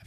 hab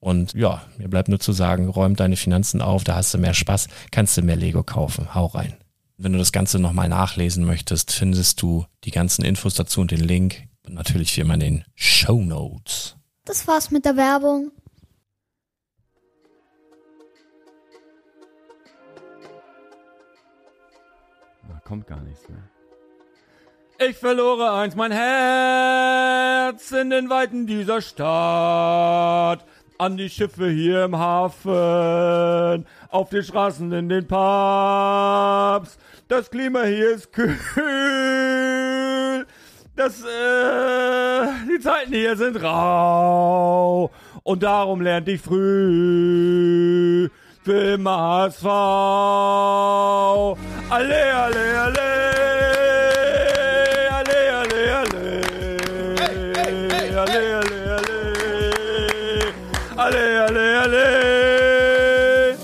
Und ja, mir bleibt nur zu sagen, räum deine Finanzen auf, da hast du mehr Spaß, kannst du mehr Lego kaufen. Hau rein. Wenn du das Ganze nochmal nachlesen möchtest, findest du die ganzen Infos dazu und den Link und natürlich wie immer in den Show Notes. Das war's mit der Werbung. Na, kommt gar nichts mehr. Ich verlor einst mein Herz in den Weiten dieser Stadt an die Schiffe hier im Hafen, auf den Straßen in den Pubs. Das Klima hier ist kühl. Das, äh, die Zeiten hier sind rau. Und darum lernt ich früh für immer HSV. Alle, alle, alle. alle, alle, alle.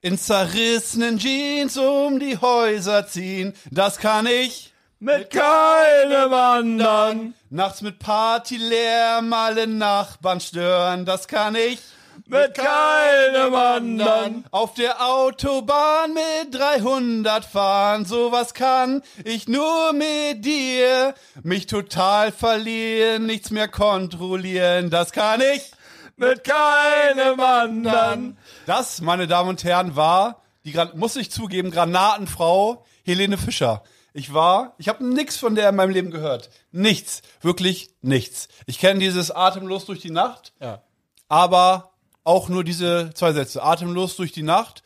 In zerrissenen Jeans um die Häuser ziehen, das kann ich. Mit keinem anderen, Nachts mit Partylärm alle Nachbarn stören, das kann ich. mit keinem anderen. Auf der Autobahn mit 300 fahren, sowas kann ich nur mit dir. Mich total verlieren, nichts mehr kontrollieren, das kann ich. Mit keinem anderen. Das, meine Damen und Herren, war die, Gran- muss ich zugeben, Granatenfrau Helene Fischer. Ich war, ich habe nichts von der in meinem Leben gehört. Nichts, wirklich nichts. Ich kenne dieses Atemlos durch die Nacht, Ja. aber auch nur diese zwei Sätze. Atemlos durch die Nacht.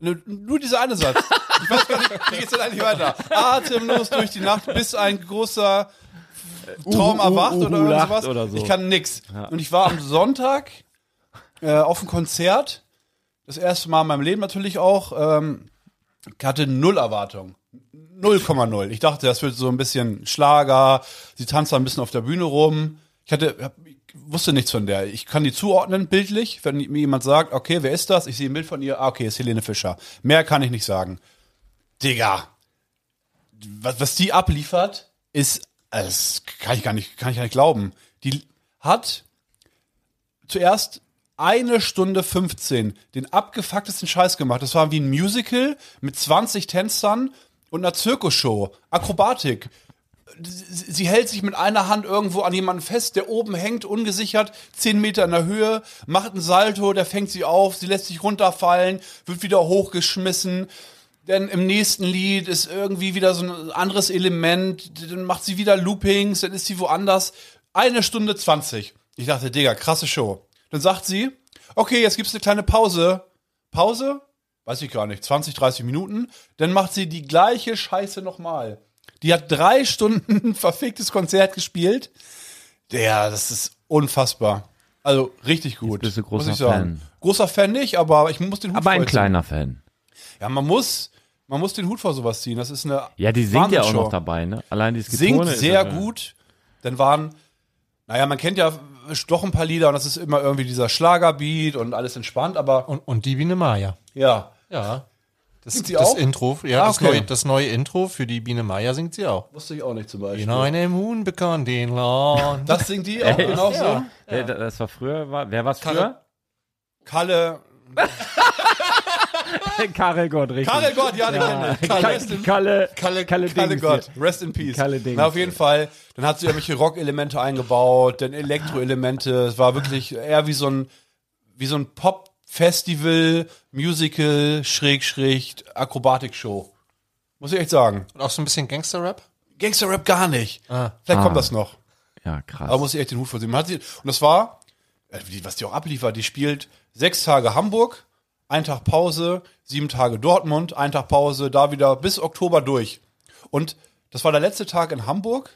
Nur, nur dieser eine Satz. Ich weiß gar nicht, wie geht's denn eigentlich weiter? Atemlos durch die Nacht, bis ein großer Traum Uhu, erwacht Uhu oder irgend lacht sowas. oder so. Ich kann nix. Und ich war am Sonntag äh, auf einem Konzert. Das erste Mal in meinem Leben natürlich auch. Ähm, ich hatte null Erwartung. 0,0. Ich dachte, das wird so ein bisschen Schlager. Sie tanzt da ein bisschen auf der Bühne rum. Ich hatte, hab, ich wusste nichts von der. Ich kann die zuordnen bildlich, wenn mir jemand sagt, okay, wer ist das? Ich sehe ein Bild von ihr. Ah, okay, ist Helene Fischer. Mehr kann ich nicht sagen. Digga, was, was die abliefert, ist, also das kann ich gar nicht, kann ich gar nicht glauben. Die hat zuerst eine Stunde 15 den abgefucktesten Scheiß gemacht. Das war wie ein Musical mit 20 Tänzern und einer Zirkusshow. Akrobatik. Sie sie hält sich mit einer Hand irgendwo an jemanden fest, der oben hängt, ungesichert, 10 Meter in der Höhe, macht einen Salto, der fängt sie auf, sie lässt sich runterfallen, wird wieder hochgeschmissen. Denn im nächsten Lied ist irgendwie wieder so ein anderes Element, dann macht sie wieder Loopings, dann ist sie woanders. Eine Stunde 20. Ich dachte, Digga, krasse Show. Dann sagt sie, okay, jetzt gibt's eine kleine Pause. Pause? Weiß ich gar nicht, 20, 30 Minuten. Dann macht sie die gleiche Scheiße nochmal. Die hat drei Stunden ein verficktes Konzert gespielt. Der, das ist unfassbar. Also richtig gut. bist du muss großer ich sagen. Fan. Großer Fan nicht, aber ich muss den Hut Aber ein vorziehen. kleiner Fan. Ja, man muss, man muss den Hut vor sowas ziehen. Das ist eine. Ja, die singt ja auch Wahnsinnsshow. noch dabei, ne? Allein dieses Singt Getone ist sehr ja- gut. Dann waren, naja, man kennt ja doch ein paar Lieder und das ist immer irgendwie dieser Schlagerbeat und alles entspannt, aber Und, und die Biene Maya. ja. Ja. Das, Singt sie das auch? Intro, ja, Ah, das, okay. neue, das neue Intro für die Biene Maya singt sie auch. Wusste ich auch nicht zum Beispiel. In Genau. einem Huhn bekannt den Lawn. Das singt die auch genau so. Wer- Äh, Das war früher, war, wer war's früher? Kalle. Karel Gott, richtig. Ah, Karel Gott, ja, den kenne ich. Kalle, Kalle, Kalle, Kalle, Kalle, Kalle Dings Gott, rest in peace. Kalle Dings. Na, auf jeden Fall. Dann hat sie irgendwelche Rock-Elemente eingebaut, dann Elektro-Elemente. Es war wirklich eher wie so ein, wie so ein Pop-Festival, Musical, Schräg, Schräg, Akrobatik-Show. Muss ich echt sagen. Und auch so ein bisschen Gangster-Rap. Gangster-Rap gar nicht. Ah. Vielleicht kommt das noch. Ja, krass. Aber muss ich echt den Hut vorziehen. Man hat sie, und das war, äh, die- was die auch abliefert, die spielt sechs Tage Hamburg, ein Tag Pause, sieben Tage Dortmund, ein Tag Pause, da wieder bis Oktober durch. Und das war der letzte Tag in Hamburg.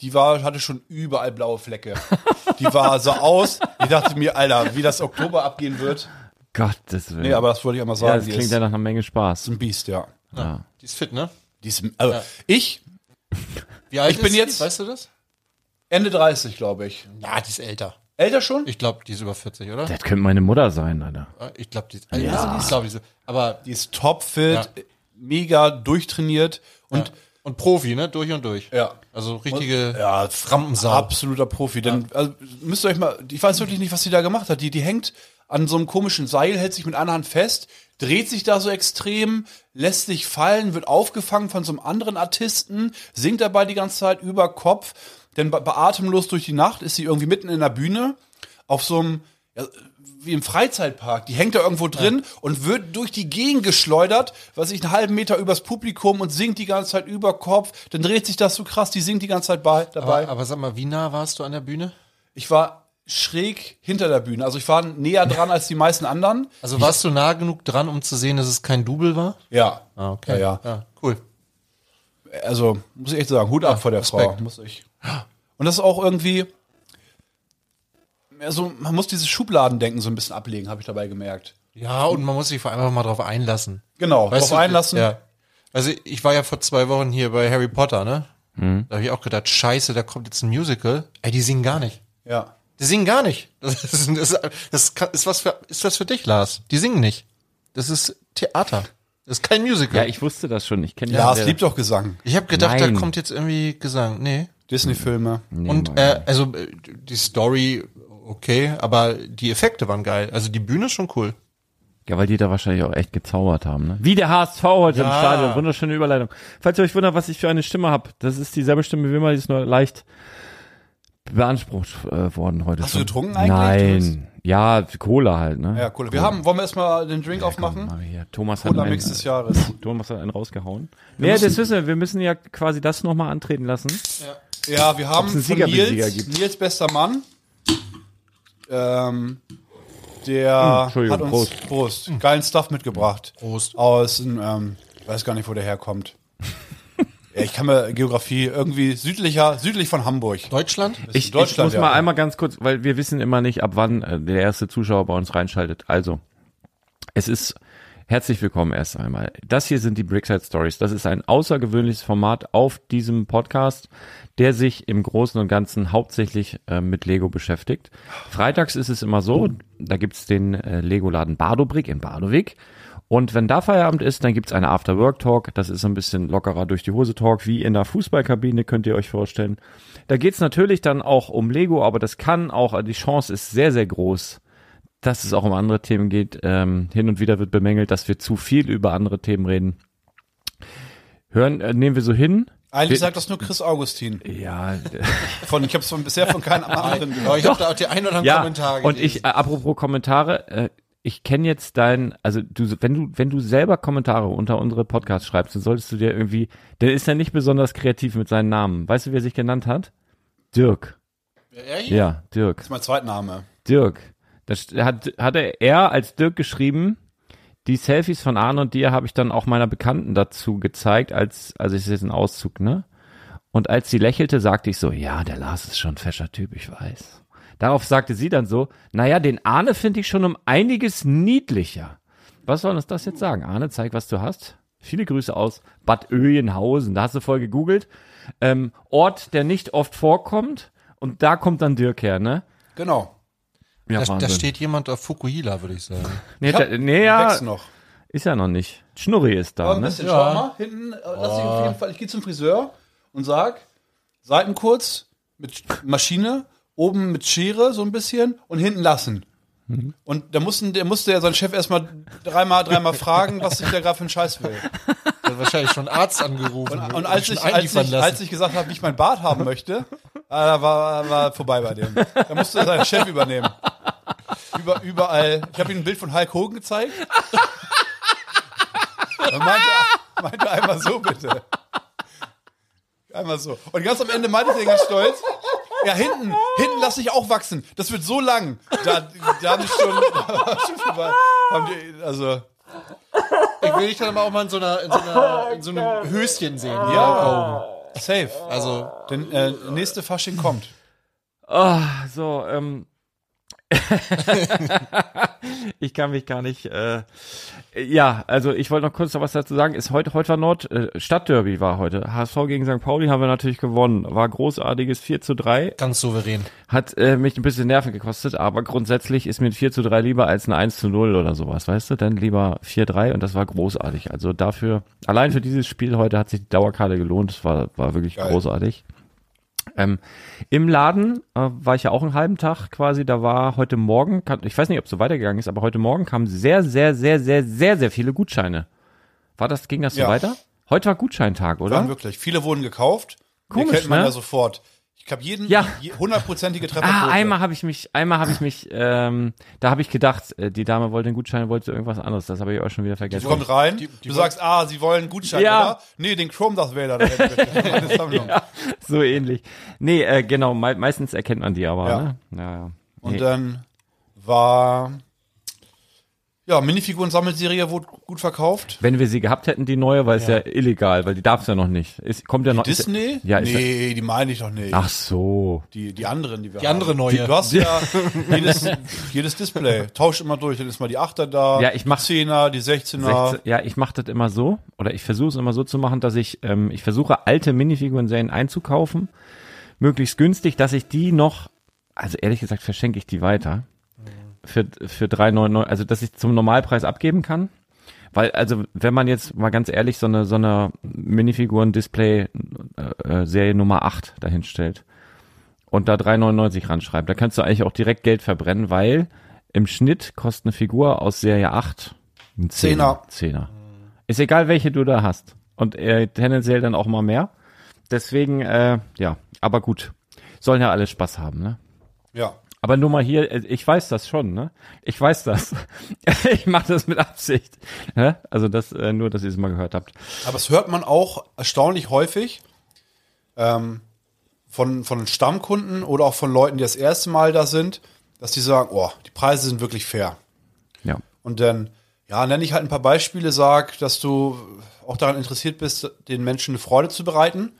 Die war, hatte schon überall blaue Flecke. Die war so aus. Ich dachte mir, Alter, wie das Oktober abgehen wird. Gottes Willen. Nee, aber das wollte ich einmal ja, sagen. das die klingt ist ja nach einer Menge Spaß. ein Biest, ja. Die ist fit, ne? Die ist, also, Ich, Wie alt Ich bin ist jetzt- Die? Weißt du das? Ende 30, glaube ich. Na, die ist älter. Älter schon? Ich glaube, die ist über 40, oder? Das könnte meine Mutter sein, Alter. Ich glaube, die ist. Also, ja. die ist, glaube ich, so. Aber. Die ist topfit, Ja. mega durchtrainiert und Und, und Profi, ne? Durch und durch. Ja. Also richtige. Ja, Rampensau. Absoluter Profi. Denn also, müsst ihr euch mal, ich weiß wirklich nicht, was die da gemacht hat. Die, die hängt an so einem komischen Seil, hält sich mit einer Hand fest, dreht sich da so extrem, lässt sich fallen, wird aufgefangen von so einem anderen Artisten, singt dabei die ganze Zeit über Kopf. Denn bei, bei atemlos durch die Nacht ist sie irgendwie mitten in der Bühne auf so einem ja, wie im Freizeitpark. Die hängt da irgendwo drin und wird durch die Gegend geschleudert, was ich einen halben Meter übers Publikum und singt die ganze Zeit über Kopf. Dann dreht sich das so krass, die singt die ganze Zeit bei, dabei. Aber, aber sag mal, wie nah warst du an der Bühne? Ich war schräg hinter der Bühne. Also ich war näher dran als die meisten anderen. Also warst du nah genug dran, um zu sehen, dass es kein Double war? Ja. Ah, okay. Ja, ja. ja cool. Also muss ich echt sagen, Hut ab vor der Frau. Respekt. Muss ich. Und das ist auch irgendwie. Also man muss dieses Schubladendenken so ein bisschen ablegen, habe ich dabei gemerkt. Ja, und man muss sich vor allem auch mal drauf einlassen. Genau, Weißt drauf du, einlassen. Ja. Also ich war ja vor zwei Wochen hier bei Harry Potter, ne? Mhm. Da habe ich auch gedacht, scheiße, da kommt jetzt ein Musical. Ey, die singen gar nicht. ja. Die singen gar nicht. Das ist, das ist, das kann- ist was für, ist was für dich, Lars. Die singen nicht. Das ist Theater. Das ist kein Musical. Ja, ich wusste das schon. Ich kenne Lars liebt doch Gesang. ich habe gedacht, Nein. da kommt jetzt irgendwie Gesang. Nee. Disney-Filme. Und äh, also äh, die Story, okay, aber die Effekte waren geil. Also die Bühne ist schon cool. Ja, weil die da wahrscheinlich auch echt gezaubert haben, ne? Wie der HSV heute im Ja. Stadion. Wunderschöne Überleitung. Falls ihr euch wundert, was ich für eine Stimme habe, das ist dieselbe Stimme wie immer, die ist nur leicht beansprucht äh, worden heute. Hast schon. du getrunken eigentlich? Du bist- Nein. Ja, Cola halt, ne? Ja, cool. Wir haben, wollen wir erstmal den Drink aufmachen? Mach ich Ah, hier. Thomas hat Cola einen, Mix des Jahres. Thomas hat einen rausgehauen. Nee, das wissen wir. Wir müssen ja quasi das nochmal antreten lassen. Ja, wir haben Ob's einen von Sieger, Besieger Nils, gibt. Nils bester Mann. Ähm, der Hm, Entschuldigung, hat uns Prost. geilen Stuff mitgebracht. Prost. Aus, ähm, weiß gar nicht, wo der herkommt. ja, ich kann mir Geografie irgendwie südlicher, südlich von Hamburg. Deutschland? Ist Ich, ich muss mal einmal ganz kurz, weil wir wissen immer nicht, ab wann äh, der erste Zuschauer bei uns reinschaltet. Also, es ist herzlich willkommen erst einmal. Das hier sind die Brickside Stories. Das ist ein außergewöhnliches Format auf diesem Podcast, der sich im Großen und Ganzen hauptsächlich äh, mit Lego beschäftigt. Freitags ist es immer so, da gibt's den äh, Lego-Laden Bardobrick in Bardowig. Und wenn da Feierabend ist, dann gibt's eine After-Work-Talk. Das ist so ein bisschen lockerer durch die Hose-Talk, wie in der Fußballkabine, könnt ihr euch vorstellen. Da geht's natürlich dann auch um Lego, aber das kann auch, die Chance ist sehr, sehr groß, dass es auch um andere Themen geht. Ähm, hin und wieder wird bemängelt, dass wir zu viel über andere Themen reden. Hören, äh, nehmen wir so hin. Eigentlich sagt das nur Chris Augustin. Ja, Von, ich habe es bisher von keinem anderen Ja, gehört. ich habe da auch die ein oder anderen ja. Kommentare Und gelesen. ich, äh, apropos Kommentare, äh, ich kenne jetzt dein, also du, wenn du, wenn du selber Kommentare unter unsere Podcasts schreibst, dann solltest du dir irgendwie, der ist ja nicht besonders kreativ mit seinen Namen. Weißt du, wie er sich genannt hat? Dirk. Ehrlich? Ja, Dirk. Das ist mein Zweitname. Dirk. Das st- hat, hatte er als Dirk geschrieben. Die Selfies von Arne und dir habe ich dann auch meiner Bekannten dazu gezeigt, als, also es ist jetzt ein Auszug, ne? Und als sie lächelte, sagte ich so, ja, der Lars ist schon ein fescher Typ, ich weiß. Darauf sagte sie dann so, naja, den Arne finde ich schon um einiges niedlicher. Was soll uns das jetzt sagen? Arne, zeig, was du hast. Viele Grüße aus Bad Oeynhausen. Da hast du voll gegoogelt. Ähm, Ort, der nicht oft vorkommt. Und da kommt dann Dirk her, ne? Genau. Ja, da, da Wahnsinn. steht jemand auf Fukuhila, würde ich sagen. Nee, Ja, da, nee Wächst ja, noch. ist ja noch nicht. Schnurri ist da, Aber ein ne? bisschen, schau mal, hinten, äh, lass dich auf jeden Fall, ich gehe zum Friseur und sag, Seiten kurz mit Maschine, oben mit Schere so ein bisschen und hinten lassen. Mhm. Und da mussten, der musste ja sein Chef erstmal dreimal, dreimal fragen, was sich der gerade für einen Scheiß will. Der hat wahrscheinlich schon einen Arzt angerufen. Und als schon ich, als einliefern ich, lassen. als ich gesagt habe, wie ich mein Bart haben möchte, äh, da war, war vorbei bei dem. Da musste sein Chef übernehmen. Über, überall. Ich habe ihm ein Bild von Hulk Hogan gezeigt. Er meinte, meinte einmal so bitte. Einmal so. Und ganz am Ende meinte er ganz stolz, ja, hinten, hinten lasse ich auch wachsen. Das wird so lang. Da, da habe ich schon, da war schon vorbei. Haben die, also, ich will dich dann aber auch mal in so, einer, in so, einer, in so einem Höschen sehen. Ja. safe. Also, Denn äh, nächste Fasching kommt. Ah, so, ähm. ich kann mich gar nicht. Äh, ja, also ich wollte noch kurz noch was dazu sagen. Ist heute, heute war Nord, äh, Stadtderby war heute. HSV gegen St. Pauli haben wir natürlich gewonnen. War großartiges 4 zu 3. ganz souverän. Hat äh, mich ein bisschen Nerven gekostet, aber grundsätzlich ist mir ein 4 zu 3 lieber als ein 1 zu 0 oder sowas, weißt du? Dann lieber 4-3 und das war großartig. Also dafür, allein für dieses Spiel heute hat sich die Dauerkarte gelohnt. Es war, war wirklich großartig. Ähm, Im Laden äh, war ich ja auch einen halben Tag quasi. Da war heute Morgen, kann, ich weiß nicht, ob es so weitergegangen ist, aber heute Morgen kamen sehr, sehr, sehr, sehr, sehr, sehr viele Gutscheine. War das, ging das so Ja. weiter? Heute war Gutscheintag, oder? Waren wirklich. Viele wurden gekauft. Komisch, Die kennt man ne? ja sofort. Ich habe jeden Ja. je- hundertprozentige Trefferquote. Ah, einmal habe ich mich, einmal habe ich mich, ähm, da habe ich gedacht, äh, die Dame wollte einen Gutschein, wollte irgendwas anderes. Das habe ich auch schon wieder Du vergessen. kommst rein, du sagst, ah, sie wollen einen Gutschein, Ja. oder? Nee, den Chrome Dust Vader. da hätte bitte. Meine Sammlung. So ähnlich. Nee, äh, genau, mei meistens erkennt man die aber. Ja. Ne? Ja, ja. Und Nee. dann war ja Minifiguren Sammelserie wurde gut verkauft. Wenn wir sie gehabt hätten, die neue, weil es ja, illegal, weil die darf es ja noch nicht. Ist, kommt ja noch. ist- Disney? Ja, ist, ja- nee, die meine ich doch nicht. Ach so. Die, die anderen, die wir Die andere haben. neue. Du hast ja jedes, jedes Display. Tausch immer durch. Dann ist mal die 8er da. Ja, ich mach- Die 10er, die 16er. 16, ja, ich mache das immer so oder ich versuche es immer so zu machen, dass ich ähm, ich versuche alte Minifiguren-Serien einzukaufen, möglichst günstig, dass ich die noch, also ehrlich gesagt verschenke ich die weiter für für 3,99, also dass ich zum Normalpreis abgeben kann, weil also wenn man jetzt mal ganz ehrlich so eine so eine Minifiguren-Display-Serie Nummer 8 dahin stellt und da 3,99 ranschreibt, da kannst du eigentlich auch direkt Geld verbrennen, weil im Schnitt kostet eine Figur aus Serie 8 ein Zehner. Zehner. Ist egal, welche du da hast. Und äh, tendenziell dann auch mal mehr. Deswegen, äh, ja, aber gut. Sollen ja alle Spaß haben, ne? Ja. Aber nur mal hier, äh, ich weiß das schon, ne? Ich weiß das. ich mache das mit Absicht. Hä? Also das äh, nur, dass ihr es mal gehört habt. Aber das hört man auch erstaunlich häufig ähm, von, von Stammkunden oder auch von Leuten, die das erste Mal da sind, dass die sagen, oh, die Preise sind wirklich fair. Ja. Und dann, ja, nenne ich halt ein paar Beispiele, sag, dass du auch daran interessiert bist, den Menschen eine Freude zu bereiten.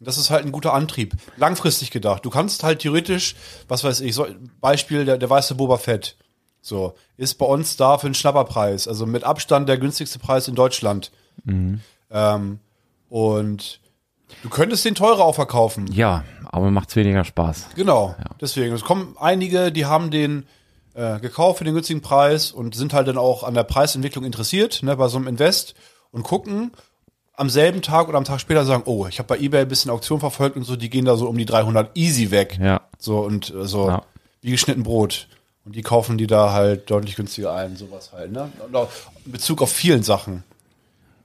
Das ist halt ein guter Antrieb. Langfristig gedacht. Du kannst halt theoretisch, was weiß ich, so, Beispiel der, der weiße Boba Fett. So, ist bei uns da für einen Schnapperpreis. Also mit Abstand der günstigste Preis in Deutschland. Ähm, und du könntest den teurer auch verkaufen. Ja, aber macht's weniger Spaß. Genau, deswegen. Es kommen einige, die haben den äh, gekauft für den günstigen Preis und sind halt dann auch an der Preisentwicklung interessiert, ne, bei so einem Invest und gucken am selben Tag oder am Tag später sagen, oh, ich habe bei eBay ein bisschen Auktion verfolgt und so, die gehen da so um die 300 easy weg. Ja. So und äh, so Ja. wie geschnitten Brot. Und die kaufen die da halt deutlich günstiger ein, sowas halt, ne? Und auch in Bezug auf vielen Sachen.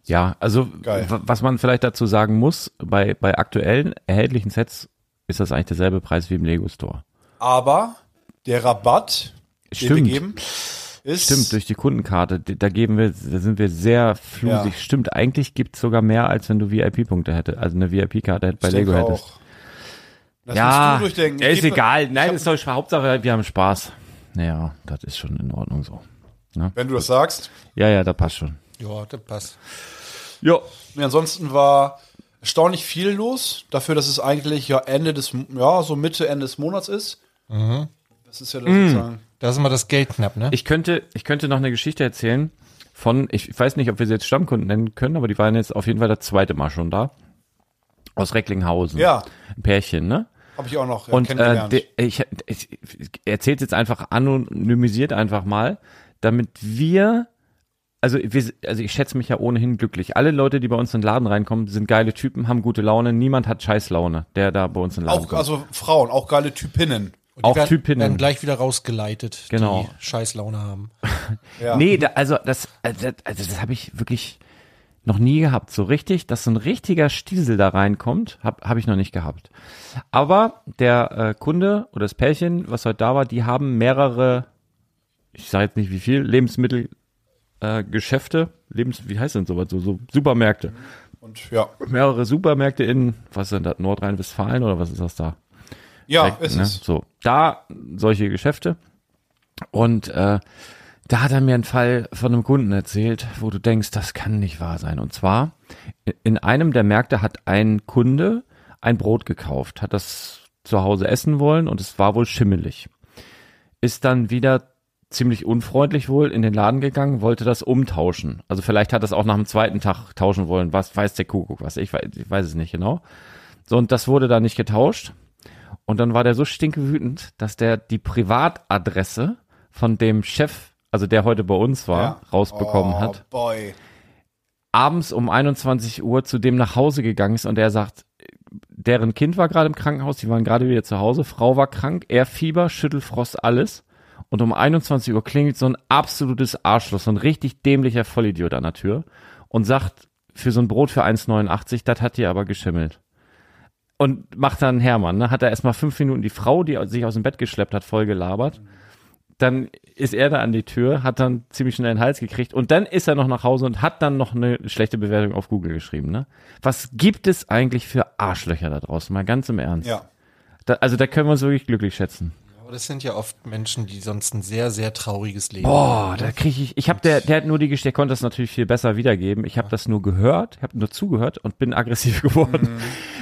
Ja, also Geil. w- was man vielleicht dazu sagen muss, bei, bei aktuellen erhältlichen Sets ist das eigentlich derselbe Preis wie im Lego Store. Aber der Rabatt, den Stimmt. wir geben, ist Stimmt, durch die Kundenkarte, d- da geben wir, da sind wir sehr flusig. Ja. Stimmt, eigentlich gibt's sogar mehr, als wenn du VIP-Punkte hättest, also eine VIP-Karte hätt- bei Ich Lego denke hättest. auch. Das ja, musst du durchdenken. ja, Ich ist gebe- egal. Nein, hab- ist doch Hauptsache, wir haben Spaß. Naja, das ist schon in Ordnung so. Wenn du das sagst. Ja, ja, da passt schon. Ja, das passt. Ja. Nee, ansonsten war erstaunlich viel los, dafür, dass es eigentlich ja Ende des, ja, so Mitte, Ende des Monats ist. Das ist ja das Mm. sozusagen. Da ist immer das Geld knapp, ne? Ich könnte, ich könnte noch eine Geschichte erzählen von, ich weiß nicht, ob wir sie jetzt Stammkunden nennen können, aber die waren jetzt auf jeden Fall das zweite Mal schon da. Aus Recklinghausen. Ja. Ein Pärchen, ne? Habe ich auch noch äh, Und äh, kennengelernt. de, ich, ich, ich erzähle jetzt einfach anonymisiert einfach mal, damit wir, also, wir, also ich schätze mich ja ohnehin glücklich. Alle Leute, die bei uns in den Laden reinkommen, sind geile Typen, haben gute Laune. Niemand hat Scheißlaune, der da bei uns in den Laden auch, kommt. also Frauen, auch geile Typinnen. Und die auch werden, Typinnen. werden gleich wieder rausgeleitet, Genau. die Scheißlaune haben. Ja. Nee, da, also das, also das, also das habe ich wirklich noch nie gehabt, so richtig, dass so ein richtiger Stiesel da reinkommt, habe hab ich noch nicht gehabt. Aber der äh, Kunde oder das Pärchen, was heute da war, die haben mehrere, ich sage jetzt nicht wie viel, Lebensmittelgeschäfte, äh, Geschäfte, Lebens, wie heißt denn sowas, so, so Supermärkte, Und ja, mehrere Supermärkte in, was ist denn das, Nordrhein-Westfalen oder was ist das da? ja, direkt, ist ne? es. So, da solche Geschäfte. Und äh, da hat er mir einen Fall von einem Kunden erzählt, wo du denkst, das kann nicht wahr sein. Und zwar, in einem der Märkte hat ein Kunde ein Brot gekauft, hat das zu Hause essen wollen und es war wohl schimmelig. Ist dann wieder ziemlich unfreundlich wohl in den Laden gegangen, wollte das umtauschen. Also vielleicht hat er es auch nach dem zweiten Tag tauschen wollen, was weiß der Kuckuck, was ich weiß, ich weiß es nicht genau. So, und das wurde da nicht getauscht. Und dann war der so stinkewütend, dass der die Privatadresse von dem Chef, also der heute bei uns war, Ja. rausbekommen oh, hat Boy. abends um 21 Uhr zu dem nach Hause gegangen ist und er sagt, deren Kind war gerade im Krankenhaus, die waren gerade wieder zu Hause, Frau war krank, er Fieber, Schüttelfrost, alles. Und um 21 Uhr klingelt so ein absolutes Arschloch, so ein richtig dämlicher Vollidiot an der Tür und sagt, für so ein Brot für 1,89, das hat dir aber geschimmelt. Und macht dann Hermann, ne? hat er erstmal fünf Minuten die Frau, die sich aus dem Bett geschleppt hat, voll gelabert dann ist er da an die Tür, hat dann ziemlich schnell einen Hals gekriegt und dann ist er noch nach Hause und hat dann noch eine schlechte Bewertung auf Google geschrieben. Ne? Was gibt es eigentlich für Arschlöcher da draußen? Mal ganz im Ernst. Ja. Da, also da können wir uns wirklich glücklich schätzen. Aber das sind ja oft Menschen, die sonst ein sehr, sehr trauriges Leben Boah, Oh, da kriege ich. Ich habe der, der hat nur die Geschichte, der konnte das natürlich viel besser wiedergeben. Ich habe das nur gehört, habe nur zugehört und bin aggressiv geworden.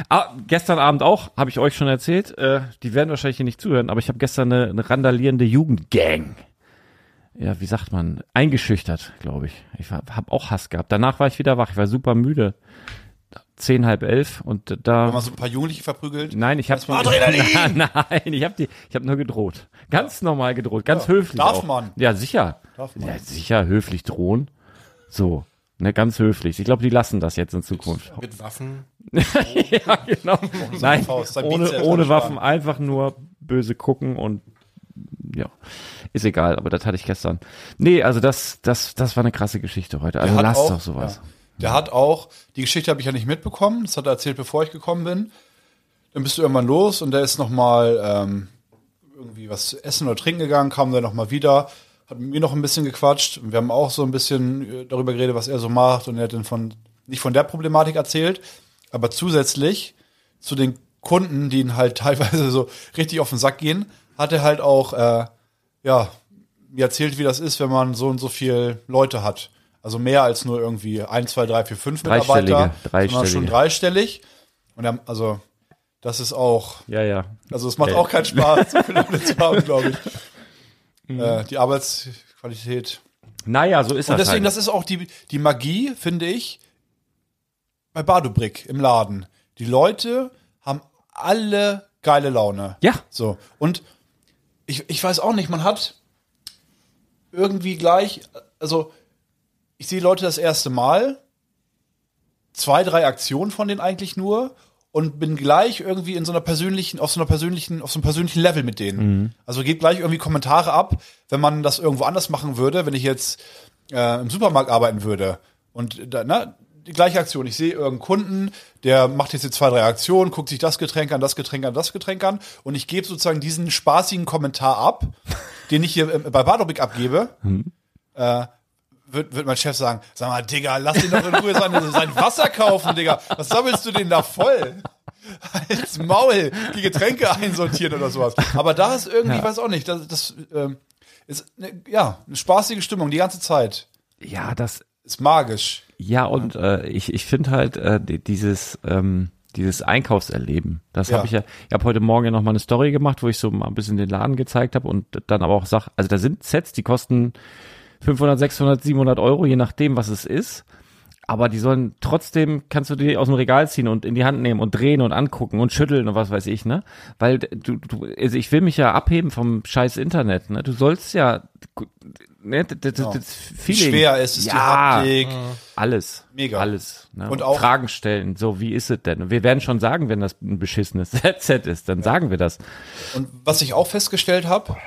Ah, gestern Abend auch, habe ich euch schon erzählt. Äh, die werden wahrscheinlich hier nicht zuhören, aber ich habe gestern eine, eine randalierende Jugendgang. Ja, wie sagt man? Eingeschüchtert, glaube ich. Ich habe auch Hass gehabt. Danach war ich wieder wach. Ich war super müde. Zehn, halb elf und Haben wir da. so ein paar Jugendliche verprügelt? Nein, ich habe Adrenalin! Nein, ich habe die, ich habe nur gedroht. Ganz normal gedroht, ganz höflich. darf auch. man. Ja, sicher. Darf man. Ja, sicher höflich drohen. So, ne, ganz höflich. Ich glaube, die lassen das jetzt in Zukunft. Mit Waffen. ja, genau. Nein, Faust, sein ohne, Bizeps ohne anschlagen. Waffen einfach nur böse gucken und ja, ist egal, aber das hatte ich gestern. Nee, also das, das, das war eine krasse Geschichte heute. Also hat lasst auch- doch sowas. ja. Der hat auch, die Geschichte habe ich ja nicht mitbekommen, das hat er erzählt, bevor ich gekommen bin. Dann bist du irgendwann los und der ist nochmal ähm, irgendwie was zu essen oder trinken gegangen, kam dann nochmal wieder, hat mit mir noch ein bisschen gequatscht. Wir haben auch so ein bisschen äh, darüber geredet, was er so macht und er hat dann von, nicht von der Problematik erzählt, aber zusätzlich zu den Kunden, die ihn halt teilweise so richtig auf den Sack gehen, hat er halt auch, äh, ja, mir erzählt, wie das ist, wenn man so und so viel Leute hat. Also mehr als nur irgendwie 1, 2, 3, 4, 5 Dreistellige, Mitarbeiter, sondern dreistellige. schon dreistellig. Und er, also das ist auch, Ja, ja. also es macht Ja. auch keinen Spaß, so viele Leute zu haben, glaube ich. Äh, die Arbeitsqualität. Naja, so ist Und das. deswegen, halt. das ist auch die, die Magie, finde ich, bei Badubrick im Laden. Die Leute haben alle geile Laune. Ja. So. Und ich, ich weiß auch nicht, man hat irgendwie gleich, also ich sehe Leute das erste Mal, zwei, drei Aktionen von denen eigentlich nur und bin gleich irgendwie in so einer persönlichen, auf so einer persönlichen, auf so einem persönlichen Level mit denen. Mhm. Also geht gleich irgendwie Kommentare ab, wenn man das irgendwo anders machen würde, wenn ich jetzt äh, im Supermarkt arbeiten würde und da, ne, die gleiche Aktion. Ich sehe irgendeinen Kunden, der macht jetzt hier zwei, drei Aktionen, guckt sich das Getränk an, das Getränk an, das Getränk an und ich gebe sozusagen diesen spaßigen Kommentar ab, den ich hier äh, bei Badobic abgebe Äh, wird, wird mein Chef sagen, sag mal, Digga, lass ihn doch in Ruhe sein, also sein Wasser kaufen, Digga. Was sammelst du denn da voll? Als Maul, die Getränke einsortieren oder sowas. Aber da ist irgendwie, ich weiß auch nicht, das, das ähm, ist ne, ja eine spaßige Stimmung die ganze Zeit. ja, das, Ist magisch. Ja, und äh, ich, ich finde halt äh, di- dieses, ähm, dieses Einkaufserleben. Das Ja. habe ich ja, ich habe heute Morgen ja nochmal eine Story gemacht, wo ich so mal ein bisschen den Laden gezeigt habe und dann aber auch sag, also da sind Sets, die kosten 500, 600, 700 Euro, je nachdem, was es ist. Aber die sollen trotzdem, kannst du die aus dem Regal ziehen und in die Hand nehmen und drehen und angucken und schütteln und was weiß ich, ne? Weil du, du also ich will mich ja abheben vom scheiß Internet, ne? Du sollst ja, ne, das, das, Genau. das Wie Feeling. schwer ist es, Ja. die Haptik. Alles. Mega. Alles. Ne? Und auch- Fragen stellen. So, wie ist es denn? Wir werden schon sagen, wenn das ein beschissenes Set ist, dann sagen wir das. Und was ich auch festgestellt habe,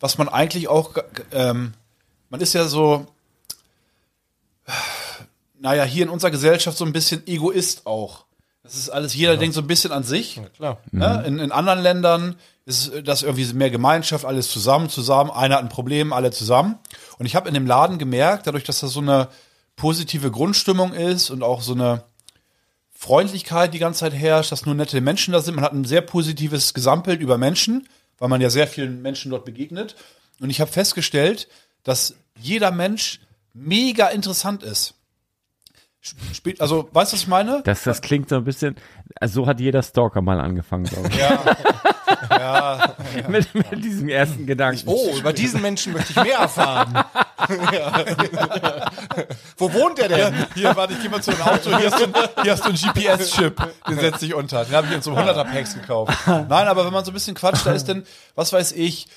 was man eigentlich auch, ge- ge- ähm, man ist ja so, naja, hier in unserer Gesellschaft so ein bisschen Egoist auch. Das ist alles, jeder denkt so ein bisschen an sich. Klar. Ne? In, in anderen Ländern ist äh, das irgendwie mehr Gemeinschaft, alles zusammen, zusammen, einer hat ein Problem, alle zusammen. Und ich habe in dem Laden gemerkt, dadurch, dass das so eine positive Grundstimmung ist und auch so eine Freundlichkeit die ganze Zeit herrscht, dass nur nette Menschen da sind. Man hat ein sehr positives Gesamtbild über Menschen, weil man ja sehr vielen Menschen dort begegnet. Und ich habe festgestellt, dass jeder Mensch mega interessant ist. Sp- Spät, also, weißt du, was ich meine? Das, das klingt so ein bisschen, also so hat jeder Stalker mal angefangen, glaube ich. Ja. Mit, mit diesem ersten Gedanken. Oh, über diesen Menschen möchte ich mehr erfahren. Wo wohnt er denn? Hier, warte, ich geh mal zu einem Auto. Hier hast du, hier hast du einen GPS-Chip. Den setze ich unter. Den habe ich in so 100er Packs gekauft. Nein, aber wenn man so ein bisschen quatscht, da ist denn, was weiß ich,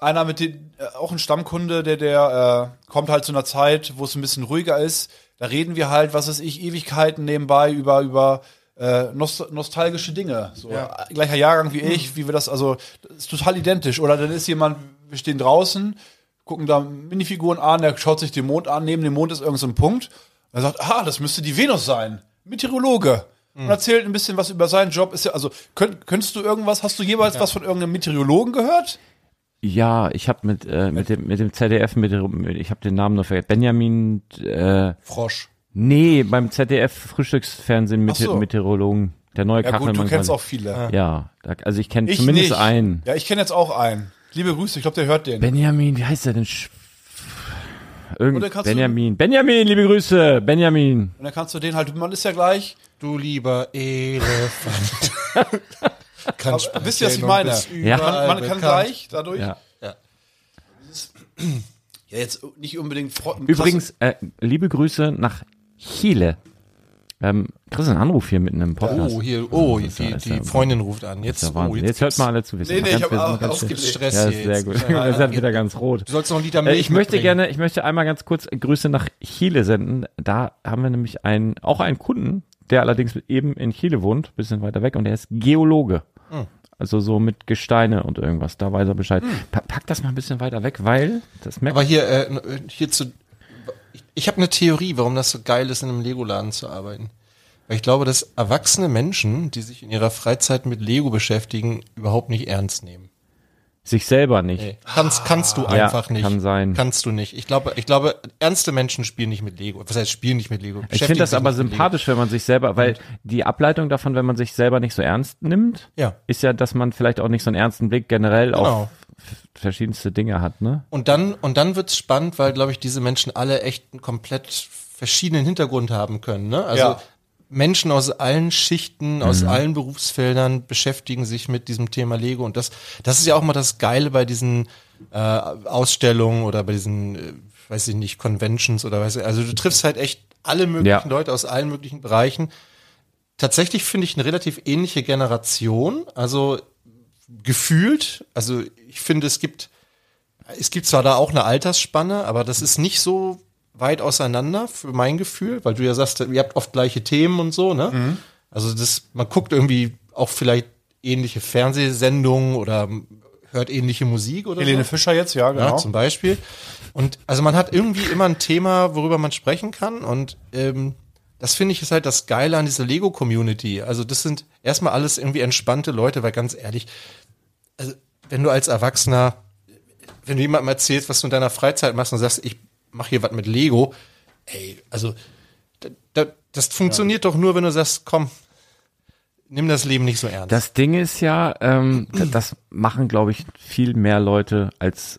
einer mit den, äh, auch ein Stammkunde, der, der äh, kommt halt zu einer Zeit, wo es ein bisschen ruhiger ist. Da reden wir halt, was weiß ich, Ewigkeiten nebenbei über, über äh, nost nostalgische Dinge. So, äh, Gleicher Jahrgang wie ich, wie wir das, also das ist total identisch. Oder dann ist jemand, wir stehen draußen, gucken da Minifiguren an, der schaut sich den Mond an, neben dem Mond ist irgendein so ein Punkt. Und er sagt, ah, das müsste die Venus sein. Meteorologe. Und erzählt ein bisschen was über seinen Job. Ist ja, also, könnt, könntest du irgendwas, hast du jeweils was von irgendeinem Meteorologen gehört? Ja, ich habe mit, äh, mit, dem, mit dem ZDF, mit, dem- ich habe den Namen nur vergessen, Benjamin, äh, Frosch. nee, beim ZDF Frühstücksfernsehen mit Ach so. Meteorologen, der neue Ja gut, du Kachelmann. kennst auch viele. ja, da- also ich kenne Ich zumindest nicht. einen. Ja, ich kenne jetzt auch einen. Liebe Grüße, ich glaube, der hört den. Benjamin, wie heißt der denn? Sch- Irgend Oder kannst du- Benjamin. Benjamin, liebe Grüße. Benjamin. Und dann kannst du den halt, man ist ja gleich. Du lieber Elefant. Kannst Aber wisst ihr, was ich meine? Ja. Man, man kann gleich dadurch. Ja. Ja, jetzt nicht unbedingt Fro- Übrigens, äh, liebe Grüße nach Chile. Ähm, kriegst du einen Anruf hier mitten im Podcast? Oh, hier, oh, ist ja- die, ist ja die Freundin ruft an. Jetzt, Ja, oh, Wahnsinn. jetzt hört mal alle zu. Wir sind Nee, nee, ganz- ich hab wir sind auch- ganz- auch gibt's Stress Stress Ja, ist jetzt. sehr gut. Ah, Ja, Das hat ja. wieder ganz rot. Du sollst noch ein Liter Äh, Milch ich möchte mitbringen. gerne, ich möchte einmal ganz kurz Grüße nach Chile senden. Da haben wir nämlich einen, auch einen Kunden, der allerdings eben in Chile wohnt, bisschen weiter weg, und der ist Geologe. Also so mit Gesteine und irgendwas, da weiß er Bescheid. Pa pack das mal ein bisschen weiter weg, weil das merkt Aber hier, äh, hier zu. Ich, ich habe eine Theorie, warum das so geil ist, in einem Lego-Laden zu arbeiten. Weil ich glaube, dass erwachsene Menschen, die sich in ihrer Freizeit mit Lego beschäftigen, überhaupt nicht ernst nehmen. Sich selber nicht. Nee. Kannst, kannst du einfach nicht. Ah, kann sein. Kannst du nicht. Ich glaube, ich glaube, ernste Menschen spielen nicht mit Lego. Was heißt spielen nicht mit Lego? Ich finde das aber sympathisch, wenn man sich selber, weil die Ableitung davon, wenn man sich selber nicht so ernst nimmt, Ja. ist ja, dass man vielleicht auch nicht so einen ernsten Blick generell Genau. auf f- verschiedenste Dinge hat, ne? Und dann, und dann wird's spannend, weil, glaube ich, diese Menschen alle echt einen komplett verschiedenen Hintergrund haben können. Ne? Also Ja. Menschen aus allen Schichten, aus allen Berufsfeldern beschäftigen sich mit diesem Thema Lego. Und das, das ist ja auch mal das Geile bei diesen äh, Ausstellungen oder bei diesen, äh, weiß ich nicht, Conventions oder weiß ich. Also du triffst halt echt alle möglichen Ja. Leute aus allen möglichen Bereichen. Tatsächlich finde ich eine relativ ähnliche Generation. Also gefühlt, also ich finde, es gibt es gibt zwar da auch eine Altersspanne, aber das ist nicht so weit auseinander für mein Gefühl, weil du ja sagst, ihr habt oft gleiche Themen und so, ne? Also das, man guckt irgendwie auch vielleicht ähnliche Fernsehsendungen oder hört ähnliche Musik oder Helene so. Fischer jetzt, ja, Ja, genau. zum Beispiel. Und also man hat irgendwie immer ein Thema, worüber man sprechen kann. Und ähm, das finde ich ist halt das Geile an dieser Lego-Community. Also das sind erstmal alles irgendwie entspannte Leute, weil ganz ehrlich, also wenn du als Erwachsener, wenn du jemandem erzählst, was du in deiner Freizeit machst und sagst, ich mache hier was mit Lego, ey, also da, da, das funktioniert doch nur, wenn du sagst, komm, nimm das Leben nicht so ernst. Das Ding ist ja, ähm, d- das machen, glaube ich, viel mehr Leute, als,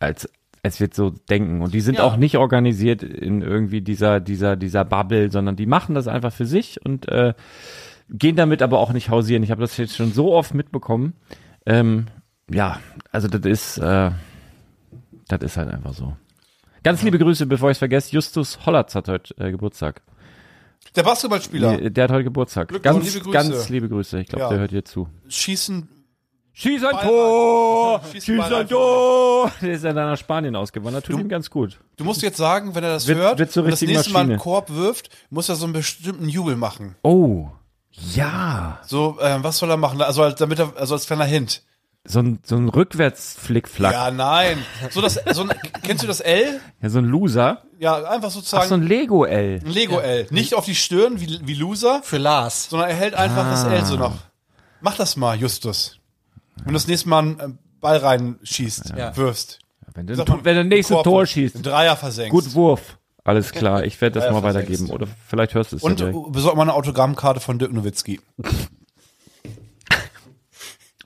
als, als wir so denken. Und die sind Ja. auch nicht organisiert in irgendwie dieser, dieser, dieser Bubble, sondern die machen das einfach für sich und äh, gehen damit aber auch nicht hausieren. Ich habe das jetzt schon so oft mitbekommen. Ähm, ja, also das ist, äh, das ist halt einfach so. Ganz liebe Grüße, bevor ich es vergesse. Justus Hollatz hat heute äh, Geburtstag. Der Basketballspieler. Nee, Der hat heute Geburtstag. Glückwunsch, Ganz, liebe Grüße. ganz liebe Grüße. Ich glaube, Ja. der hört hier zu. Schießen. Schieß ein Ball Tor! an. Schieß Schieß Ball an. ein Tor! Der ist ja dann nach Spanien ausgewandert. Tut ihm ganz gut. Du musst jetzt sagen, wenn er das Wird- hört wird zur und das richtigen nächste Mal einen Maschine. Korb wirft, muss er so einen bestimmten Jubel machen. Oh, ja. So, ähm, was soll er machen? Also, als- damit er, also als kleiner Hint. So ein, so ein Rückwärts-Flickflack. Ja. Ja, nein. So das, so ein, kennst du das L? so ein Loser. Ja, einfach Ach, sozusagen so ein Lego-L. ein Lego-L. Nicht auf die Stirn wie, wie Loser, Für Lars. sondern er hält einfach das L Ah. so noch. Mach das mal, Justus. Wenn du das nächste Mal einen ähm, Ball reinschießt, Ja. wirst. Wenn du, Sag mal, wenn du nächste Korb Tor wirft, einen schießt. Dreier versenkst. Gut Wurf. Alles klar, ich werde das Ja, mal versetzt. weitergeben. Oder vielleicht hörst du es ja Und direkt. äh, besorg mal eine Autogrammkarte von Dirk Nowitzki.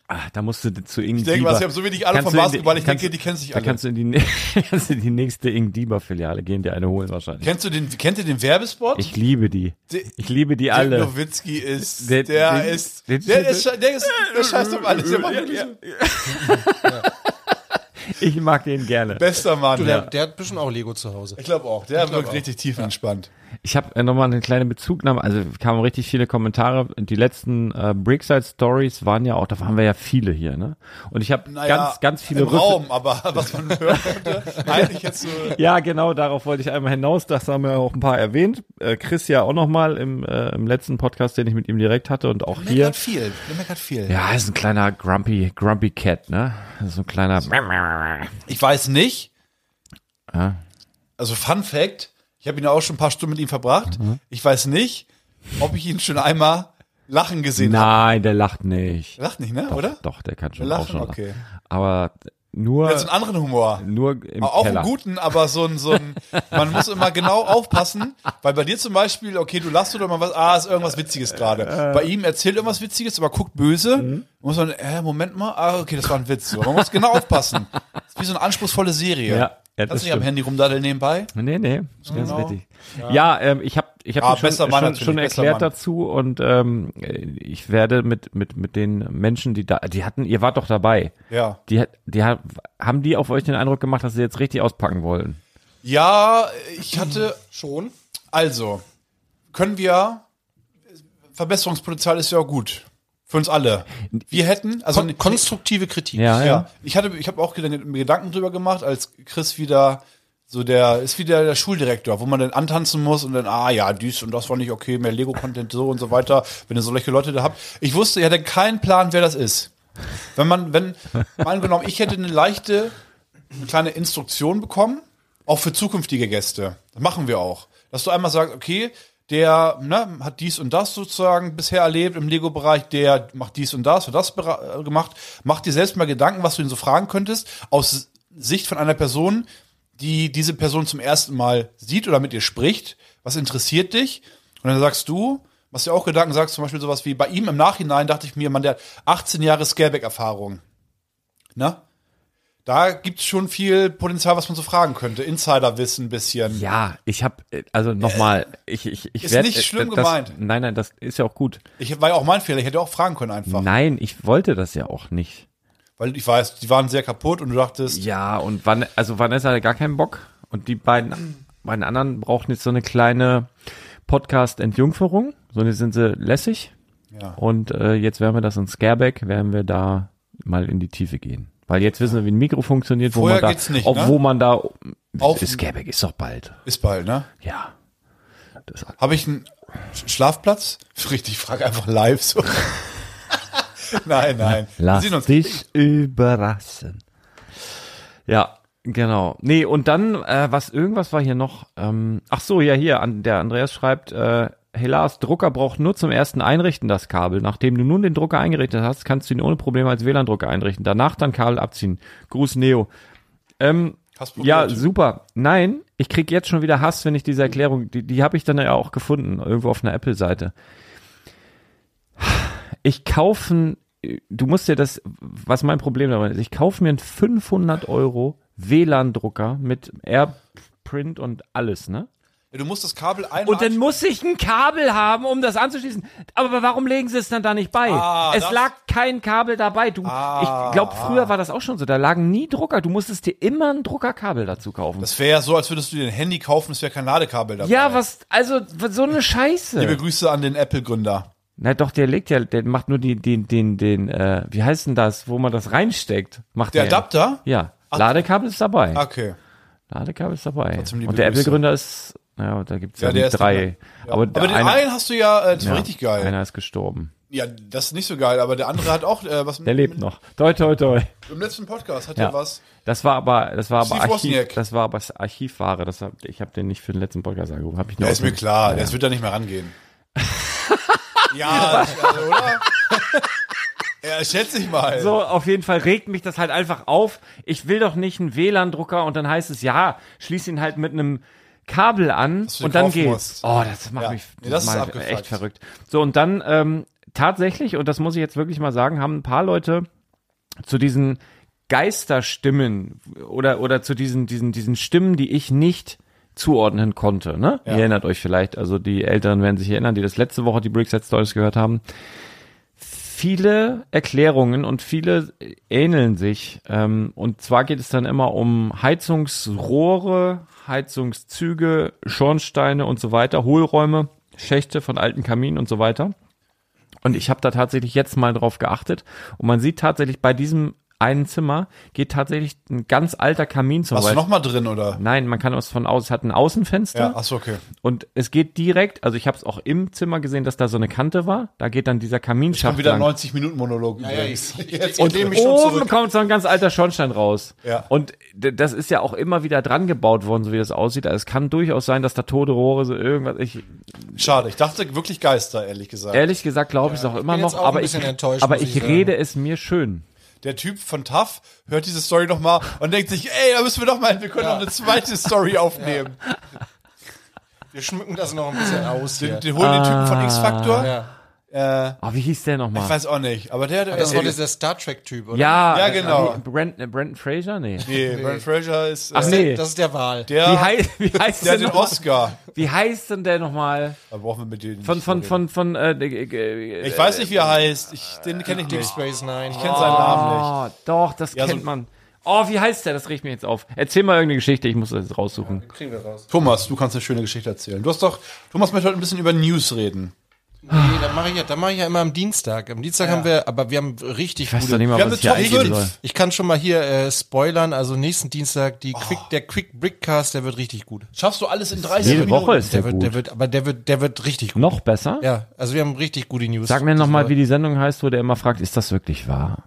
Ah, da musst du zu Ing Ich denke, was, ich habe so wenig Ahnung Kannst du in vom die- Basketball, ich kannst- denke, die kennen sich Da alle. kannst du in die, kannst du in die nächste Ing Dieber-Filiale gehen, dir eine holen wahrscheinlich. Kennst du den, kennt ihr den Werbespot? Ich liebe die. Die- Ich liebe die Dirk alle. Nowitzki ist, der, Der- den- ist, den- der ist, sche- der ist, der scheißt um alles. Der macht wirklich so. Ich mag den gerne. Bester Mann. Der, ja. der hat bestimmt auch Lego zu Hause. Ich glaube auch, der wirkt richtig tief entspannt. Ich habe äh, nochmal eine kleine Bezugnahme, also kamen richtig viele Kommentare. Die letzten äh, Brickside Stories waren ja auch, da waren wir ja viele hier, ne? Und ich habe Naja, ganz, ganz viele im Rücke- Raum, aber was man hören konnte, eigentlich jetzt so. Ja, genau, darauf wollte ich einmal hinaus. Das haben wir auch ein paar erwähnt. Äh, Chris ja auch nochmal im, äh, im letzten Podcast, den ich mit ihm direkt hatte und auch hier. viel, der meckert viel. Ja, ist ein kleiner Grumpy, Grumpy Cat, ne? Das ist ein kleiner. Ich weiß nicht. Ja. Also Fun Fact, ich habe ihn auch schon ein paar Stunden mit ihm verbracht. Mhm. Ich weiß nicht, ob ich ihn schon einmal lachen gesehen habe. Nein, der lacht nicht. Lacht nicht, ne? Doch, Oder? Doch, der kann schon auch Lachen, schon lachen. okay. Aber Er hat so nur, einen anderen Humor. nur im Auch Keller. einen guten, aber so ein, so ein, man muss immer genau aufpassen, weil bei dir zum Beispiel, okay, du lachst oder mal was, ah, ist irgendwas Witziges gerade. Bei ihm erzählt irgendwas Witziges, aber guckt böse. Mhm. Muss man, äh, Moment mal, ah, okay, das war ein Witz. So. Man muss genau aufpassen. Das ist wie so eine anspruchsvolle Serie. Ja, ja, das Kannst du nicht am stimmt. Handy rumdaddeln nebenbei? Nee, nee, ist ganz Genau. richtig. Ja, ähm, ich habe ich hab Ah, dir besser schon, Mann schon, natürlich, schon besser erklärt Mann. dazu und ähm, ich werde mit, mit, mit den Menschen, die da, die hatten, ihr wart doch dabei. Ja. Die, hat- die hat- haben die auf euch den Eindruck gemacht, dass sie jetzt richtig auspacken wollen. Ja, ich hatte, Schon? also, können wir, Verbesserungspotenzial ist ja gut. Für uns alle. Wir hätten, also Kon konstruktive Kritik. Ja, ja. Ja, ich hatte, ich habe auch gedan- mir Gedanken drüber gemacht, als Chris wieder so der ist wieder der Schuldirektor, wo man dann antanzen muss und dann ah ja dies und das war nicht okay, mehr Lego Content so und so weiter. Wenn ihr solche Leute da habt, ich wusste, ich hatte keinen Plan, wer das ist. Wenn man, wenn mal angenommen, ich hätte eine leichte, eine kleine Instruktion bekommen, auch für zukünftige Gäste. Das machen wir auch, dass du einmal sagst, okay, der ne, hat dies und das sozusagen bisher erlebt im Lego-Bereich, der macht dies und das, hat das bera- äh, gemacht. Mach dir selbst mal Gedanken, was du ihn so fragen könntest, aus Sicht von einer Person, die diese Person zum ersten Mal sieht oder mit ihr spricht. Was interessiert dich? Und dann sagst du, machst dir auch Gedanken, sagst zum Beispiel sowas wie, bei ihm im Nachhinein dachte ich mir, man, der hat 18 Jahre Scareback-Erfahrung. Ne? Da gibt's schon viel Potenzial, was man so fragen könnte. Insiderwissen ein bisschen. Ja, ich habe also nochmal, ich ich ich Ist werd- äh, nicht schlimm das, gemeint. Nein, nein, das ist ja auch gut. Ich war ja auch mein Fehler, ich hätte auch fragen können einfach. Nein, ich wollte das ja auch nicht. Weil ich weiß, die waren sehr kaputt und du dachtest, Ja, und Van, also Vanessa hatte gar keinen Bock und die Hm. beiden beiden anderen brauchten jetzt so eine kleine Podcast Entjungferung, so eine sind sie lässig. Ja. Und äh, jetzt werden wir das in Scareback, werden wir da mal in die Tiefe gehen, weil jetzt wissen wir, wie ein Mikro funktioniert, wo Vorher man da geht's nicht, ob, ne? wo man da Auf- Scareback ist doch bald. ist bald, ne? Ja. Das, Habe ich einen Sch- Schlafplatz? Richtig, frage einfach live so. nein, nein. Lass Wir sehen uns. dich überraschen. Ja, genau. Nee, und dann, äh, was, irgendwas war hier noch. Ähm, ach so, ja, hier, an, der Andreas schreibt, äh, hey Lars, Drucker braucht nur zum ersten Einrichten das Kabel. Nachdem du nun den Drucker eingerichtet hast, kannst du ihn ohne Probleme als WLAN-Drucker einrichten. Danach dann Kabel abziehen. Gruß Neo. Ähm, Hast probiert. ja, super. Nein, ich krieg jetzt schon wieder Hass, wenn ich diese Erklärung, die, die habe ich dann ja auch gefunden, irgendwo auf einer Apple-Seite. Ich kaufe, du musst dir das, was mein Problem dabei ist, ich kaufe mir einen 500 Euro WLAN-Drucker mit AirPrint und alles, ne? Ja, du musst das Kabel einmal Und dann muss ich ein Kabel haben, um das anzuschließen. Aber warum legen sie es dann da nicht bei? Ah, es das- Ah. lag kein Kabel dabei. Du, ich glaube, früher war das auch schon so. Da lagen nie Drucker. Du musstest dir immer ein Druckerkabel dazu kaufen. Das wäre ja so, als würdest du dir ein Handy kaufen, es wäre kein Ladekabel dabei. ja, was, also was- so eine Liebe Scheiße. Grüße an den Apple-Gründer. Na doch, der legt ja, der macht nur den, den, den, den, äh, wie heißt denn das, wo man das reinsteckt? Macht Der der ja. Adapter? Ja, Ladekabel ist dabei. Okay. Ladekabel ist dabei. Trotzdem liebe Und der Grüße. Apple-Gründer ist, naja, da gibt's Ja, ja, der ist drei. Aber, Aber den einer, einen hast du ja, äh, das war richtig geil. einer ist gestorben. Ja, das ist nicht so geil, aber der andere hat auch äh, was Der lebt noch. Toi, toi, toi. Im letzten Podcast hat Ja. er was. Das war aber, das war aber Steve Archiv, Wozniak. das war aber Archivware. Das hab, ich habe den nicht für den letzten Podcast angehoben. Hab ich nur Ja, ist mir aus- klar, das wird da nicht mehr rangehen. ja, also, oder? ja, schätze ich mal. So, auf jeden Fall regt mich das halt einfach auf. Ich will doch nicht einen WLAN-Drucker und dann heißt es, ja, schließ ihn halt mit einem Kabel an du den und dann kaufen geht's. musst. Oh, das macht Ja. mich Nee, das ist macht abgefuckt. echt verrückt. So, und dann ähm, tatsächlich, und das muss ich jetzt wirklich mal sagen, haben ein paar Leute zu diesen Geisterstimmen oder, oder zu diesen, diesen, diesen Stimmen, die ich nicht zuordnen konnte. Ne? Ihr erinnert euch vielleicht, also die Älteren werden sich erinnern, die das letzte Woche die Brickset Stories gehört haben. Viele Erklärungen und viele ähneln sich. Ähm, und zwar geht es dann immer um Heizungsrohre, Heizungszüge, Schornsteine und so weiter, Hohlräume, Schächte von alten Kaminen und so weiter. Und ich habe da tatsächlich jetzt mal drauf geachtet. Und man sieht tatsächlich bei diesem einen Zimmer geht tatsächlich ein ganz alter Kamin zum Warst du Beispiel. nochmal drin, oder? Nein, man kann es von aus, es hat ein Außenfenster. Ja, achso, okay. Und es geht direkt, also ich habe es auch im Zimmer gesehen, dass da so eine Kante war. Da geht dann dieser Ich habe Kaminschacht wieder einen lang. 90-Minuten-Monolog. Ja, jetzt Und oben kommt so ein ganz alter Schornstein raus. Ja. Und d- das ist ja auch immer wieder dran gebaut worden, so wie das aussieht. Also es kann durchaus sein, dass da tote Rohre so irgendwas. Ich Schade, ich dachte wirklich Geister, ehrlich gesagt. ehrlich gesagt glaube ich es auch immer bin jetzt noch, auch ein aber ich, bisschen enttäuscht, aber muss ich ich sagen. rede es mir schön. Der Typ von TAF hört diese Story nochmal und denkt sich, ey, da müssen wir doch mal, wir können noch eine zweite Story aufnehmen. Wir schmücken das noch ein bisschen aus hier. Den, den holen den Typen von X-Factor. Ja. Ah, wie hieß der Ich nochmal? weiß auch nicht, aber der, der Das war dieser Star Trek-Typ, oder? Ja, Ja, äh, genau. wie- Brandon, Brandon Fraser? Nee. Nee, Brent Fraser ist. Ach äh, nee. Das ist der Wahl. Der, Wie, hei wie, heißt denn der hat den noch mal- Oscar. wie heißt denn der nochmal? Da brauchen wir mit denen. Von, nicht von, reden. von, von, äh, äh, äh, Ich weiß nicht, wie er heißt. Ich, den kenne ich Deep nicht. Space Nine. Ich kenne seinen Namen nicht. Oh, doch, das Ja, so- kennt man. Oh, wie heißt der? Das riecht mir jetzt auf. Erzähl mal irgendeine Geschichte, ich muss das jetzt raussuchen. Thomas, du kannst eine schöne Geschichte erzählen. Du hast doch. Thomas möchte heute ein bisschen über News reden. Ah. Nee, da mache ich, ja, da mach ich ja immer am Dienstag. Am Dienstag haben wir, aber wir haben richtig Ich weiß doch nicht mal, Wir was ich haben hier eine Top eingeben soll. 5. Ich kann schon mal hier äh, spoilern, also nächsten Dienstag die Quick, der Quick Brickcast, der wird richtig gut. Schaffst du alles in 30 Jede Minuten? Woche ist der, Der wird, gut. der wird, aber der wird, der wird richtig gut. Noch besser? Ja, also wir haben richtig gute News. Sag mir nochmal, wie die Sendung heißt, wo der immer fragt, ist das wirklich wahr?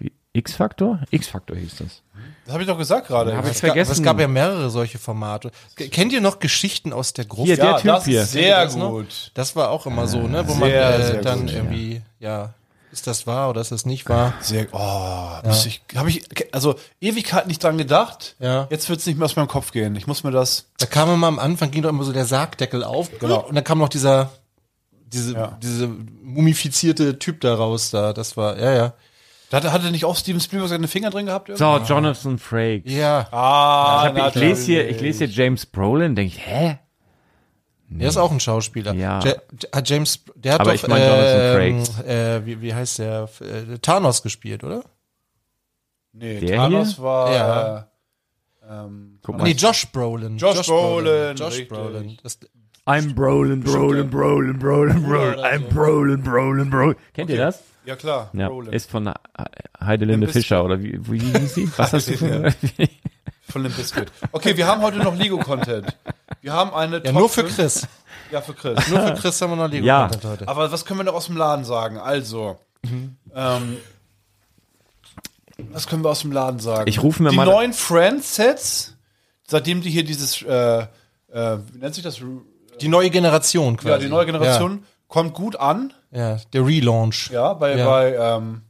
Wie- X-Faktor? X-Faktor hieß das. Das habe ich doch gesagt gerade. Hab Ja, ich Es gab, aber es vergessen. gab ja mehrere solche Formate. K- Kennt ihr noch Geschichten aus der Gruft? Hier, der Typ das hier. ist sehr Das noch? gut. Das war auch immer so, ne? Wo man Sehr, äh, sehr dann gut, irgendwie, ja. ist das wahr oder ist das nicht wahr? Sehr, oh, muss ich, habe ich, also Ewigkeit nicht dran gedacht. Ja. Jetzt wird es nicht mehr aus meinem Kopf gehen. Ich muss mir das. Da kam immer am Anfang, ging doch immer so der Sargdeckel auf. Genau. Und dann kam noch dieser, diese, Ja. diese mumifizierte Typ da raus da. Das war, ja, ja. Da hatte, hatte nicht auch Steven Spielberg seine Finger drin gehabt? So, Jonathan Frakes. Ja. Ah, Ich, hab, ich, lese hier, ich lese hier James Brolin, denke ich, hä? Er ist auch ein Schauspieler. Ja. Ja, Ah, James, der hat Aber doch, ich mein Jonathan Frakes. ähm, äh, wie, wie heißt der? F- Äh, Thanos gespielt, oder? Nee, Der Thanos hier? war. Ja. Ähm, Guck Nee, Josh Brolin. Josh Brolin, Josh richtig. Brolin. Das, I'm Brolin, Brolin, Brolin, Brolin, Brolin. also- I'm Brolin, Brolin, Brolin. Kennt ihr das? ja, klar. Ja, Brolin. ist von Heidelinde Limp Bizkit. Fischer oder wie, wie hieß sie? Was hast du für Von Limp Bizkit. Okay, wir haben heute noch Lego-Content. Wir haben eine ja, Top nur für fünf- Chris. Ja, für Chris. Nur für Chris haben wir noch Lego Ja. Content heute. Aber was können wir noch aus dem Laden sagen? Also, ähm, was können wir aus dem Laden sagen? Ich rufe mir die mal- neuen Friends-Sets, seitdem die hier dieses, äh, äh, wie nennt sich das? Die neue Generation quasi. Ja, die neue Generation kommt gut an. Ja, ja der Relaunch. Ja, bei, Ja. bei ähm,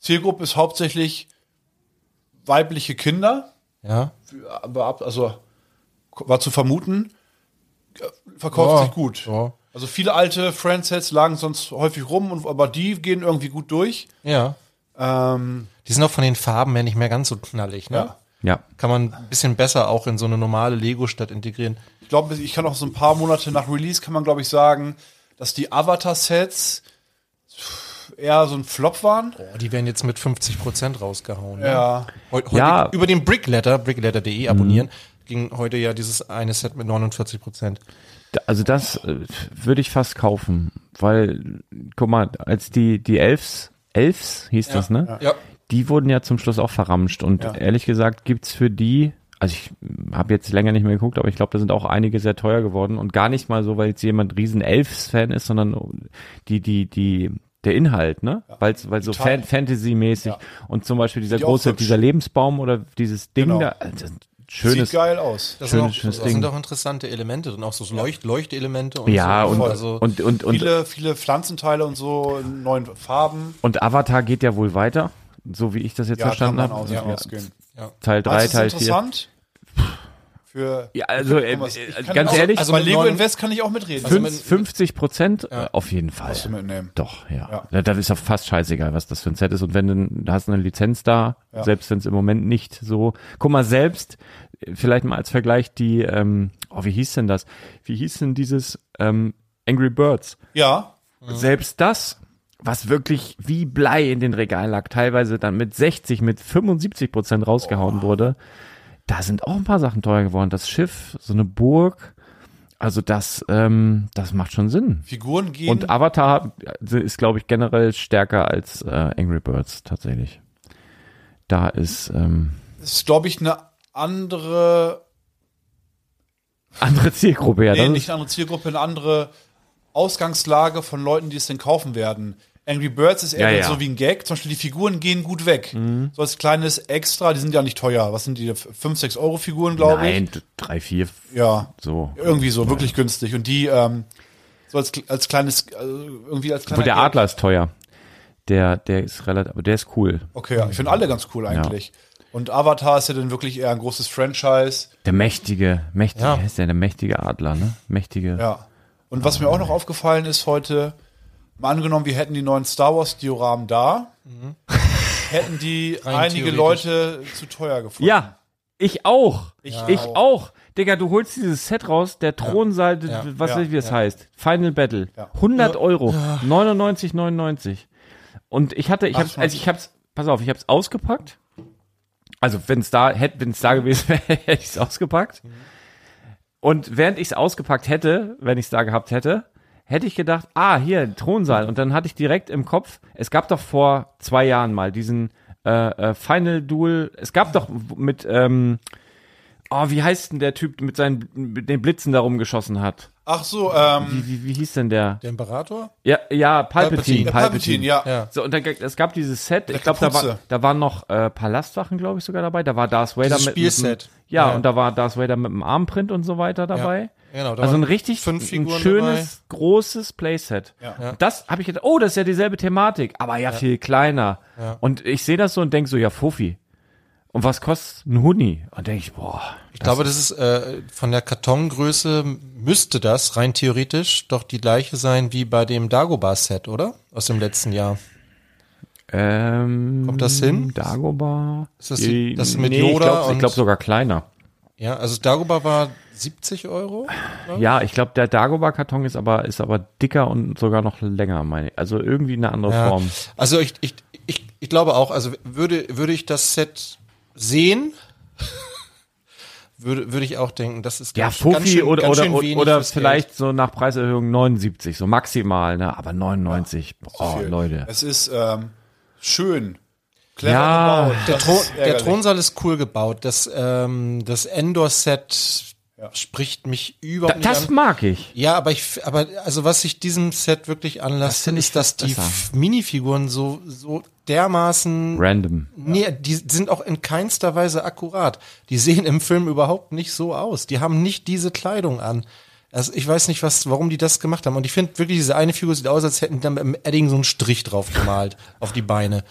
Zielgruppe ist hauptsächlich weibliche Kinder. Ja. aber ab, also war zu vermuten, verkauft Ja, sich gut. ja. Also viele alte Friendsets lagen sonst häufig rum, und, aber die gehen irgendwie gut durch. Ja. Ähm, Die sind auch von den Farben her nicht mehr ganz so knallig, ne? Ja. Ja, Kann man ein bisschen besser auch in so eine normale Lego-Stadt integrieren. ich glaube, ich kann auch so ein paar Monate nach Release kann man, glaube ich, sagen, dass die Avatar-Sets eher so ein Flop waren. Oh, die werden jetzt mit 50% rausgehauen. ne? Ja. Heu- heute Ja. Mhm. Über den Brickletter, brickletter.de abonnieren, ging heute ja dieses eine Set mit 49%. Da- Also das äh, würde ich fast kaufen, weil, guck mal, als die, die Elfs, Elfs hieß das, ne? Ja. Die wurden ja zum Schluss auch verramscht und ehrlich gesagt gibt's für die, also ich habe jetzt länger nicht mehr geguckt, aber ich glaube, da sind auch einige sehr teuer geworden und gar nicht mal so, weil jetzt jemand riesen Elfs-Fan ist, sondern die, die, die, der Inhalt, ne? Weil, weil so Total. Fan Fantasy-mäßig und zum Beispiel dieser Die auch große, hübsch. dieser Lebensbaum oder dieses Ding Genau. da, also ein Sieht schönes, geil aus. Schönes- Das sind, auch, schönes genau. das sind Ding. auch interessante Elemente drin, auch so Leucht Leuchtelemente und ja so. und, also, und, und, und, Viele, viele Pflanzenteile und so in neuen Farben. Und Avatar geht ja wohl weiter, so wie ich das jetzt verstanden habe. aus, Ja. ausgehen. Teil 3, Teil Meinst du, das 4. ist interessant? Für Ja, also äh, Thomas, äh, ich kann ganz auch- ehrlich, also bei mit Lego neuen- Invest kann ich auch mitreden. fünf- 50 Prozent äh, auf jeden Fall. Kannst du mitnehmen. Doch, ja. Ja. Da, da ist ja fast scheißegal, was das für ein Set ist. Und wenn du da hast du eine Lizenz da, selbst wenn es im Moment nicht so. Guck mal, selbst, äh, vielleicht mal als Vergleich, die, ähm, oh, wie hieß denn das? Wie hieß denn dieses ähm, Angry Birds? Ja, Selbst das, was wirklich wie Blei in den Regal lag, teilweise dann mit 60, mit 75 Prozent rausgehauen wurde, da sind auch ein paar Sachen teuer geworden. Das Schiff, so eine Burg, also das, ähm, das macht schon Sinn. Figuren gehen. Und Avatar also ist, glaube ich, generell stärker als äh, Angry Birds tatsächlich. Da ist ähm, das ist, glaube ich, eine andere, andere Zielgruppe, ja. nee, Das nicht ist, eine andere Zielgruppe, eine andere Ausgangslage von Leuten, die es denn kaufen werden. Angry Birds ist eher Ja, ja. Mhm. so wie ein Gag. Zum Beispiel die Figuren gehen gut weg. So als kleines Extra, die sind ja nicht teuer. Was sind die? 5, 6 Euro Figuren, glaube ich. nein, drei, vier, Ja. so. Irgendwie so, wirklich günstig. Und die, ähm, so als, als kleines, äh, irgendwie als Wo kleiner der Gag. Adler ist teuer. Der, der ist relativ, aber der ist cool. Okay, ja, ich finde alle ganz cool eigentlich. Und Avatar ist ja dann wirklich eher ein großes Franchise. Der mächtige, mächtige, Ja. ja. ist ja der mächtige Adler, ne? Mächtige. Ja. Und was mir auch noch aufgefallen ist heute, mal angenommen, wir hätten die neuen Star Wars Dioramen da, hätten die Mhm. Rein einige theoretisch. Leute zu teuer gefunden. Ja, ich auch. Ich, Ja. auch. Digga, du holst dieses Set raus, der Thronsaal, d- Ja. was Ja. weiß ich, wie es heißt. Final Battle. Ja. 100 Euro. 99,99. Und ich hatte, ich hab's, also ich hab's, pass auf, ich hab's ausgepackt. Also, wenn's da, hätte, wenn's da gewesen wäre, hätte ich's ausgepackt. Mhm. Und während ich's ausgepackt hätte, wenn ich's da gehabt hätte, hätte ich gedacht, ah, hier, Thronsaal. Und dann hatte ich direkt im Kopf, es gab doch vor zwei Jahren mal diesen äh, äh, Final Duel, es gab doch mit, ähm, Oh, wie heißt denn der Typ, mit seinen mit den Blitzen da rumgeschossen hat? Ach so, ähm, Wie, wie, wie hieß denn der? Der Imperator? Ja, ja, Palpatine. der Palpatine, ja. Ja. So, und dann, es gab dieses Set, ich glaube, da, Kapuze. war, da waren noch äh, Palastwachen, glaube ich, sogar dabei. Da war Darth Vader Dieses mit, mit dem, Spielset. ja, Ja. und da war Darth Vader mit dem Armprint und so weiter dabei. Ja, genau, da also ein waren richtig fünf ein Figuren schönes, großes Playset. Ja. Das habe ich gedacht, oh, das ist ja dieselbe Thematik, aber ja, viel kleiner. Und ich sehe das so und denke so, ja, Fofi. Und was kostet ein Huni? Und denke ich, boah. Ich glaube, das ist äh, von der Kartongröße müsste das rein theoretisch doch die gleiche sein wie bei dem Dagobah-Set, oder? Aus dem letzten Jahr. Ähm, Kommt das hin? Dagobah. Ist das die- Äh, das mit Hm, ich Yoda glaub- Ich und- glaube sogar kleiner. Ja, also Dagobah war 70 Euro. Ja, ich glaube, der Dagobah-Karton ist aber, ist aber dicker und sogar noch länger, meine ich. Also irgendwie eine andere Ja. Form. Also ich, ich, ich, ich glaube auch, also würde, würde ich das Set sehen, würde, würde ich auch denken, das ist Ja, ganz, ganz Fuffi schön, oder, ganz oder, schön oder, wenig oder fürs Geld. vielleicht so nach Preiserhöhung 79, so maximal, ne? Aber 99, boah, Gefühl. Also, Leute. Es ist ähm, schön. Ja, Der, Thron, der ärgerlich. Thronsaal ist cool gebaut. Das, ähm, das Endor-Set spricht mich Da, überhaupt nicht das an. mag ich. Ja, aber ich, f- aber also was ich diesem Set wirklich anlasst, ist, dass die F- Minifiguren so so dermaßen Random. Nee, die sind auch in keinster Weise akkurat. Die sehen im Film überhaupt nicht so aus. Die haben nicht diese Kleidung an. Also ich weiß nicht, was, warum die das gemacht haben. Und ich finde wirklich, diese eine Figur sieht aus, als hätten die dann mit einem Edding so einen Strich drauf gemalt auf die Beine.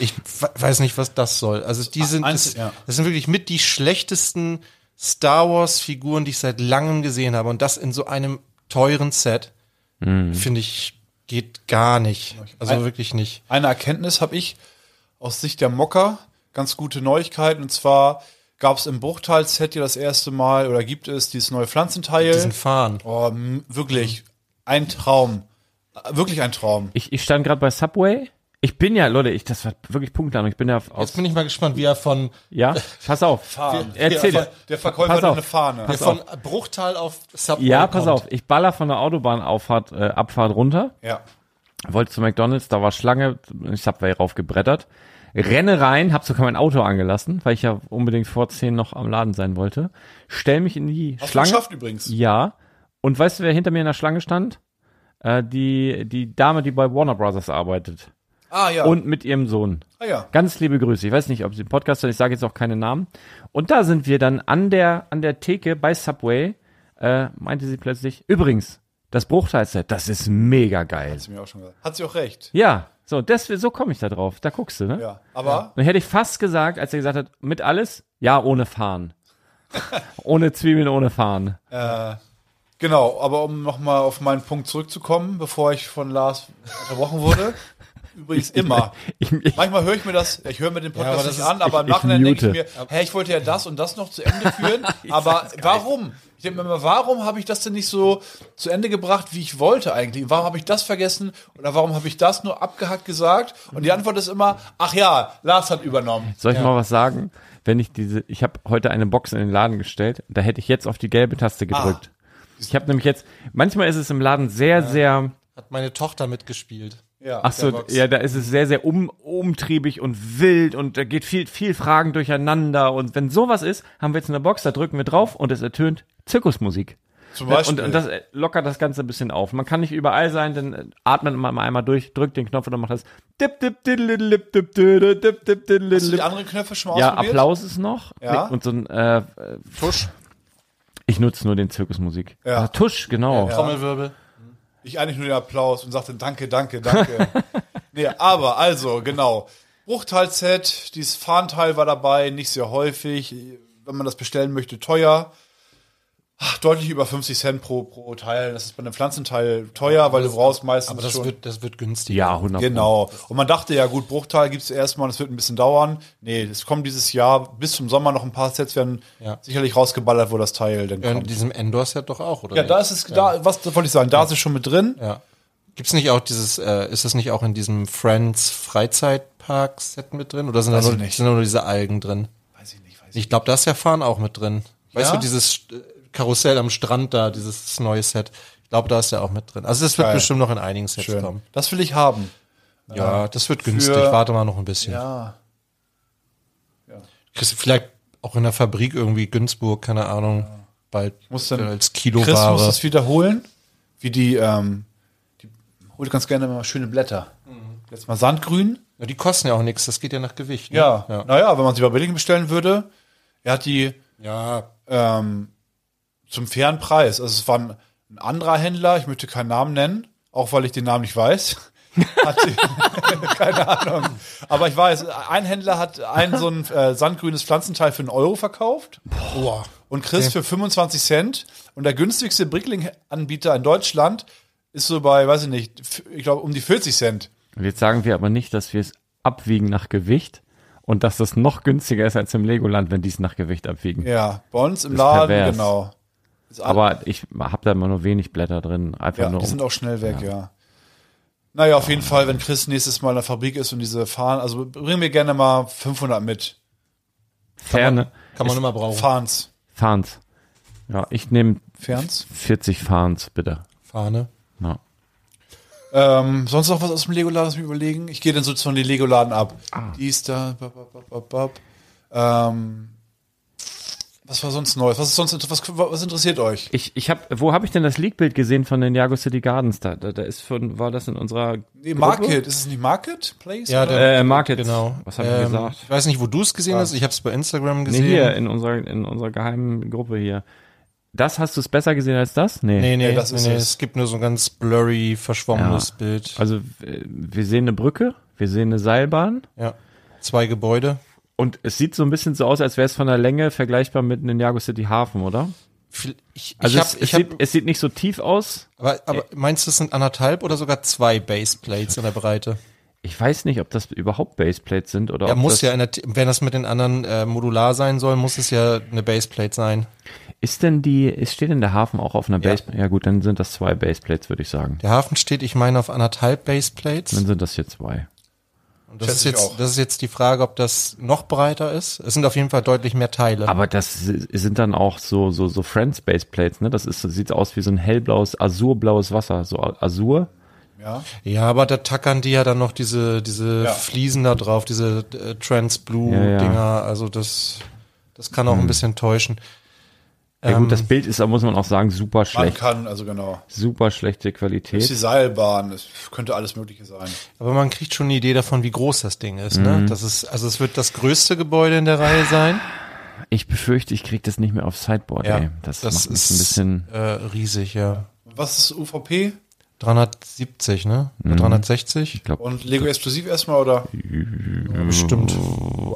Ich we- weiß nicht, was das soll. Also die sind, Einzel- das, Ah, ja. das sind wirklich mit die schlechtesten Star Wars Figuren, die ich seit langem gesehen habe. Und das in so einem teuren Set, finde ich, geht gar nicht. Also Mhm. Ein- wirklich nicht. Eine Erkenntnis habe ich aus Sicht der Mocker ganz gute Neuigkeiten. Und zwar gab es im Bruchteil-Set ja das erste Mal oder gibt es dieses neue Pflanzenteil. Diesen Fahren. oh, m- wirklich ein Traum. Äh, Wirklich ein Traum. Ich, ich stand gerade bei Subway. Ich bin ja, Leute, ich, das war wirklich Punktlandung. Ich bin ja aus, Jetzt bin ich mal gespannt, wie er von ja, pass auf. Erzähl. Der, der Verkäufer Pass hat auf. eine Fahne. Pass Der von Bruchteil auf Subway Ja, pass kommt. auf. Ich baller von der Autobahnauffahrt, äh, Abfahrt runter. Ja. wollte zu McDonalds, da war Schlange, bin ich Subway raufgebrettert, renne rein, hab sogar mein Auto angelassen, weil ich ja unbedingt vor 10 noch am Laden sein wollte, stell mich in die Hast du Schlange. geschafft übrigens. Ja. Und weißt du, wer hinter mir in der Schlange stand? Äh, die, die Dame, die bei Warner Brothers arbeitet. Ah ja. Und mit ihrem Sohn. ah, ja. Ganz liebe Grüße. Ich weiß nicht, ob sie den Podcast hören. Ich sage jetzt auch keine Namen. Und da sind wir dann an der, an der Theke bei Subway. Äh, meinte sie plötzlich, übrigens, das Bruchteilset, das ist mega geil. Hat sie mir auch schon gesagt. Hat sie auch recht. Ja, so, das, so komme ich da drauf. Da guckst du, ne? Ja. Aber Dann hätte ich fast gesagt, als er gesagt hat, mit alles, ja, ohne Fahren. ohne Zwiebeln, ohne Fahren. Genau, aber um nochmal auf meinen Punkt zurückzukommen, bevor ich von Lars unterbrochen wurde. Übrigens immer. Ich, ich, Manchmal höre ich mir das, ich höre mir den Podcast das nicht ist- an, aber ich- im ich Nachhinein denke ich mir, mute. hey, ich wollte ja das und das noch zu Ende führen, aber warum? Ich denke mir immer, warum habe ich das denn nicht so zu Ende gebracht, wie ich wollte eigentlich? Warum habe ich das vergessen oder warum habe ich das nur abgehackt gesagt? Und die Antwort ist immer, ach ja, Lars hat übernommen. soll ich mal was sagen? Wenn ich diese, ich habe heute eine Box in den Laden gestellt, da hätte ich jetzt auf die gelbe Taste Ah. gedrückt. Ich habe nämlich jetzt, manchmal ist es im Laden sehr, sehr, Hat meine Tochter mitgespielt. Ja, ach so, der Box. ja, da ist es sehr, sehr um, umtriebig und wild und da geht viel, viel Fragen durcheinander und wenn sowas ist, haben wir jetzt eine Box, da drücken wir drauf und es ertönt Zirkusmusik. zum Ja, Beispiel. Und, und das äh, lockert das Ganze ein bisschen auf. Man kann nicht überall sein, dann äh, atmet man mal einmal durch, drückt den Knopf und dann macht das. Dip, dip, diddlidlip, dip, didde, dip, dip, Hast du die diddlidlip. anderen Knöpfe schon mal Ja, ausprobiert? Applaus ist noch. Ja. Nee, Und so ein, äh, äh, Tusch, ich nutze nur den Zirkusmusik. Ja. Ah, Tusch, genau. Trommelwirbel. Ich eigentlich nur den Applaus und sagte Danke, danke, danke. nee, aber also, genau. Bruchteil-Set, dieses Fahnteil war dabei, nicht sehr häufig. Wenn man das bestellen möchte, teuer. Ach, deutlich über 50 Cent pro, pro Teil. Das ist bei einem Pflanzenteil teuer, weil du brauchst meistens Aber das schon. wird, das wird günstig. Ja, 100 genau. Und man dachte ja, gut, Bruchteil gibt's erstmal, das wird ein bisschen dauern. Nee, es kommen dieses Jahr bis zum Sommer noch ein paar Sets werden Ja. sicherlich rausgeballert, wo das Teil dann Ja, In kommt. diesem Endor-Set doch auch, oder? Ja, da ist es, da, was wollte ich sagen, da ist es schon mit drin. Ja. Gibt's nicht auch dieses, äh, ist das nicht auch in diesem Friends Freizeitpark-Set mit drin? Oder sind da, Weiß nur, ich nicht. sind da nur diese Algen drin? Weiß ich nicht, weiß Ich glaube, da ist ja Fahren auch mit drin. Weißt Ja? du, dieses äh, Karussell am Strand da, dieses neue Set. Ich glaube, da ist ja auch mit drin. Also das wird Geil. bestimmt noch in einigen Sets Schön. kommen. Das will ich haben. Ja, das wird günstig. Warte mal noch ein bisschen. Ja. Kriegst du Vielleicht auch in der Fabrik irgendwie Günzburg, keine Ahnung, bald Muss dann- äh, als Chris muss Kiloware. das wiederholen, wie die, ähm, die holt ganz gerne mal schöne Blätter. Jetzt mal Sandgrün. Ja, die kosten ja auch nichts, das geht ja nach Gewicht. Ne? Ja, ja. naja, wenn man sie bei Billigen bestellen würde, er hat die Ja, ähm, zum fairen Preis. Also es war ein, ein anderer Händler, ich möchte keinen Namen nennen, auch weil ich den Namen nicht weiß. Hat die, keine Ahnung. Aber ich weiß, ein Händler hat ein so ein äh, sandgrünes Pflanzenteil für einen Euro verkauft. Boah. Und Chris für 25 Cent. Und der günstigste Brickling-Anbieter in Deutschland ist so bei, weiß ich nicht, f- ich glaube um die 40 Cent. Und Jetzt sagen wir aber nicht, dass wir es abwiegen nach Gewicht und dass das noch günstiger ist als im Legoland, wenn die es nach Gewicht abwiegen. Ja, bei uns im Ist Laden, pervers. genau. Aber ich habe da immer nur wenig Blätter drin. Einfach Ja, nur die um sind auch schnell weg, ja. Naja, auf jeden Fall, wenn Chris nächstes Mal in der Fabrik ist und diese Fahnen, also bring mir gerne mal 500 mit. Ferne. kann man immer brauchen. Fahns. Fahns. Ja, ich nehme Ferns. 40 Fahns, bitte. Fahne. Ja. Ähm, sonst noch was aus dem Lego-Laden, was wir überlegen? Ich gehe dann sozusagen die Lego-Laden ab. Ah. Die ist da, bap, bap, bap, bap, bap. Ähm, was war sonst Neues? Was ist sonst, inter- was, was interessiert euch? Ich, ich hab, wo habe ich denn das Leak-Bild gesehen von den Jago City Gardens? Da, da, da ist von, war das in unserer Nee, Market, ist es nicht Market Place? Ja, oder? der- äh, Market? Genau. Was habe ich gesagt? Ich weiß nicht, wo du es gesehen hast. Ich habe es bei Nee, Instagram gesehen. hier in unserer in unserer geheimen Gruppe hier. Das hast du es besser gesehen als das? Nee. Nee, nee, Nee, das nee, ist nee, es. es. gibt nur so ein ganz blurry, verschwommenes Ja. Bild. Also äh, wir sehen eine Brücke, wir sehen eine Seilbahn ja. Zwei Gebäude. und es sieht so ein bisschen so aus, als wäre es von der Länge vergleichbar mit einem Jago City Hafen, oder? Viel- Ich, Also ich es, habe, es, ich hab, sieht, es äh, sieht nicht so tief aus. aber, aber meinst du, es sind anderthalb oder sogar zwei Baseplates in der Breite? Ich weiß nicht, ob das überhaupt Baseplates sind oder Ja, ob das, muss ja, in der, The- wenn das mit den anderen äh, modular sein soll, muss es ja eine Baseplate sein. Ist denn die, ist, steht denn der Hafen auch auf einer Base? Ja, gut, dann sind das zwei Baseplates, würde ich sagen. Der Hafen steht, ich meine, auf anderthalb Baseplates. Dann sind das hier zwei. Und das, ist Schätze ich auch. jetzt, das ist jetzt die Frage, ob das noch breiter ist. Es sind auf jeden Fall deutlich mehr Teile. Aber das si- sind dann auch so, so, so Friends Baseplates, ne? Das ist, das sieht aus wie so ein hellblaues, azurblaues Wasser. So a- azur. ja. Ja, aber da tackern die ja dann noch diese, diese Ja. Fliesen da drauf, diese äh, Ja, ja. Hm. Trans-Blue-Dinger. Also das, das kann auch ein bisschen täuschen. Ja gut, das Ähm, Bild ist, da muss man auch sagen, super Man schlecht. kann, also genau. Super schlechte Ist die Qualität. Seilbahn, es könnte alles Mögliche sein. Aber man kriegt schon eine Idee davon, wie groß das Ding ist. Ne? Hm. Das ist also es wird das größte Gebäude in der Reihe sein. Ich befürchte, ich krieg das nicht mehr aufs Sideboard, ey. Das, macht mich ein bisschen. äh, riesig, ja. Und Was ist UVP? 370, ne? Oder Mhm. 360? Und Lego Explosiv erstmal oder? Bestimmt.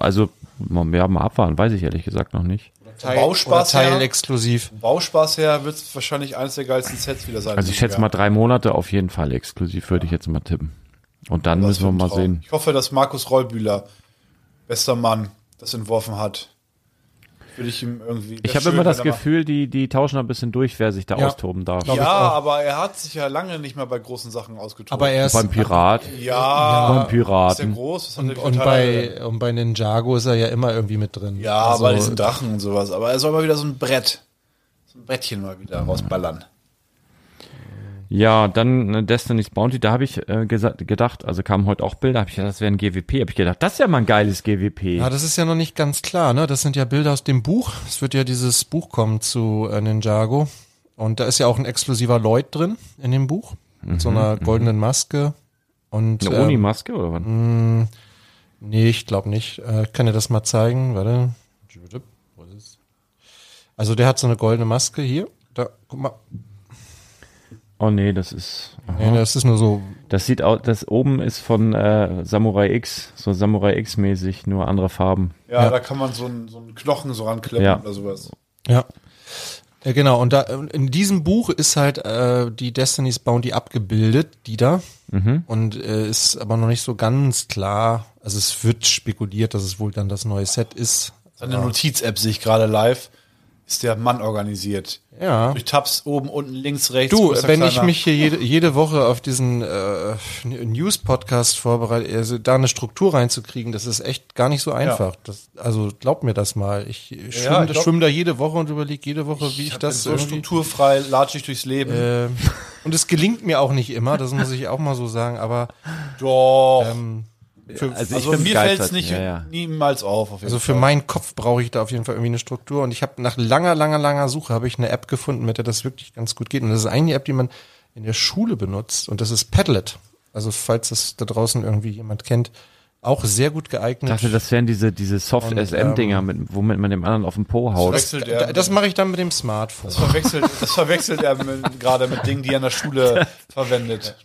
Also, man- ja, mal abwarten, weiß ich ehrlich gesagt noch nicht. Teil, Bauspaß oder her? Teil exklusiv. Bauspaß her wird es wahrscheinlich eines der geilsten Sets wieder sein. Also ich schätze mal drei Monate auf jeden Fall exklusiv, würde ich jetzt mal tippen. Und dann Das müssen wir wird ein mal Traum. sehen. Ich hoffe, dass Markus Rollbühler, bester Mann, das entworfen hat. Würde ich ihm irgendwie. Ich Wär habe schön, immer das wenn er Gefühl, die, die tauschen ein bisschen durch, wer sich da Ja. austoben darf. Mal, ich ja, auch. aber er hat sich ja lange nicht mehr bei großen Sachen ausgetobt. Aber er ist äh, Beim Pirat. ja, beim ist er Piraten. groß? Was hat er und, für und Teile? bei und bei Ninjago ist er ja immer irgendwie mit drin. ja, also, bei diesen Drachen und sowas. Aber er soll mal wieder so ein Brett, so ein Brettchen mal wieder rausballern. Ja, dann äh, Destiny's Bounty, da habe ich äh, gesa- gedacht, also kamen heute auch Bilder, habe ich gedacht, das wäre ein GWP, habe ich gedacht, das ist ja mal ein geiles GWP. Ja, das ist ja noch nicht ganz klar, ne? Das sind ja Bilder aus dem Buch. Es wird ja dieses Buch kommen zu äh, Ninjago. Und da ist ja auch ein exklusiver Lloyd drin in dem Buch. Mit so einer goldenen Maske. Und, Mhm, Eine ähm, Uni-Maske oder was? Nee, ich glaube nicht. Äh, kann dir das mal zeigen? Warte. Also der hat so eine goldene Maske hier. Da, guck mal. Oh nee, das ist. Nee, das ist nur so. Das sieht aus, das oben ist von äh, Samurai X, so Samurai X-mäßig, nur andere Farben. Ja, Ja. da kann man so einen, so einen Knochen so ranklemmen Ja. oder sowas. Ja. Ja, genau. Und da in diesem Buch ist halt äh, die Destiny's Bounty abgebildet, die da. Und äh, ist aber noch nicht so ganz klar. Also es wird spekuliert, dass es wohl dann das neue Set ist. Seine Notiz-App sehe ich gerade live. Ist der Mann organisiert. Ja. Durch Tabs oben, unten, links, rechts. Du, größer, wenn ich kleiner. mich hier jede, jede Woche auf diesen äh, News-Podcast vorbereite, also da eine Struktur reinzukriegen, das ist echt gar nicht so einfach. Das, also glaub mir das mal. Ich äh, schwimme Ja, ich glaub- schwimm da jede Woche und überlege jede Woche, wie ich, Ich das das so irgendwie- strukturfrei latsche ich durchs Leben. Äh, und es gelingt mir auch nicht immer, das muss ich auch mal so sagen, aber Doch. ähm, für, also ich Also bin mir begeistert. fällt's nicht Ja, ja. niemals auf. auf jeden Also für Fall. meinen Kopf brauche ich da auf jeden Fall irgendwie eine Struktur. Und ich habe nach langer, langer, langer Suche habe ich eine App gefunden, mit der das wirklich ganz gut geht. Und das ist eine App, die man in der Schule benutzt. Und das ist Padlet. Also falls das da draußen irgendwie jemand kennt, auch sehr gut geeignet. Ich dachte, das wären diese, diese Soft-SM-Dinger, mit, womit man dem anderen auf den Po haut. Das- das, da- das mache ich dann mit dem Smartphone. Das verwechselt, das verwechselt er mit, gerade mit Dingen, die er in der Schule verwendet.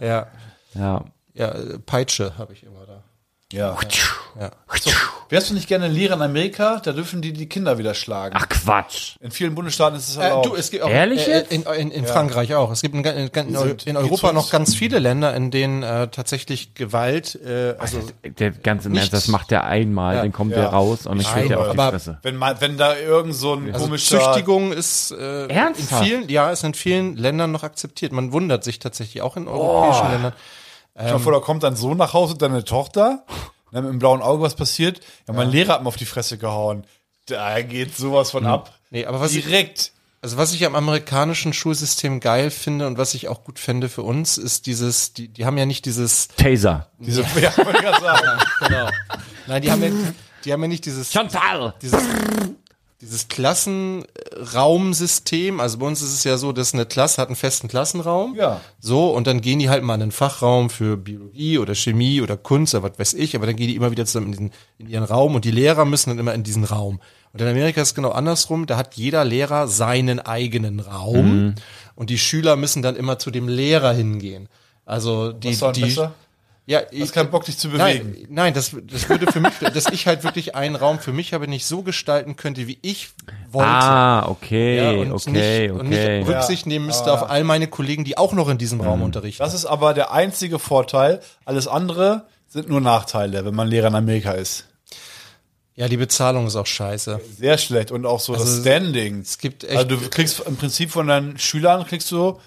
Ja, ja. ja äh, Peitsche habe ich immer da. Ja. Ja. So, wärst du nicht gerne Lehrer in Amerika? Da dürfen die die Kinder wieder schlagen. Ach Quatsch. In vielen Bundesstaaten ist es Äh, erlaubt. du, es gibt auch, Ehrlich äh, jetzt? in, in, in Frankreich auch. Es gibt in, ga- in, ga- in, Eu- sind in Europa gezwungen. noch ganz viele Länder, in denen äh, tatsächlich Gewalt, äh, also Der ganze Mensch, Nichts. das macht der einmal, dann kommt der raus und dann kriegt er auf die aber- Fresse. wenn, man, wenn da irgend so ein Also komischer... Züchtigung ist äh, in Ernsthaft? vielen, ja, ist in vielen Ländern noch akzeptiert. Man wundert sich tatsächlich auch in europäischen Ländern. Stell dir vor, da kommt dein Sohn nach Hause und deine Tochter. Und dann mit dem blauen Auge, was passiert? Ja, mein Lehrer hat mir auf die Fresse gehauen. Da geht sowas von ab. Hm. Nee, aber was ich, Direkt. also was ich am amerikanischen Schulsystem geil finde und was ich auch gut fände für uns, ist dieses, die, die haben ja nicht dieses, Taser. Diese, ja, wollte ich grad sagen. nein, die haben ja, die haben ja nicht dieses Chantal! dieses, dieses Klassenraumsystem, also bei uns ist es ja so, dass eine Klasse hat einen festen Klassenraum. Ja. So, und dann gehen die halt mal in den Fachraum für Biologie oder Chemie oder Kunst oder was weiß ich, aber dann gehen die immer wieder zusammen in, diesen, in ihren Raum und die Lehrer müssen dann immer in diesen Raum. Und in Amerika ist es genau andersrum, da hat jeder Lehrer seinen eigenen Raum Mhm. und die Schüler müssen dann immer zu dem Lehrer hingehen. Also die, Ist doch die besser. ja, Hast ich, keinen Bock, dich zu bewegen. Nein, nein das, das würde für mich, dass ich halt wirklich einen Raum für mich habe, nicht so gestalten könnte, wie ich wollte. Ah, okay, Ja, und okay, nicht, Und okay. nicht Rücksicht nehmen müsste Ah. auf all meine Kollegen, die auch noch in diesem Mhm. Raum unterrichten. Das ist aber der einzige Vorteil. Alles andere sind nur Nachteile, wenn man Lehrer in Amerika ist. ja, die Bezahlung ist auch scheiße. Sehr schlecht. Und auch so das Also, Standing. es gibt echt- also du kriegst im Prinzip von deinen Schülern, kriegst du,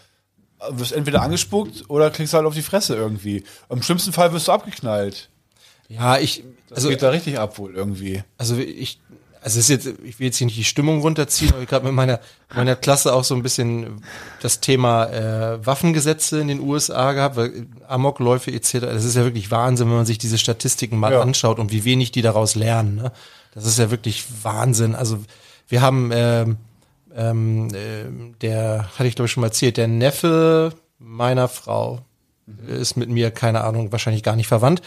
wirst entweder angespuckt oder kriegst halt auf die Fresse irgendwie. Im schlimmsten Fall wirst du abgeknallt. Ja, ich, Das also, geht da richtig ab wohl irgendwie. also ich, also es ist jetzt, ich will jetzt hier nicht die Stimmung runterziehen, aber ich habe mit meiner, meiner Klasse auch so ein bisschen das Thema äh, Waffengesetze in den USA gehabt, weil äh, Amokläufe etc. Das ist ja wirklich Wahnsinn, wenn man sich diese Statistiken mal Ja. anschaut und wie wenig die daraus lernen. Ne? Das ist ja wirklich Wahnsinn. Also wir haben, ähm, ähm, ähm, der hatte ich glaube ich schon mal erzählt, der Neffe meiner Frau ist mit mir, keine Ahnung, wahrscheinlich gar nicht verwandt.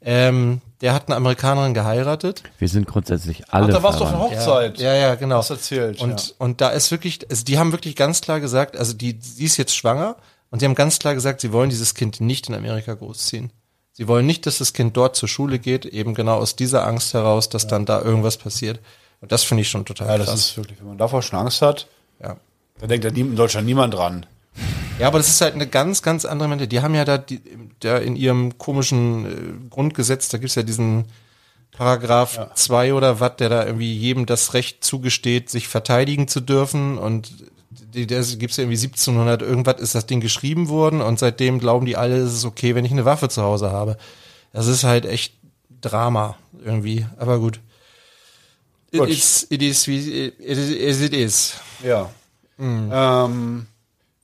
Ähm, der hat eine Amerikanerin geheiratet. Wir sind grundsätzlich alle. da warst du auf verwandt. einer Hochzeit. Ja, ja, genau. Hast erzählt, Und, ja. und da ist wirklich, also die haben wirklich ganz klar gesagt, also die, sie ist jetzt schwanger und die haben ganz klar gesagt, sie wollen dieses Kind nicht in Amerika großziehen. Sie wollen nicht, dass das Kind dort zur Schule geht, eben genau aus dieser Angst heraus, dass dann da irgendwas passiert. Und das finde ich schon total Ja, das krass. ist wirklich, wenn man davor schon Angst hat, ja. da denkt ja nie- in Deutschland niemand dran. ja, aber das ist halt eine ganz, ganz andere Mente. Die haben ja da, die, da in ihrem komischen äh, Grundgesetz, da gibt's ja diesen Paragraph 2 oder was, der da irgendwie jedem das Recht zugesteht, sich verteidigen zu dürfen. Und die, das gibt's ja irgendwie 1700 irgendwas, ist das Ding geschrieben worden. Und seitdem glauben die alle, es ist okay, wenn ich eine Waffe zu Hause habe. Das ist halt echt Drama irgendwie. Aber gut. It, Gut. is, it is, wie- it is, it is. Ja. Ähm,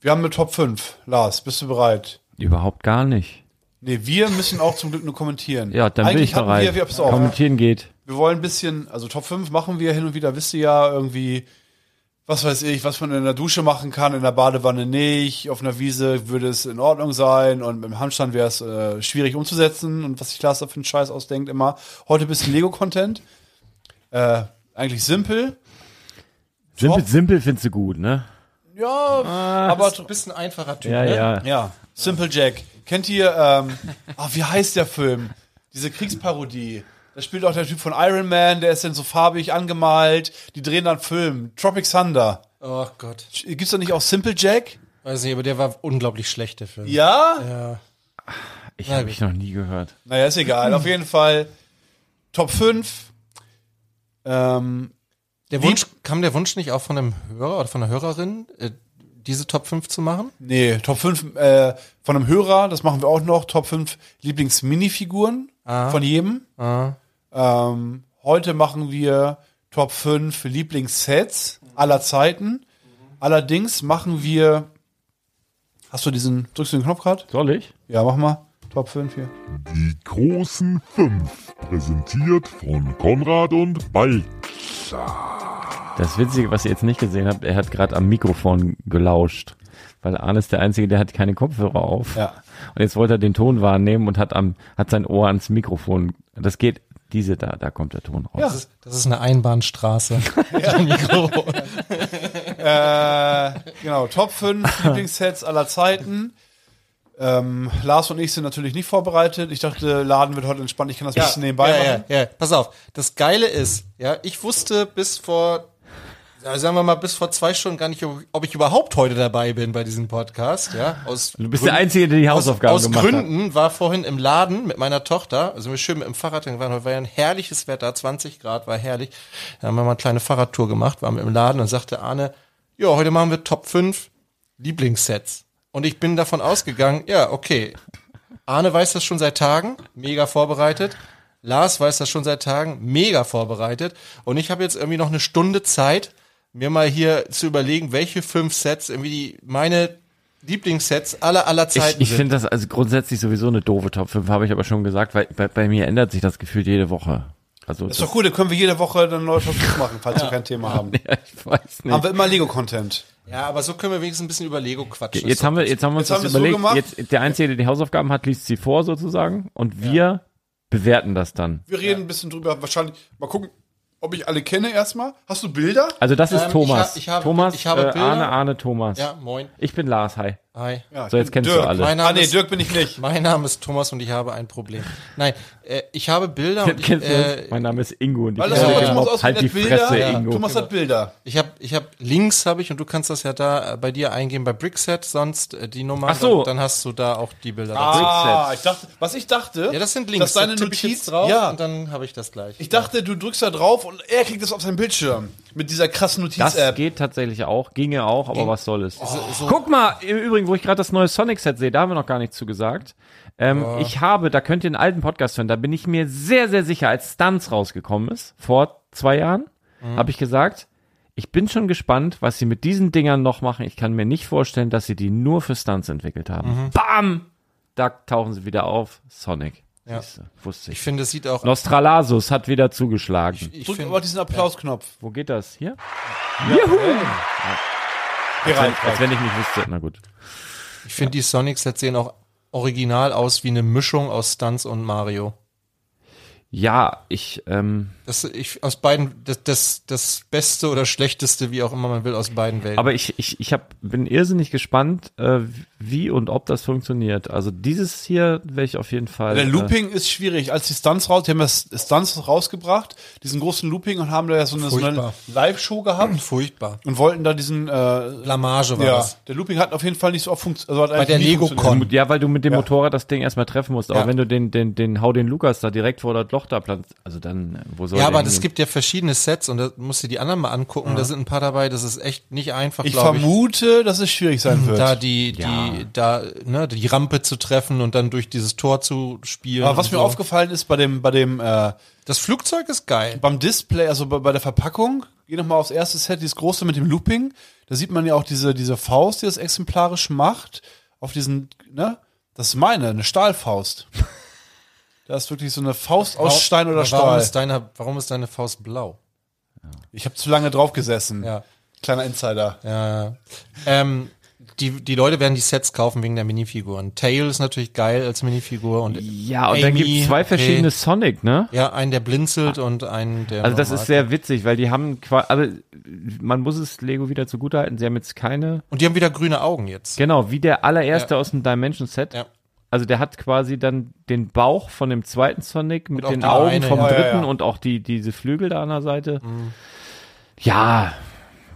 wir haben eine Top 5. Lars, bist du bereit? Überhaupt gar nicht. Nee, wir müssen auch zum Glück nur kommentieren. Ja, dann bin Eigentlich ich hatten bereit. Wir, wir, pass auf, Kommentieren geht. wir wollen ein bisschen, also Top 5 machen wir hin und wieder, wisst ihr ja irgendwie, was weiß ich, was man in der Dusche machen kann, in der Badewanne nicht, auf einer Wiese würde es in Ordnung sein und im Handstand wäre es äh, schwierig umzusetzen und was sich Lars da für einen Scheiß ausdenkt immer. Heute ein bisschen Lego-Content. Äh, eigentlich simpel. Simpel, simpel findest du gut, ne? Ja, aber Ein bisschen einfacher Typ. Ja, ne? ja. Ja, Simple Jack. Kennt ihr, ähm, ah, wie heißt der Film? Diese Kriegsparodie. Da spielt auch der Typ von Iron Man, der ist dann so farbig angemalt. Die drehen dann Film. Tropic Thunder. Oh Gott. Gibt's da nicht auch Simple Jack? Weiß nicht, aber der war unglaublich schlecht, der Film. Ja? Ich habe ich noch nie gehört. Naja, ist egal. Auf jeden Fall Top 5. Ähm, Der Wunsch, kam der Wunsch nicht auch von einem Hörer oder von einer Hörerin, äh, diese Top 5 zu machen? nee, Top 5 äh, von einem Hörer, das machen wir auch noch. Top 5 Lieblings-Minifiguren Ah. von jedem. Ähm, heute machen wir Top 5 Lieblingssets aller Zeiten. Allerdings machen wir. Hast du diesen. Drückst du den Knopf gerade? Soll ich? Ja, mach mal. Top 5 hier. Die großen fünf, präsentiert von Konrad und Balzer. Das Witzige, was ihr jetzt nicht gesehen habt, er hat gerade am Mikrofon gelauscht. Weil Arne ist der Einzige, der hat keine Kopfhörer auf. Ja. Und jetzt wollte er den Ton wahrnehmen und hat am, hat sein Ohr ans Mikrofon. Das geht, diese da, da kommt der Ton raus. Das ist, das ist eine Einbahnstraße. Ein Mikro. Äh, genau, Top 5 Lieblingssets aller Zeiten. Ähm, Lars und ich sind natürlich nicht vorbereitet. Ich dachte, Laden wird heute entspannt. Ich kann das ein bisschen nebenbei ja, machen. Ja, ja. Pass auf, das Geile ist, ja, ich wusste bis vor, ja, sagen wir mal, bis vor zwei Stunden gar nicht, ob ob ich überhaupt heute dabei bin bei diesem Podcast. Ja, aus Du bist der Einzige, der die Hausaufgaben aus, aus gemacht hat. Gründen war vorhin im Laden mit meiner Tochter, also wir schön mit dem Fahrrad hingefahren, heute war ja ein herrliches Wetter, 20 Grad, war herrlich. Da haben wir mal eine kleine Fahrradtour gemacht, waren im Laden und sagte Arne, ja, heute machen wir Top 5 Lieblingssets. Und ich bin davon ausgegangen, ja, okay. Arne weiß das schon seit Tagen, mega vorbereitet. Lars weiß das schon seit Tagen, mega vorbereitet. Und ich habe jetzt irgendwie noch eine Stunde Zeit, mir mal hier zu überlegen, welche fünf Sets irgendwie die, meine Lieblingssets aller aller Zeiten Ich, ich sind. finde das also grundsätzlich sowieso eine doofe Top 5, habe ich aber schon gesagt, weil bei, bei mir ändert sich das Gefühl jede Woche. Also Ist doch cool, dann können wir jede Woche dann neue Top 5 machen, falls wir kein Thema haben. Ja, ich weiß nicht. Haben wir immer Lego-Content. Ja, aber so können wir wenigstens ein bisschen über Lego quatschen. Jetzt haben wir, jetzt haben wir uns Jetzt haben das wir es so überlegt. gemacht. jetzt, der Einzige, der die Hausaufgaben hat, liest sie vor sozusagen und wir bewerten das dann. Wir reden ein bisschen drüber. Wahrscheinlich, mal gucken, ob ich alle kenne erstmal. Hast du Bilder? Also das ist Ähm, Thomas. ich ha- ich habe- Thomas, ich habe äh, Bilder. Arne, Arne, Thomas. ja, moin. Ich bin Lars, hi. Hi. Ja, So, jetzt ich bin kennst Dirk. du alle. Mein Name Ah, nee, ist- Dirk bin ich nicht. Mein Name ist Thomas und ich habe ein Problem. Nein, äh, ich habe Bilder und ich, Kennst du das? äh, mein Name ist Ingo und ich Weil bin das Ja, sieht ja. Thomas gemobbt. aus wie Halt der die Fresse, Bilder. Ingo. Thomas hat Bilder. ich habe ich hab Links habe ich und du kannst das ja da äh, bei dir eingeben bei Brickset sonst äh, die Nummer Ach so. dann, dann hast du da auch die Bilder. dazu. Ah, ich dachte, was ich dachte, Ja, das sind Links. dass deine da tippe ich Notiz jetzt drauf ja, und dann habe ich das gleich. Ich dachte, du drückst da drauf und er kriegt das auf seinen Bildschirm. Mit dieser krassen Das Notiz-App. geht tatsächlich auch, ginge auch, aber was soll es? Guck mal, im Übrigen, wo ich gerade das neue Sonic-Set sehe, da haben wir noch gar nichts zu gesagt. Ähm, Ich habe, da könnt ihr einen alten Podcast hören, da bin ich mir sehr, sehr sicher, als Stunts rausgekommen ist, vor zwei Jahren, habe ich gesagt, ich bin schon gespannt, was sie mit diesen Dingern noch machen. Ich kann mir nicht vorstellen, dass sie die nur für Stunts entwickelt haben. Bam! Da tauchen sie wieder auf. Sonic. Ja. Wusste ich ich. finde, es sieht auch Nostralasus hat wieder zugeschlagen. ich Drück finde- aber diesen Applausknopf. Wo geht das? Hier? Juhu! Hier Als wenn, rein. als wenn ich nicht wüsste. Na gut. Ich finde, die Sonic-Sets sehen auch original aus wie eine Mischung aus Stunts und Mario. Ja, ich, ähm, Das, ich, aus beiden, das, das, das Beste oder Schlechteste, wie auch immer man will, aus beiden Welten. aber ich, ich, ich hab, bin irrsinnig gespannt, äh, wie und ob das funktioniert. Also dieses hier werde ich auf jeden Fall. Der Äh, Looping ist schwierig. Als die Stunts raus, die haben das Stunts rausgebracht, diesen großen Looping und haben da ja so eine, so eine Furchtbar. Live-Show gehabt Furchtbar. und wollten da diesen, äh, Blamage war ja, das. der Looping hat auf jeden Fall nicht so oft funktioniert. Also hat Bei eigentlich der nie funktioniert. Lego-Con. ja, weil du mit dem Motorrad das Ding erstmal treffen musst. Aber Ja. wenn du den, den, den Hau den Lukas da direkt vor das Loch da planst, also dann, äh, wo soll Ja, der aber es hingehen? gibt ja verschiedene Sets und da musst du die anderen mal angucken. Da sind ein paar dabei, das ist echt nicht einfach, Ich glaub vermute, dass es schwierig sein wird. Da die, die, da, ne, die Rampe zu treffen und dann durch dieses Tor zu spielen. Aber was und mir so. aufgefallen ist bei dem, bei dem, äh, Das Flugzeug ist geil. beim Display, also bei, bei der Verpackung, geh nochmal aufs erste Set, dieses große mit dem Looping. Da sieht man ja auch diese, diese Faust, die das exemplarisch macht. Auf diesen, ne? Das ist meine, eine Stahlfaust. Da ist wirklich so eine Faust aus Stein oder warum Stahl. Ist deine, warum ist deine Faust blau? Ich habe zu lange drauf gesessen. Ja. Kleiner Insider. Ja, ja. ähm, die, die Leute werden die Sets kaufen wegen der Minifiguren. Tail ist natürlich geil als Minifigur und Ja, und dann Amy, gibt's zwei okay. verschiedene Sonic, ne? ja, einen, der blinzelt und einen, der. Ah. Also das normal- ist sehr witzig, weil die haben quasi, aber man muss es Lego wieder zugutehalten, sie haben jetzt keine, Und die haben wieder grüne Augen jetzt. genau, wie der allererste aus dem Dimension Set. Ja. Also der hat quasi dann den Bauch von dem zweiten Sonic mit auch den die Augen Beine, vom ja. Ja, ja, dritten ja. und auch die, diese Flügel da an der Seite. Ja,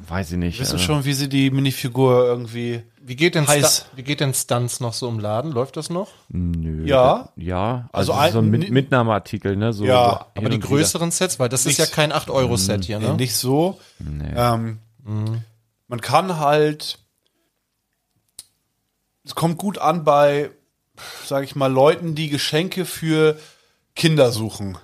weiß ich nicht. Wir wissen Also, schon, wie sie die Minifigur irgendwie. Wie geht denn Heiß. Sta- wie geht denn Stunts noch so im Laden? Läuft das noch? Nö, Ja. Ja, also, Also das ist so ein ein- Mit Mitnahmeartikel, ne? So, Ja, so hin aber Aber die und wieder. Hm, größeren Sets, weil das ist ja Nichts. kein 8-Euro-Set hier, Nee, ne? nicht so. Ähm, Man kann halt, es kommt gut an bei, sage ich mal, Leuten, die Geschenke für Kinder suchen.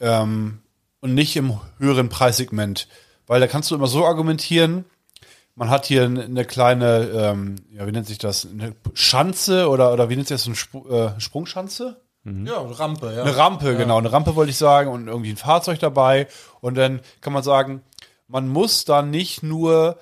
Ähm, und nicht im höheren Preissegment. Weil da kannst du immer so argumentieren, Man hat hier n- eine kleine, ähm, ja, wie nennt sich das? Eine Schanze oder, oder wie nennt sich das? Eine Sp äh, Sprungschanze? Ja, Rampe, ja. Eine Rampe, genau. Eine Rampe wollte ich sagen und irgendwie ein Fahrzeug dabei. Und dann kann man sagen, man muss dann nicht nur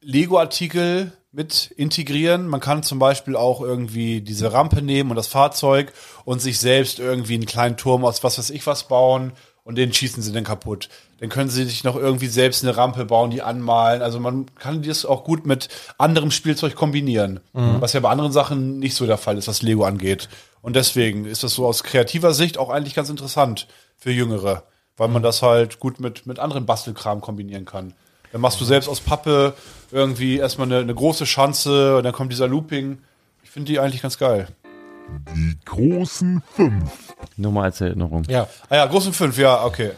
Lego-Artikel mit integrieren. Man kann zum Beispiel auch irgendwie diese Rampe nehmen und das Fahrzeug und sich selbst irgendwie einen kleinen Turm aus was weiß ich was bauen und den schießen sie dann kaputt. Dann können sie sich noch irgendwie selbst eine Rampe bauen, die anmalen. Also man kann das auch gut mit anderem Spielzeug kombinieren, was ja bei anderen Sachen nicht so der Fall ist, was Lego angeht. Und deswegen ist das so aus kreativer Sicht auch eigentlich ganz interessant für Jüngere, weil man das halt gut mit, mit anderen Bastelkram kombinieren kann. Dann machst du selbst aus Pappe irgendwie erstmal eine, eine große Schanze und dann kommt dieser Looping. Ich finde die eigentlich ganz geil. Die großen fünf. Nur mal als Erinnerung. Ja, Ah ja, großen fünf, ja, okay.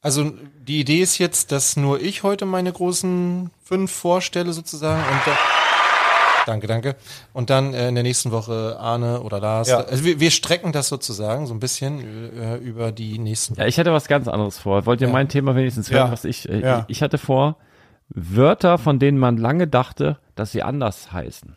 also die Idee ist jetzt, dass nur ich heute meine großen fünf vorstelle sozusagen und da, Danke, danke. Und dann äh, in der nächsten Woche Arne oder Lars. Ja. Also wir, wir strecken das sozusagen so ein bisschen äh, über die nächsten. Ja, ich hatte was ganz anderes vor. Wollt ihr mein Thema wenigstens hören, Ja. was ich, äh, Ja. ich hatte vor, Wörter, von denen man lange dachte, dass sie anders heißen.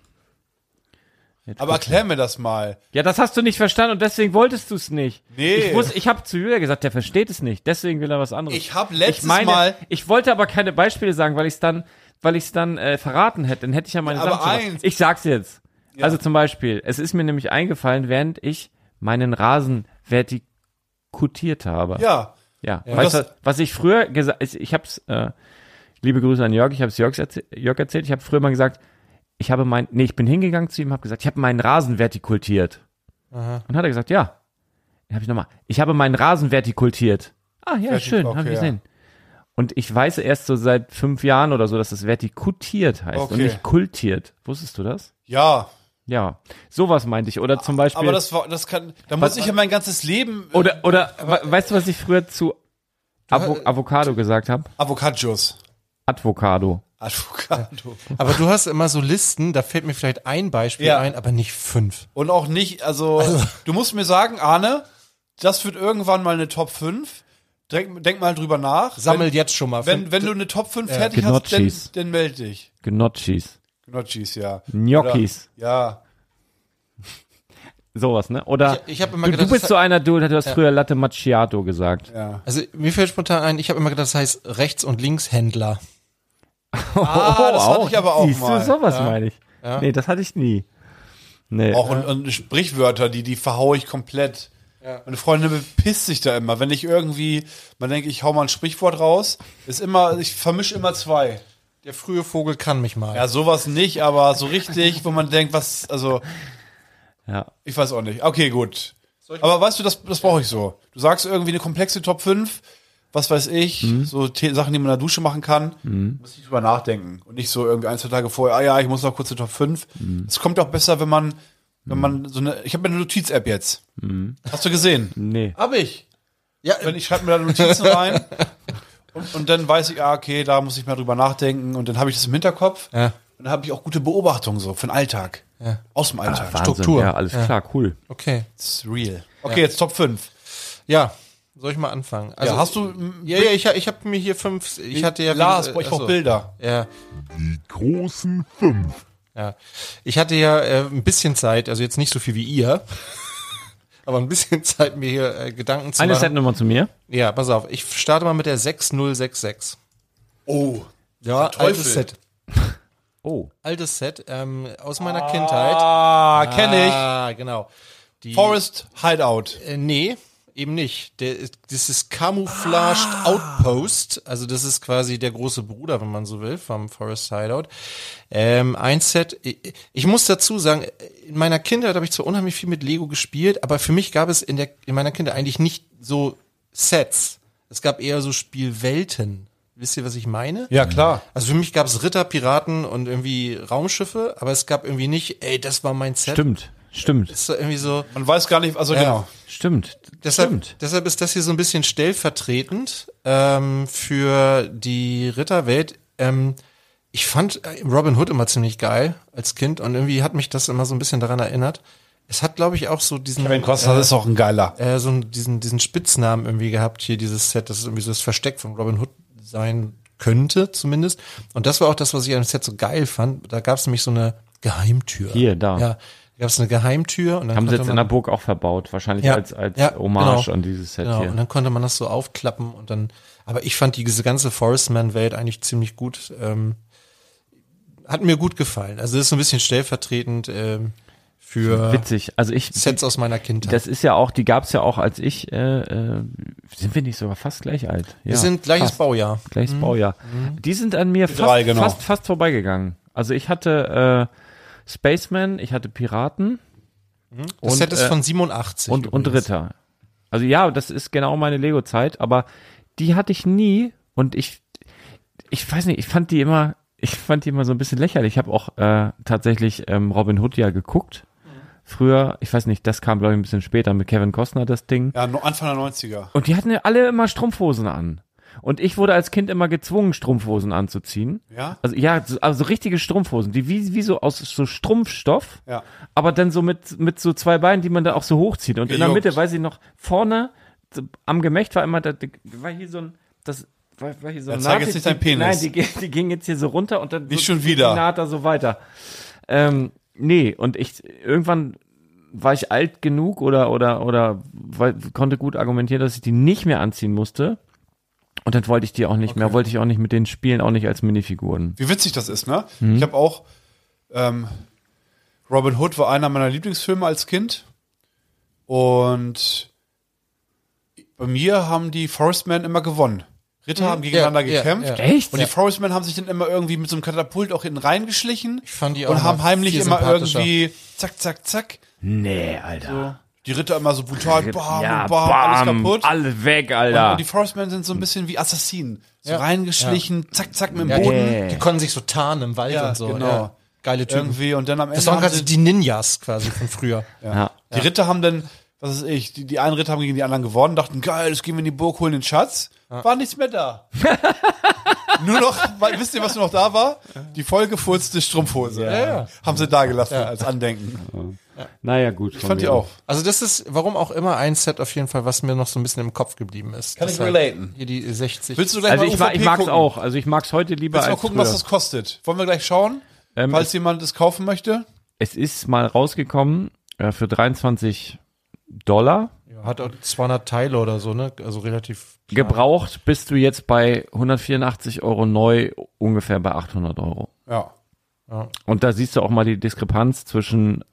Jetzt Aber guck- erklär mir das mal. ja, das hast du nicht verstanden und deswegen wolltest du es nicht. Nee. Ich, wusste, ich habe zu Julia gesagt, der versteht es nicht, deswegen will er was anderes. Ich hab letztes ich meine, Mal- Ich wollte aber keine Beispiele sagen, weil ich es dann, weil ich es dann äh, verraten hätte. Dann hätte ich ja meine Ja, aber Sachen schon- eins. Ich sag's jetzt. Also zum Beispiel, es ist mir nämlich eingefallen, während ich meinen Rasen vertikutiert habe. Ja, Ja, weißt das- du, was ich früher gesagt, ich, ich hab's, äh, liebe Grüße an Jörg, ich hab's Jörg, Jörg erzählt, ich habe früher mal gesagt, ich habe mein, nee, ich bin hingegangen zu ihm, habe gesagt, ich habe meinen Rasen vertikultiert. Und hat er gesagt, ja. Dann habe ich nochmal, ich habe meinen Rasen vertikultiert. Ah, ja, Vertik- schön, okay, habe ich ja. gesehen. Und ich weiß erst so seit fünf Jahren oder so, dass das vertikutiert heißt und Okay. nicht kultiert. Wusstest du das? ja. Ja, sowas meinte ich. Oder zum Beispiel. Aber das war, das kann, da muss ich ja mein ganzes Leben äh, oder, oder, we- weißt du, was ich früher zu Avo Avocado gesagt habe? Avocados. Advocado. Avocado. Aber du hast immer so Listen, da fällt mir vielleicht ein Beispiel Ja. ein, aber nicht fünf. Und auch nicht, also, du musst mir sagen, Arne, das wird irgendwann mal eine Top 5. Denk, denk mal drüber nach. Sammel jetzt schon mal wenn, fünf. wenn, wenn du eine Top 5 fertig hast, dann, Gnocchis. dann melde dich. Gnocchis. Gnocchis, ja. Gnocchis. Oder, ja. Sowas, ne? Oder Ich- ich hab immer du, gedacht, du bist das- so einer, du, du hast früher Latte Macchiato gesagt. Also mir fällt spontan ein, ich habe immer gedacht, das heißt Rechts- und Linkshändler. Ah, das hatte auch. ich aber auch Oh, Siehst mal. du, sowas meine ich. Nee, das hatte ich nie. Nee. Auch und, und Sprichwörter, die, die verhaue ich komplett. Meine Freundin bepisst sich da immer. Wenn ich irgendwie, man denkt, ich hau mal ein Sprichwort raus, ist immer, ich vermische immer zwei. Der frühe Vogel kann mich mal. Ja, sowas nicht, aber so richtig, wo man denkt, was, also, Ja. ich weiß auch nicht. Okay, gut. Aber weißt du, das, das brauche ich so. Du sagst irgendwie eine komplexe Top 5, was weiß ich, so The Sachen, die man in der Dusche machen kann, muss ich drüber nachdenken. Und nicht so irgendwie ein, zwei Tage vorher, ah ja, ich muss noch kurz eine Top 5. Es kommt auch besser, wenn man, wenn man so eine, ich habe eine Notiz-App jetzt. Hast du gesehen? Nee. Mhm. Hab ich. Ja, Wenn ich schreibe mir da Notizen rein und, und dann weiß ich, ah, okay, da muss ich mal drüber nachdenken und dann habe ich das im Hinterkopf Ja. und dann habe ich auch gute Beobachtungen so für den Alltag. Aus dem Alltag. Struktur. Ja, alles klar, cool. okay. It's real. Okay, jetzt Top 5. Ja, soll ich mal anfangen? Also, ja, hast du m, Ja, ja, ich, ich habe mir hier fünf. Ich hatte ja Lars, äh, brauche ich achso. auch Bilder. Ja, Die großen fünf. ja. Ich hatte ja äh, ein bisschen Zeit, also jetzt nicht so viel wie ihr, aber ein bisschen Zeit, mir hier äh, Gedanken zu Eine machen. Setnummer zu mir. Ja, pass auf. Ich starte mal mit der 6066. Oh, Ja, Teufel. altes Set. Oh. Altes Set ähm, aus meiner Kindheit. ah, kenne ich. Ah, genau. Die, Forest Hideout. Äh, nee, eben nicht. Der, ist- das ist Camouflaged Ah. Outpost. Also das ist quasi der große Bruder, wenn man so will, vom Forest Hideout. Ähm, ein Set. Ich, ich muss dazu sagen, in meiner Kindheit habe ich zwar unheimlich viel mit Lego gespielt, aber für mich gab es in, der, in meiner Kindheit eigentlich nicht so Sets. Es gab eher so Spielwelten. Wisst ihr, was ich meine? Ja, klar. Also für mich gab es Ritter, Piraten und irgendwie Raumschiffe, aber es gab irgendwie nicht, ey, das war mein Set. Stimmt. Stimmt. Das war irgendwie so. Man weiß gar nicht, also genau. Stimmt. Deshalb, Stimmt. deshalb ist das hier so ein bisschen stellvertretend ähm, für die Ritterwelt. Ähm, ich fand äh, Robin Hood immer ziemlich geil als Kind und irgendwie hat mich das immer so ein bisschen daran erinnert. Es hat, glaube ich, auch so diesen, Kevin Costner das ist auch ein geiler. äh, so einen- diesen, diesen Spitznamen irgendwie gehabt hier, dieses Set, das ist irgendwie so das Versteck von Robin Hood sein könnte zumindest. Und das war auch das, was ich an dem Set so geil fand. Da gab es nämlich so eine Geheimtür. Hier, da. Ja, da gab es eine Geheimtür. Und dann Haben sie konnte jetzt man- in der Burg auch verbaut, wahrscheinlich als, als Hommage an dieses Set genau. hier. Und dann konnte man das so aufklappen und dann, aber ich fand die, diese ganze Forestman-Welt eigentlich ziemlich gut, ähm, hat mir gut gefallen. Also das ist so ein bisschen stellvertretend ähm, für Witzig. Also ich, Sets aus meiner Kindheit. das ist ja auch, die gab's ja auch, als ich, äh, äh, sind wir nicht sogar fast gleich alt? Ja, Wir sind gleiches fast. Baujahr. Gleiches Baujahr. Mhm. Die sind an mir fast, drei, genau. fast, fast vorbeigegangen. Also ich hatte äh, Spaceman, ich hatte Piraten Mhm. Das Und, Set ist äh, von 87. und, und übrigens. Ritter. Also ja, das ist genau meine Lego-Zeit, aber die hatte ich nie und ich, ich weiß nicht, ich fand die immer, ich fand die immer so ein bisschen lächerlich. Ich habe auch äh, tatsächlich ähm, Robin Hood ja geguckt. Mhm. Früher, ich weiß nicht, das kam glaube ich ein bisschen später mit Kevin Costner, das Ding. Ja, no- Anfang der 90er. Und die hatten ja alle immer Strumpfhosen an. Und ich wurde als Kind immer gezwungen, Strumpfhosen anzuziehen. Ja? Also ja, so- also so richtige Strumpfhosen, die wie, wie so aus so Strumpfstoff, Ja. aber dann so mit, mit so zwei Beinen, die man da auch so hochzieht. Und in der Gejuckt. Mitte, weiß ich noch, vorne so am Gemächt war immer, da, da war hier so ein, das war, war hier so Ja, ein zeig jetzt nicht deinen Penis. Nein, die, ging- die ging jetzt hier so runter und dann Nicht so, schon wieder. die Naht da so weiter. Ähm, nee, und ich, irgendwann war ich alt genug oder, oder, oder weil, konnte gut argumentieren, dass ich die nicht mehr anziehen musste. Und dann wollte ich die auch nicht mehr, wollte ich auch nicht mit denen spielen, auch nicht als Minifiguren. Wie witzig das ist, ne? Mhm. Ich habe auch ähm, Robin Hood war einer meiner Lieblingsfilme als Kind und bei mir haben die Forestmen immer gewonnen. Ritter haben gegeneinander Mhm. ja, gekämpft. ja. Echt? Und die Forestmen haben sich dann immer irgendwie mit so einem Katapult auch hinten reingeschlichen Ich fand die auch und haben mal heimlich viel immer sympathischer. irgendwie zack, zack, zack. Nee, Alter. Die Ritter immer so brutal, bam, ja, bam, alles bam, kaputt. Alle weg, Und, Alter. und die Forestmen sind so ein bisschen wie Assassinen. So Ja. reingeschlichen, zack, zack, mit dem Ja, Boden. die, die konnten sich so tarnen im Wald Ja, und so. genau. Ja. Geile Typen. Irgendwie und dann am Ende das waren haben sie quasi die Ninjas quasi von früher. ja. Die Ritter haben dann, was weiß ich, die, die einen Ritter haben gegen die anderen gewonnen, dachten, geil, jetzt gehen wir in die Burg, holen den Schatz. War nichts mehr da. nur noch, weil, wisst ihr, was nur noch da war? Die vollgefurzte Strumpfhose. Haben sie da gelassen als Oh Andenken. Naja, gut. Ich fand die auch. Also das ist, warum auch immer, ein Set auf jeden Fall, was mir noch so ein bisschen im Kopf geblieben ist. Kann ich relaten. Hier die 60. Willst du gleich Also mal ich, mag, UVP ich mag's gucken? auch. Also ich mag's heute lieber Willst du mal als gucken, früher. was das kostet? Wollen wir gleich schauen? Ähm, falls jemand es kaufen möchte? Es ist mal rausgekommen äh, für 23 Dollar. Ja, Hat auch 200 Teile oder so, ne? Also relativ. Gebraucht bist du jetzt bei 184 Euro neu, ungefähr bei 800 Euro. Ja. Und da siehst du auch mal die Diskrepanz zwischen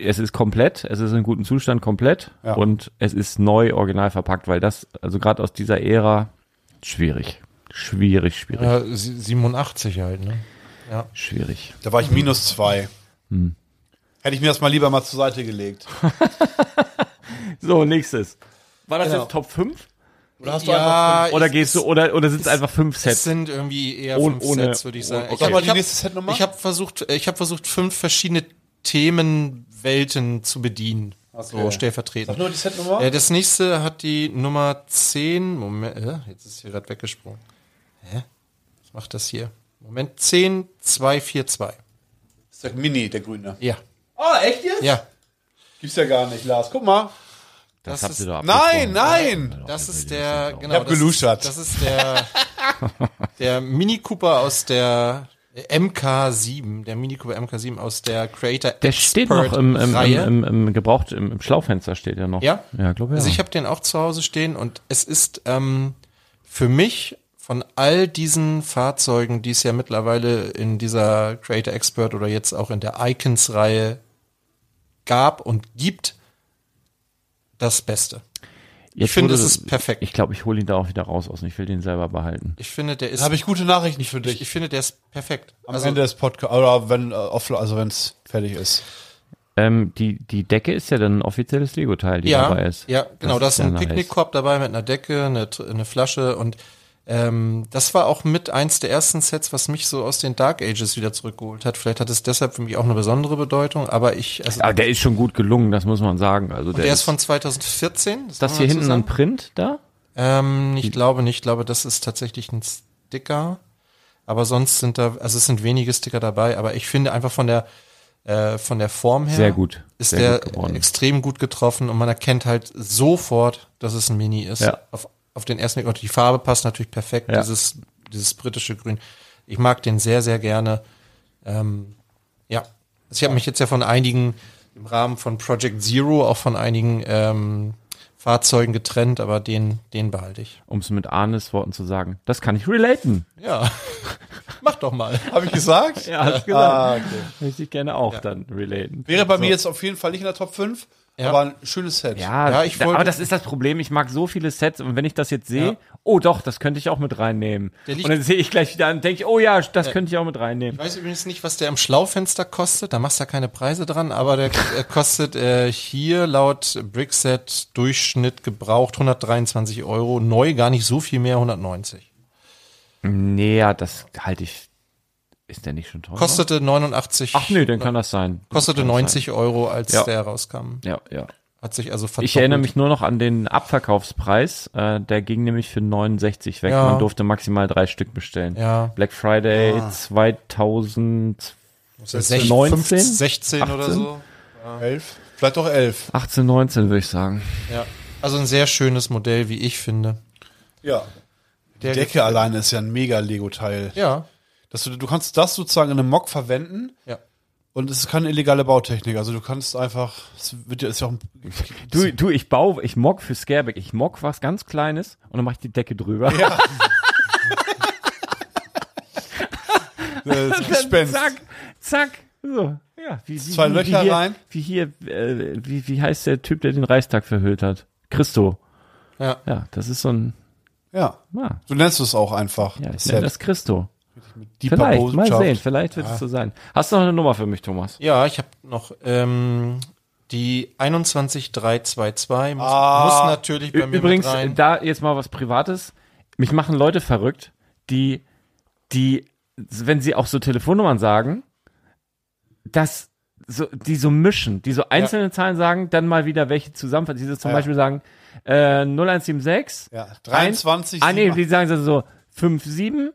es ist komplett, es ist in gutem Zustand komplett Ja. und es ist neu original verpackt, weil das, also gerade aus dieser Ära, schwierig. Schwierig, schwierig, Ja, sie- 87 halt, ne? schwierig. Da war ich minus zwei. Mhm. Hätte ich mir das mal lieber mal zur Seite gelegt. So, nächstes. War das Genau. jetzt Top 5? Oder hast Oder, gehst du, oder, oder sind es einfach fünf Es Sets? sind irgendwie eher Ohne- fünf ohne- Sets, würde ich sagen. ohne- Ich okay. hab- Sag mal ich die hab- nächste Setnummer. Ich habe versucht, äh, ich habe versucht, fünf verschiedene Themenwelten zu bedienen. So stellvertretend. Nur die Setnummer? Äh, das nächste hat die Nummer 10. Moment, äh, jetzt ist hier gerade weggesprungen. Hä? Was macht das hier? Moment, 10, 2, 4, 2. ist der Mini, der grüne. Ja. Oh, echt jetzt? Ja. Gibt's ja gar nicht, Lars. Guck mal. Das, ist, doch Nein, nein. das ist der, genau. Ich hab das ist- geluschert. Das ist der, der Mini Cooper aus der äh, MK7, der Mini Cooper MK7 aus der Creator Der steht noch im, im, Reihe. im, im, im gebraucht, im, im Schlaufenster steht er noch. Ja? Ja, glaube ich. Also ja. ich habe den auch zu Hause stehen und es ist ähm, für mich von all diesen Fahrzeugen, die es ja mittlerweile in dieser Creator Expert oder jetzt auch in der Icons-Reihe gab und gibt, das Beste. Jetzt finde, wurde- es ist perfekt. Ich glaube, ich hole ihn da auch wieder raus aus und ich will den selber behalten. Ich finde, der ist. Habe ich also- gute Nachrichten für dich. ich, ich finde, der ist perfekt. Also, Am Ende des Podcasts, oder wenn äh, off- also wenn's fertig ist. Ähm, die, die Decke ist ja dann ein offizielles Lego-Teil, die ja, dabei ist. ja, genau. Da ist ja ein nice. Picknickkorb dabei mit einer Decke, eine, Tr- eine Flasche und ähm, das war auch mit eins der ersten Sets, was mich so aus den Dark Ages wieder zurückgeholt hat. Vielleicht hat es deshalb für mich auch eine besondere Bedeutung, aber ich, also Aber Ah, der ist schon gut gelungen, das muss man sagen. Also der, der ist von 2014. das haben hier wir hinten Hm. ein zusammen. Print da? Ähm, ich glaube nicht. Ich glaube, das ist tatsächlich ein Sticker. Aber sonst sind da, also es sind wenige Sticker dabei. Aber ich finde einfach von der, äh, von der Form her Sehr gut. ist Sehr der gut geworden. extrem gut getroffen und man erkennt halt sofort, dass es ein Mini ist. Ja. Auf, auf den ersten Blick. Und die Farbe passt natürlich perfekt. Ja. Dieses dieses britische Grün. Ich mag den sehr, sehr gerne. Ähm, ja, also ich habe mich jetzt ja von einigen im Rahmen von Project Zero auch von einigen ähm, Fahrzeugen getrennt, aber den, den behalte ich. Um es mit Arnes Worten zu sagen, das kann ich relaten. Ja, mach doch mal. Habe ich gesagt? Ja, hast gesagt. Ah, okay. Möchte ich gerne auch dann relaten. Wäre bei mir jetzt auf jeden Fall nicht in der Top 5, aber ein schönes Set. Ja, Ja, ich da, wollte- aber das ist das Problem. Ich mag so viele Sets und wenn ich das jetzt sehe, oh doch, das könnte ich auch mit reinnehmen. liegt- Und dann sehe ich gleich wieder und denke ich, oh ja, das könnte ich auch mit reinnehmen. Ich weiß übrigens nicht, was der im Schlaufenster kostet. Da machst du ja keine Preise dran, aber der äh, kostet äh, hier laut Brickset Durchschnitt gebraucht 123 Euro. Neu gar nicht so viel mehr, 190. Nee, ja, das halte ich. Ist der nicht schon teuer? Kostete 89. Ach nee, dann kann das sein. Kostete Kann das 90 Euro, als Ja. der rauskam. sein. Ja, ja. Hat sich also verdoppelt. Ich erinnere mich nur noch an den Abverkaufspreis. Äh, der ging nämlich für 69 weg. Ja. Man durfte maximal drei Stück bestellen. Ja. Black Friday 2000, 16, 19? 15, 16 oder so. 11? Vielleicht doch 11. 18, 19 würde ich sagen. Ja. Also ein sehr schönes Modell, wie ich finde. Ja. Der Die Decke alleine ist ja ein mega Lego-Teil. Ja. Dass Du, du kannst das sozusagen in einem Mock verwenden. Ja. Und es ist keine illegale Bautechnik. Also du kannst einfach, es wird ja, ist ja auch ein, Du, du, ich baue, ich mock für Scareback. Ich mock was ganz Kleines und dann mache ich die Decke drüber. Ja, äh, ist ein Gespenst. zack, zack. So. Ja, wie, wie, Zwei wie, Löcher wie hier, rein. Wie hier, äh, wie, wie heißt der Typ, der den Reichstag verhüllt hat? Christo. Ja. Ja, das ist so ein, Ja. ah, So nennst du es auch einfach. ja, ich Set. nenne das Christo. Die Ah. Vielleicht, mal Botschaft. sehen, vielleicht wird es so sein. Hast du noch eine Nummer für mich, Thomas? Ja, ich habe noch ähm, die 21322 muss, Ah. muss natürlich bei Ü- mir Übrigens, mit rein. da jetzt mal was Privates. Mich machen Leute verrückt, die, die, wenn sie auch so Telefonnummern sagen, dass so, die so mischen, die so einzelne Zahlen sagen, dann mal wieder welche zusammenfassen. Die so zum Ja. Beispiel sagen, äh, 0176. Ja, 23, Ah, nee, sieben- die sagen so, so 57.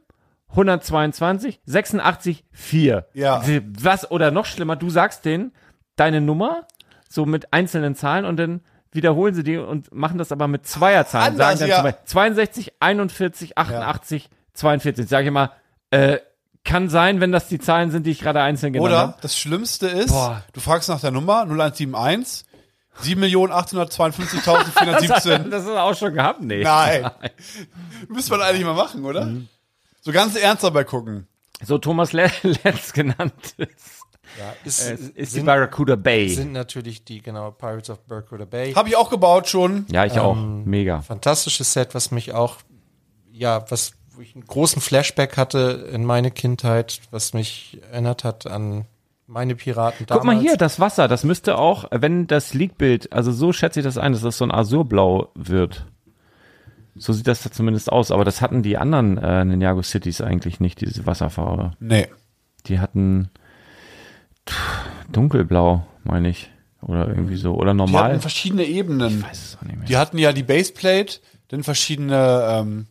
122, 86, 4. Ja. Was, oder noch schlimmer, du sagst denen deine Nummer, so mit einzelnen Zahlen und dann wiederholen sie die und machen das aber mit Zweierzahlen. Anders, sagen dann ja. zum Beispiel 62, 41, 88, 42. Sag ich immer, äh, kann sein, wenn das die Zahlen sind, die ich gerade einzeln genannt habe. Oder das Schlimmste ist, Boah. du fragst nach der Nummer 0171 7.852.417. Das hast du auch schon gehabt? Nee. Nein. Müsste man eigentlich mal machen, oder? Mhm. So ganz ernst dabei gucken. So Thomas Le Lenz genannt ist, ist, Äh, ist, ist die sind, Barracuda Bay. sind natürlich die genau Pirates of Barracuda Bay. Habe ich auch gebaut schon. ja, ich auch. Mega. Fantastisches Set, was mich auch ja, was wo ich einen großen Flashback hatte in meine Kindheit, was mich erinnert hat an meine Piraten damals. Guck mal hier, das Wasser, das müsste auch, wenn das Leakbild, also so schätze ich das ein, dass das so ein Azurblau wird. So sieht das da zumindest aus, aber das hatten die anderen äh, Ninjago Cities eigentlich nicht, diese Wasserfarbe. Nee. Die hatten pff, dunkelblau, meine ich. Oder irgendwie so. Oder Die normal. hatten verschiedene Ebenen. Weiß es auch nicht mehr. Die hatten ja die Baseplate, dann verschiedene, ähm,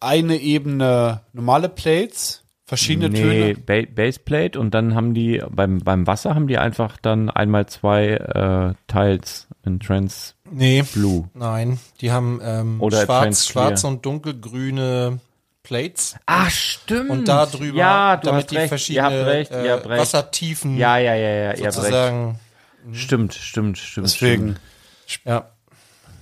eine Ebene normale Plates, verschiedene Nee, Töne. ba Baseplate und dann haben die, beim, beim Wasser haben die einfach dann einmal zwei äh, Tiles in Trans Nee. Blue. Nein, die haben ähm, Oder schwarz, Trans Clear. schwarze und dunkelgrüne Plates Ach, stimmt. und da drüber, Mm. ja, du damit hast die recht, verschiedenen ihr habt recht, äh, ihr habt recht. Wassertiefen Ja, ja, ja, ja, ihr habt recht. sozusagen. Stimmt, stimmt, stimmt. Deswegen. Ja. Stimmt.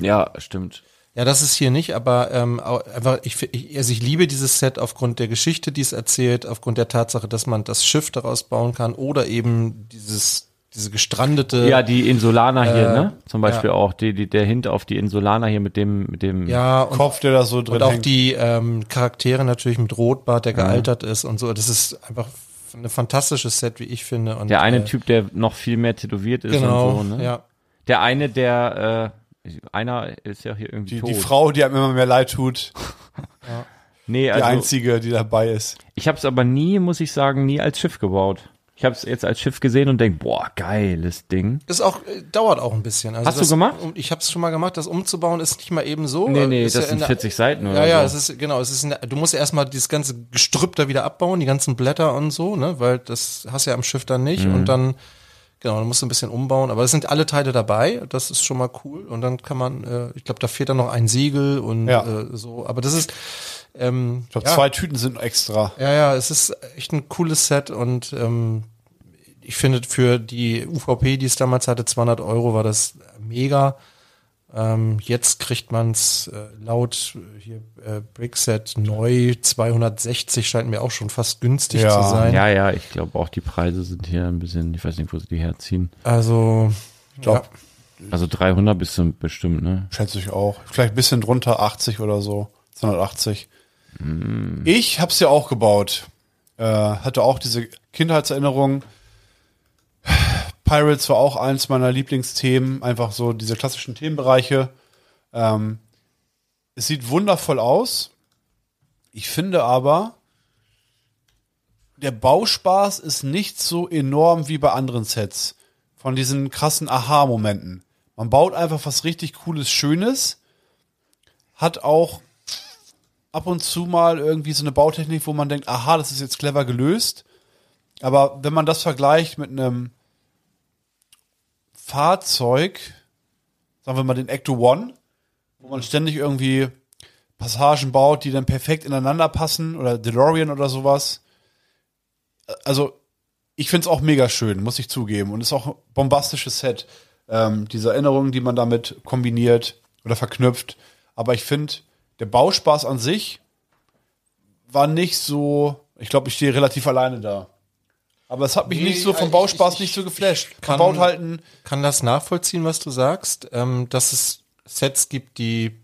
Ja, stimmt. ja, das ist hier nicht, aber ähm, au- einfach, ich, fi- ich, also ich liebe dieses Set aufgrund der Geschichte, die es erzählt, aufgrund der Tatsache, dass man das Schiff daraus bauen kann oder eben dieses diese gestrandete Ja, die Insulaner hier, Äh, ne? Zum Beispiel auch die, die, der Hint auf die Insulaner hier mit dem, mit dem. ja und, Kopf, der da so drin und auch hängt. die ähm, Charaktere natürlich mit Rotbart, Mhm. der gealtert ist und so. Das ist einfach f- ein fantastisches Set, wie ich finde. Und, Der eine äh, Typ, der noch viel mehr tätowiert ist genau, und so, ne? ja. Der eine, der, äh, einer ist ja hier irgendwie die, tot. die Frau, die einem immer mehr leid tut, nee, die also, einzige, die dabei ist. ich hab's aber nie, muss ich sagen, nie als Schiff gebaut. Ich hab's jetzt als Schiff gesehen und denk, boah, geiles Ding. Ist auch, äh, dauert auch ein bisschen. Also Hast du das, gemacht? um- Ich habe es schon mal gemacht. Das umzubauen ist nicht mal eben so. Nee, Äh, nee, ist das ja in sind der- 40 Seiten oder Ja, ja, so. es ist, genau, es ist, eine, du musst ja erstmal dieses ganze Gestrüpp da wieder abbauen, die ganzen Blätter und so, ne, weil das hast du ja am Schiff dann nicht Mhm. und dann, genau, dann musst du ein bisschen umbauen, aber es sind alle Teile dabei, das ist schon mal cool und dann kann man, äh, ich glaube, da fehlt dann noch ein Segel und Ja. äh, so, aber das ist, Ähm, Ich glaube, ja. zwei Tüten sind extra. Ja, ja, es ist echt ein cooles Set und ähm, ich finde für die UVP, die es damals hatte, 200 Euro war das mega. Ähm, jetzt kriegt man's äh, laut äh, hier äh, Brickset neu 260 scheint mir auch schon fast günstig Ja. zu sein. Ja, ja, ich glaube auch die Preise sind hier ein bisschen, ich weiß nicht, wo sie die herziehen. Also ich glaub, Also 300 bist du bestimmt, ne? Schätze ich auch. Vielleicht ein bisschen drunter, 80 oder so. 280. Ich hab's ja auch gebaut. Äh, hatte auch diese Kindheitserinnerung. Pirates war auch eins meiner Lieblingsthemen. Einfach so diese klassischen Themenbereiche. Ähm, es sieht wundervoll aus. Ich finde aber, der Bauspaß ist nicht so enorm wie bei anderen Sets. Von diesen krassen Aha-Momenten. Man baut einfach was richtig Cooles, Schönes. Hat auch ab und zu mal irgendwie so eine Bautechnik, wo man denkt, aha, das ist jetzt clever gelöst. Aber wenn man das vergleicht mit einem Fahrzeug, sagen wir mal den Ecto One, wo man ständig irgendwie Passagen baut, die dann perfekt ineinander passen oder DeLorean oder sowas. Also ich find's auch mega schön, muss ich zugeben. Und ist auch ein bombastisches Set. Ähm, diese Erinnerungen, die man damit kombiniert oder verknüpft. Aber ich finde, der Bauspaß an sich war nicht so. Ich glaube, ich stehe relativ alleine da. Aber es hat mich Nee, nicht so vom ich- Bauspaß ich- nicht so geflasht. Man kann- baut halt ein kann das nachvollziehen, was du sagst, ähm, dass es Sets gibt, die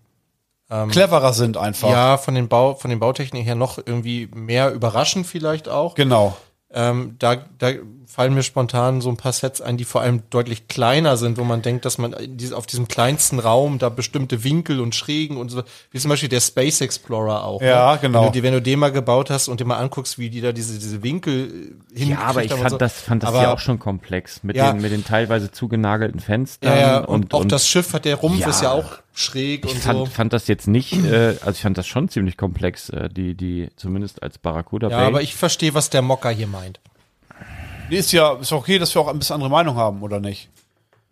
cleverer sind einfach. ja von den Bau von den Bautechniken her noch irgendwie mehr überraschen vielleicht auch. Genau. Ähm, da, da fallen mir spontan so ein paar Sets ein, die vor allem deutlich kleiner sind, wo man denkt, dass man in dies- auf diesem kleinsten Raum da bestimmte Winkel und Schrägen und so, wie zum Beispiel der Space Explorer auch. Ja, ne? genau. Wenn du, die- wenn du den mal gebaut hast und dir mal anguckst, wie die da diese, diese Winkel äh, hinkriegt Ja, aber ich haben und fand so. das, fand das Aber- ja auch schon komplex mit, Ja. den, mit den teilweise zugenagelten Fenstern Ja, ja, und, und, auch das Schiff hat der Rumpf Ja. ist ja auch schräg Ich und fand, so. fand das jetzt nicht, äh, also ich fand das schon ziemlich komplex, äh, die, die, zumindest als Barracuda Ja, Bay. aber ich verstehe, was der Mocker hier meint. Nee, Ist ja ist okay, dass wir auch ein bisschen andere Meinung haben, oder nicht?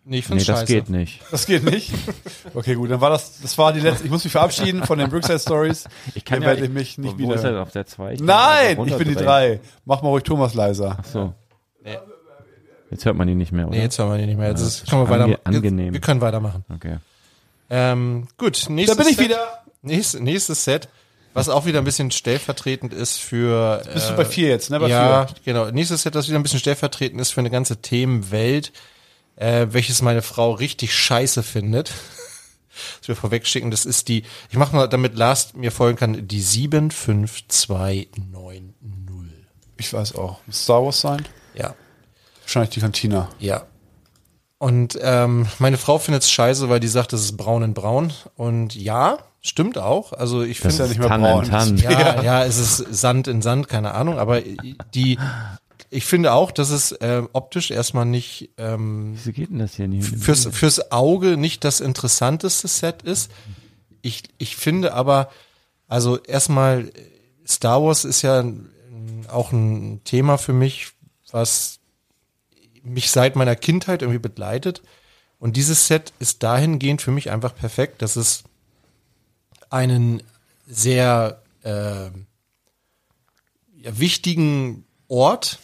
Nee, ich nee, find's das scheiße. geht nicht. Das geht nicht. Okay, gut, dann war das, das war die letzte. Ich muss mich verabschieden von den Brookside Stories. Ich kann Hier ja, werde ich mich nicht wo, wieder. Wo ist er denn auf der 2? Nein, ich bin die drei. Mach mal ruhig Thomas leiser. So. Jetzt hört man ihn nicht mehr, oder? Nee, jetzt hören wir den nicht mehr. Jetzt Ja, ist- das können wir ist ange- weitermachen. angenehm. Wir können weitermachen. Okay. Ähm, gut, Da nächstes bin ich Set. wieder. Nächst, nächstes Set, was auch wieder ein bisschen stellvertretend ist für. äh, Bist du bei vier jetzt, ne? Bei ja, vier. genau. Nächstes Set, das wieder ein bisschen stellvertretend ist für eine ganze Themenwelt, äh, welches meine Frau richtig scheiße findet. Das wir vorwegschicken, das ist die, ich mache mal, damit Lars mir folgen kann, die 75290. Ich weiß auch. Muss Star Wars sein? Ja, Wahrscheinlich die Cantina. ja. Und ähm, meine Frau findet es scheiße, weil die sagt, das ist braun in braun. Und ja, stimmt auch. Also ich Ist ja finde nicht mehr Tan in braun. Tan. Ja, ja, es ist Sand in Sand, keine Ahnung, aber die, ich finde auch, dass es äh, optisch erstmal nicht ähm, Wieso geht denn das hier nicht? fürs, fürs Auge nicht das interessanteste Set ist. Ich, ich finde aber, also erstmal, äh, Star Wars ist ja äh, auch ein Thema für mich, was mich seit meiner Kindheit irgendwie begleitet. Und dieses Set ist dahingehend für mich einfach perfekt, dass es einen sehr äh, ja, wichtigen Ort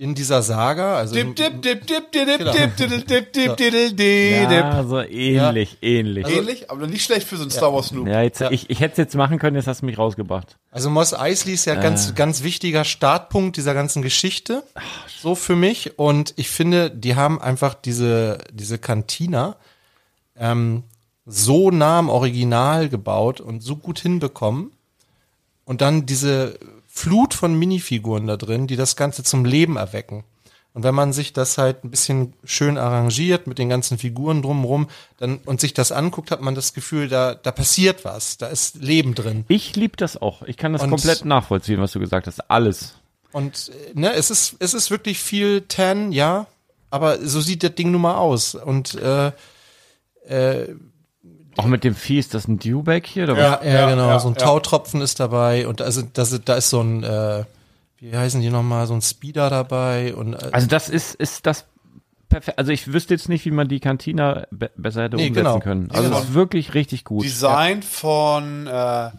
in dieser Saga, also Dip, dip, dip, dip, dip, dip, Genau. dip, dip, dip, dip, dip, dip, dip. Ja, so ähnlich, ähnlich. Also Ähnlich, aber nicht schlecht für so einen Star Wars Noob. ja, jetzt, Ich, ich hätte es jetzt machen können, jetzt hast du mich rausgebracht. Also Moss Eisley ist ja ganz, ganz wichtiger Startpunkt dieser ganzen Geschichte. so für mich. Und ich finde, die haben einfach diese, diese Kantina ähm, so nah am Original gebaut und so gut hinbekommen. Und dann diese Flut von Minifiguren da drin, die das Ganze zum Leben erwecken. Und wenn man sich das halt ein bisschen schön arrangiert mit den ganzen Figuren drumherum dann, und sich das anguckt, hat man das Gefühl, da, da passiert was, da ist Leben drin. Ich liebe das auch. Ich kann das Und- komplett nachvollziehen, was du gesagt hast. Alles. Und äh, ne, es ist, es ist wirklich viel Tan, ja, aber so sieht das Ding nun mal aus. Und äh, Auch mit dem Vieh, ist das ein Dewback hier? Oder was? ja, genau, so ein Tautropfen ist dabei und also das, da ist so ein, äh, wie heißen die nochmal, so ein Speeder dabei und äh, Also das ist, ist das perfekt. Also ich wüsste jetzt nicht, wie man die Kantina be besser hätte Nee, umsetzen genau. können. Also Genau. es ist wirklich richtig gut. Design von äh,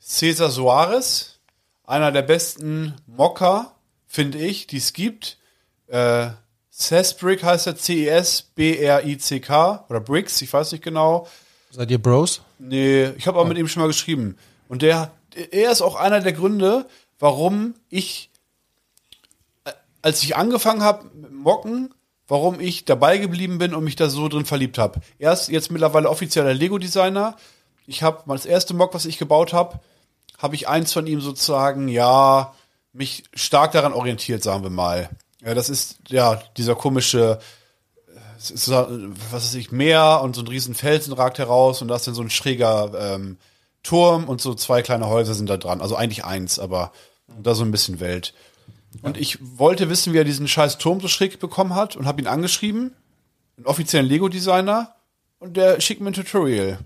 Cesar Suarez, einer der besten Mocker, finde ich, die es gibt. Äh, Cesbrick heißt er, E C-E-S-B-R-I-C-K oder Bricks, ich weiß nicht genau. Seid ihr Bros? Nee, ich habe auch mit ihm schon mal geschrieben. Und der, er ist auch einer der Gründe, warum ich, äh, als ich angefangen habe mit Mocken, warum ich dabei geblieben bin und mich da so drin verliebt habe. Er ist jetzt mittlerweile offizieller Lego-Designer. Ich habe mal das erste Mock, was ich gebaut habe, habe ich eins von ihm sozusagen, ja, mich stark daran orientiert, sagen wir mal. Ja, das ist ja dieser komische es ist so, was weiß ich, Meer und so ein riesen Felsen ragt heraus und da ist dann so ein schräger ähm, Turm und so zwei kleine Häuser sind da dran. Also eigentlich eins, aber da so ein bisschen Welt. Und ich wollte wissen, wie er diesen scheiß Turm so schräg bekommen hat und habe ihn angeschrieben, einen offiziellen Lego-Designer und der schickt mir ein Tutorial.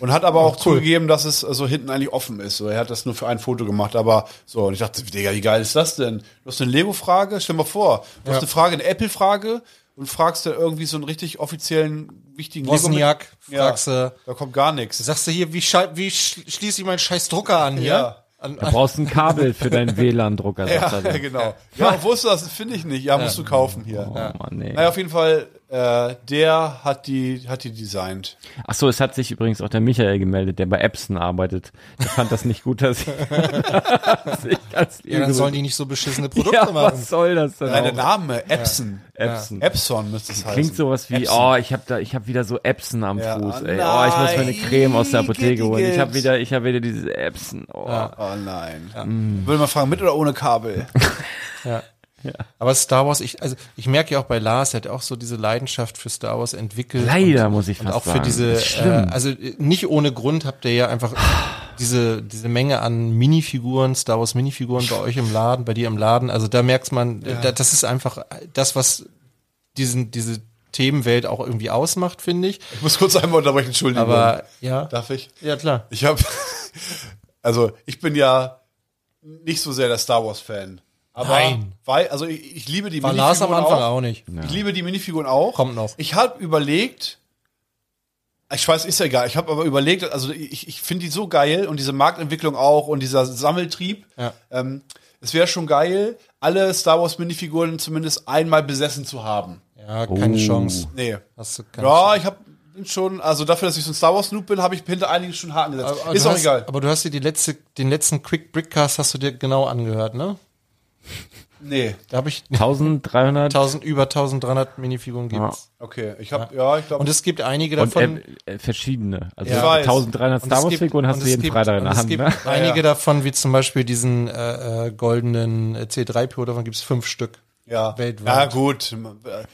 Und hat aber auch zugegeben, dass es so hinten eigentlich offen ist. So, er hat das nur für ein Foto gemacht, aber so. Und ich dachte, Digga, wie geil ist das denn? Du hast eine Lego-Frage, stell mal vor. Du hast eine Frage, eine Apple-Frage und fragst dann irgendwie so einen richtig offiziellen, wichtigen Bosniak, Ja. fragst du. Da kommt gar nichts. Sagst du hier, wie, schal- wie sch schließe ich meinen scheiß Drucker an hier? Ja. An, Du brauchst ein Kabel für deinen WLAN-Drucker. Ja, sagt er dann. genau. Ja, wo ist das? Finde ich nicht. Ja, musst du kaufen hier. Oh Mann, nee. Naja, auf jeden Fall, äh, der hat die, hat die designt. Ach so, es hat sich übrigens auch der Michael gemeldet, der bei Epson arbeitet. Der fand das nicht gut, dass ich, dass ich das ja, dann sollen die nicht so beschissene Produkte ja, machen. was soll das Genau. denn? Nein, der Auch? Name, Epson. Epson. Epson müsste es heißen. Klingt sowas wie, Epson. oh, ich habe da, ich habe wieder so Epson am Ja, Fuß, oh ey. Oh, ich muss mir eine nein, Creme aus der Apotheke holen. Ich habe Igitt. wieder, ich habe wieder dieses Epson. Oh. Oh nein. Mm. Würde mal fragen, mit oder ohne Kabel? Aber Star Wars, ich, also ich merke ja auch bei Lars, er hat auch so diese Leidenschaft für Star Wars entwickelt. Leider, muss ich und fast auch für sagen. diese, Ist schlimm. Äh, also äh, nicht ohne Grund habt ihr ja einfach diese, diese Menge an Minifiguren, Star Wars Minifiguren bei euch im Laden, bei dir im Laden. Also da merkt man, äh, da, das ist einfach das, was diesen, diese Themenwelt auch irgendwie ausmacht, finde ich. Ich muss kurz einmal unterbrechen, Entschuldigung. Aber ja, Darf ich? ja klar. Ich habe, also ich bin ja nicht so sehr der Star Wars Fan. Aber Nein. Weil, also ich, ich liebe die War Lars am Anfang auch, nicht. Ich liebe die Minifiguren auch. Kommt noch. Ich habe überlegt, ich weiß, ist ja egal. Ich habe aber überlegt, also ich, ich finde die so geil und diese Marktentwicklung auch und dieser Sammeltrieb. Ja. Ähm, es wäre schon geil, alle Star Wars Minifiguren zumindest einmal besessen zu haben. Ja, keine Oh. Chance. Nee. Hast du keine Ja, ich habe schon, also dafür, dass ich so ein Star Wars Noob bin, habe ich hinter einigen schon Haken gesetzt. Aber, aber ist du auch hast, egal. Aber du hast dir die letzte, den letzten Quick Brickcast hast du dir genau angehört, ne? Nee. Da habe ich 1300 1000, über 1300 Minifiguren gibt's. Okay, ich habe ja. ich glaube, Und es gibt einige und davon. äh, äh, verschiedene. Also Ja. Ich weiß. 1300 und Star es Wars gibt- Figuren hast und du es jeden gibt- Freitag in und der es Hand, gibt ne? Einige Ja, ja. davon, wie zum Beispiel diesen äh, äh, goldenen äh, C3PO, davon gibt's fünf Stück. ja. weltweit. Ja, gut.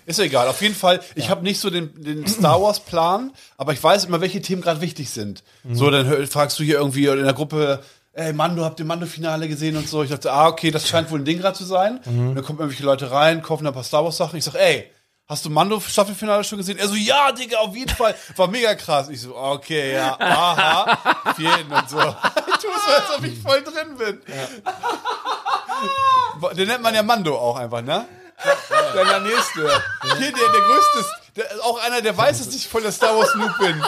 Ist egal. Auf jeden Fall, ich habe nicht so den, den Star Wars Plan, aber ich weiß immer, welche Themen gerade wichtig sind. So, dann hör- fragst du hier irgendwie in der Gruppe, ey Mando, habt ihr Mando-Finale gesehen und so. Ich dachte, ah, okay, das scheint wohl ein Ding gerade zu sein. Und dann kommen irgendwelche Leute rein, kaufen ein paar Star Wars Sachen. Ich sag, ey, Hast du Mando Staffelfinale schon gesehen? Er so, ja, Digga, auf jeden Fall. War mega krass. Ich so, okay, ja, aha, auf jeden und so. Ich tue so, als ob ich voll drin bin. Den nennt man ja Mando auch einfach, ne? Der, der nächste. Hier, der, der größte, ist- der, auch einer, der weiß, dass ich voll der Star Wars Noob bin.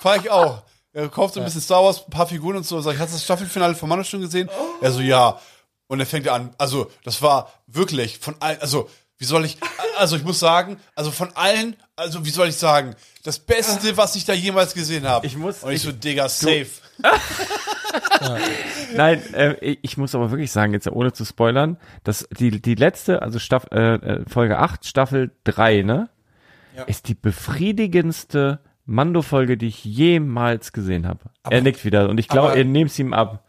Fahr ich auch. Er kauft so ein bisschen Star Wars, ein paar Figuren und so. Sag ich, hast du das Staffelfinale von Mando schon gesehen? Er so, ja. Und er fängt an, also, das war wirklich von allen, also, wie soll ich, also, ich muss sagen, also von allen, also, wie soll ich sagen, das Beste, was ich da jemals gesehen habe. Ich muss- Und ich, ich- so, Digga, safe. Nein, äh, ich- ich muss aber wirklich sagen, jetzt ohne zu spoilern, dass die, die letzte, also Staff, äh, äh, Folge 8, Staffel 3, ne? Ist die befriedigendste Mando-Folge, die ich jemals gesehen habe. Er nickt wieder und ich glaube, aber- ihr nehmt ihm ab.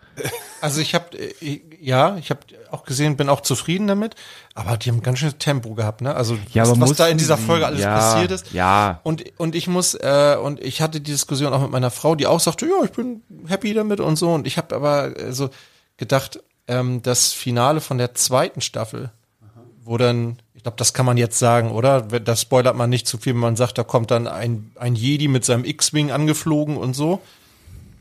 Also ich habe äh, ja, ich habe auch gesehen, bin auch zufrieden damit, aber die haben ganz schön Tempo gehabt, ne? Also Ja, was, aber was da mussten in dieser sie? Folge alles Ja, passiert ist. ja. Und und ich muss äh, und ich hatte die Diskussion auch mit meiner Frau, die auch sagte, ja, ich bin happy damit und so und ich habe aber äh, so gedacht, ähm, das Finale von der zweiten Staffel, wo dann ich glaube, das kann man jetzt sagen, oder? Das spoilert man nicht zu viel, wenn man sagt, da kommt dann ein, ein Jedi mit seinem X-Wing angeflogen und so.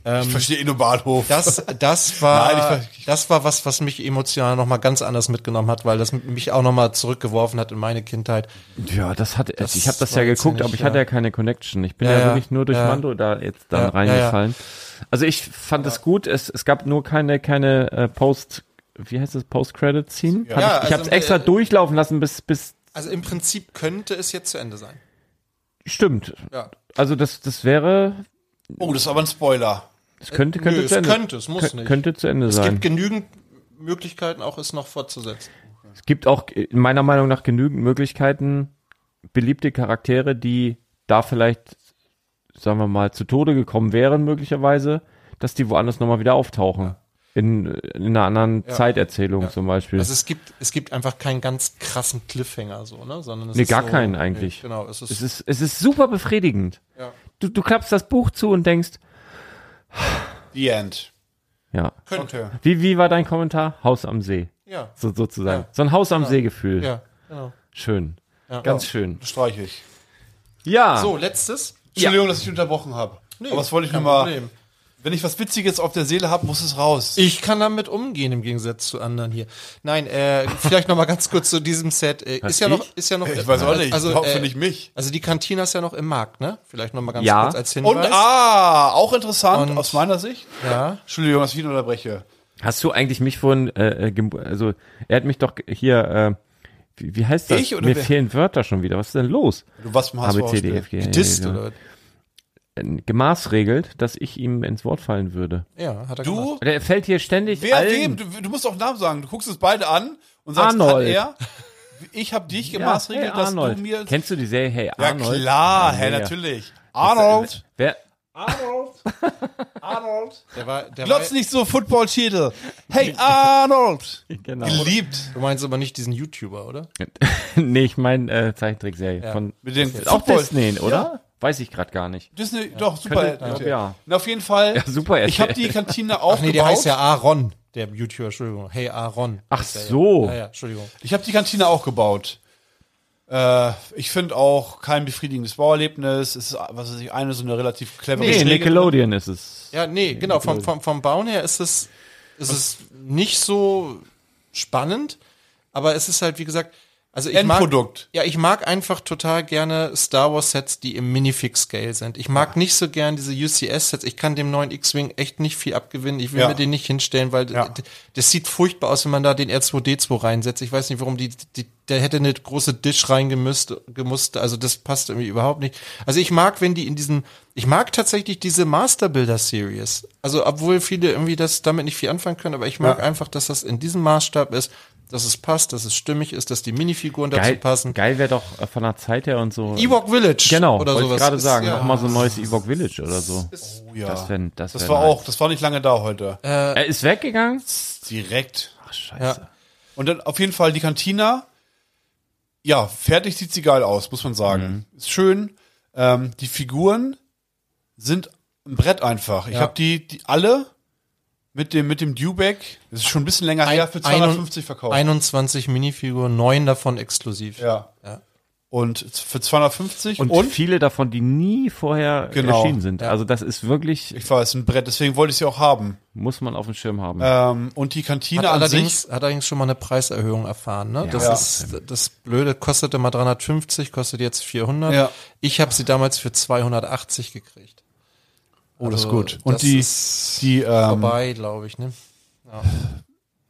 ähm, ich verstehe eh nur Bahnhof. Das, das war, Nein, ich ver- das war was, was mich emotional nochmal ganz anders mitgenommen hat, weil das mich auch nochmal zurückgeworfen hat in meine Kindheit. Ja, das hat, also Das ich habe das war ja geguckt, ziemlich, aber ich hatte ja. ja keine Connection. Ich bin Ja, ja, ja, wirklich nur durch ja. Mando da jetzt dann Ja, reingefallen. Also ich fand es gut. Es, es gab nur keine, keine äh, Post, wie heißt es, Post-Credit-Scene? Ja, ich Ja, ich also, habe es extra äh, durchlaufen lassen, bis, bis, Also im Prinzip könnte es jetzt zu Ende sein. stimmt. Ja. Also das, das wäre, Oh, das ist aber ein Spoiler. es könnte, könnte Nö, zu es Ende könnte, es muss Kö- nicht. Könnte zu Ende Es sein. gibt genügend Möglichkeiten, auch es noch fortzusetzen. es gibt auch äh, meiner Meinung nach genügend Möglichkeiten, beliebte Charaktere, die da vielleicht, sagen wir mal, zu Tode gekommen wären, möglicherweise, dass die woanders nochmal wieder auftauchen. In, in einer anderen Zeiterzählung zum Beispiel. Also es gibt, es gibt einfach keinen ganz krassen Cliffhanger so, ne? Sondern es Nee, gar so, keinen eigentlich. genau, es ist, es, ist, es ist super befriedigend. Ja. Du, du klappst das Buch zu und denkst, The End. ja. könnte. Okay. Wie, wie war dein Kommentar? Haus am See. Ja, So, sozusagen. So ein Haus am See-Gefühl. ja, genau. Schön. Ja. Ganz schön. Das streiche ich. Ja. So, letztes. Entschuldigung, dass ich unterbrochen habe. Nee, aber das wollte ich kein nur mal. Problem. Wenn ich was Witziges auf der Seele habe, muss es raus. Ich kann damit umgehen im Gegensatz zu anderen hier. Nein, äh, vielleicht noch mal ganz kurz zu diesem Set. Äh, ist ja noch, ist ja noch. Ich weiß auch nicht. Also, Überhaupt äh, nicht mich. also die Kantine ist ja noch im Markt, ne? Vielleicht noch mal ganz Ja. kurz als Hinweis. Und ah, auch interessant Und- aus meiner Sicht. ja. Entschuldigung, dass ich ihn unterbreche. Hast du eigentlich mich vorhin, äh, äh, gem- also er hat mich doch ge- hier, äh, wie, wie heißt das? Ich oder Mir wer? fehlen Wörter schon wieder. Was ist denn los? Du warst im A, B, HSV. C, D, E F, G. Dist, ja, ja. oder? Äh, Gemaßregelt, dass ich ihm ins Wort fallen würde. Ja, hat er gemacht. Du, Oder er fällt hier ständig wer allen. wem? Du, du musst auch Namen sagen. Du guckst uns beide an und sagst, Arnold. hat er. Ich habe dich Ja, gemaßregelt, hey, dass Arnold. du mir. Kennst du die Serie Hey ja, Arnold? klar, hey, mega. natürlich. Arnold. Wer, Der war, der war, Glotz nicht so Football-Titel. Hey, Arnold. genau. Geliebt. du meinst aber nicht diesen YouTuber, oder? nee, ich meine äh, Zeichentrickserie von Mit dem ist auch Disney, oder? Weiß ich gerade gar nicht. Disney, doch, super. Könnte- ja. Na, auf jeden Fall. Ja, super. Ich habe die Kantine aufgebaut. Ach nee, der heißt ja Aaron, der YouTuber, Entschuldigung. Hey Aaron. Ach Heißt der ja. so. Ja, ja, Entschuldigung. Ich habe die Kantine auch gebaut. Äh, ich finde auch kein befriedigendes Bauerlebnis. Es ist, was weiß ich, eine so eine relativ clevere Nee, Schräge- Nickelodeon ist es. Ja, nee, genau, vom, vom, vom Bauen her ist es, ist es nicht so spannend, aber es ist halt, wie gesagt, also ich Endprodukt. mag, ja, ich mag einfach total gerne Star Wars Sets, die im Minifix Scale sind. Ich mag nicht so gern diese UCS Sets. Ich kann dem neuen X-Wing echt nicht viel abgewinnen. Ich will Ja. mir den nicht hinstellen, weil Ja. d- das sieht furchtbar aus, wenn man da den R2D2 reinsetzt. Ich weiß nicht, warum die, die der hätte eine große Dish reingemusst, gemusst. Also das passt irgendwie überhaupt nicht. Also ich mag, wenn die in diesen, ich mag tatsächlich diese Master Builder Series. Also obwohl viele irgendwie das damit nicht viel anfangen können, aber ich mag einfach, dass das in diesem Maßstab ist, dass es passt, dass es stimmig ist, dass die Minifiguren dazu Geil, passen. geil wäre doch äh, von der Zeit her und so. Ewok Village Genau, oder wollte sowas. ich gerade Ist sagen. ja- Nochmal so ein neues Ewok Village oder so. Oh, ja. Das, wär, das, Das wär war nice. Äh. auch, das war nicht lange da heute. Er ist weggegangen? Direkt. Ach, scheiße. Und dann auf jeden Fall die Kantine. Ja, fertig sieht sie geil aus, muss man sagen. Mhm. Ist schön. Ähm, die Figuren sind ein Brett einfach. Ich habe die, die alle mit dem, mit dem Dewback, das ist schon ein bisschen länger her, für 250 verkauft. 21 Minifiguren, neun davon exklusiv. Ja. Ja. Und für 250 Und, viele davon, die nie vorher Genau, erschienen sind. Also das ist wirklich, ich weiß, ein Brett, deswegen wollte ich sie auch haben. muss man auf dem Schirm haben. Äh, Ähm, und die Kantine Hat an sich, allerdings, hat allerdings schon mal eine Preiserhöhung erfahren. Ne? das Ja. ist das Blöde. Kostete mal 350, kostet jetzt 400. Ja. Ich habe sie damals für 280 gekriegt. oh, das ist Also, gut. das Und die, ist die ähm, vorbei, glaube ich. Ne?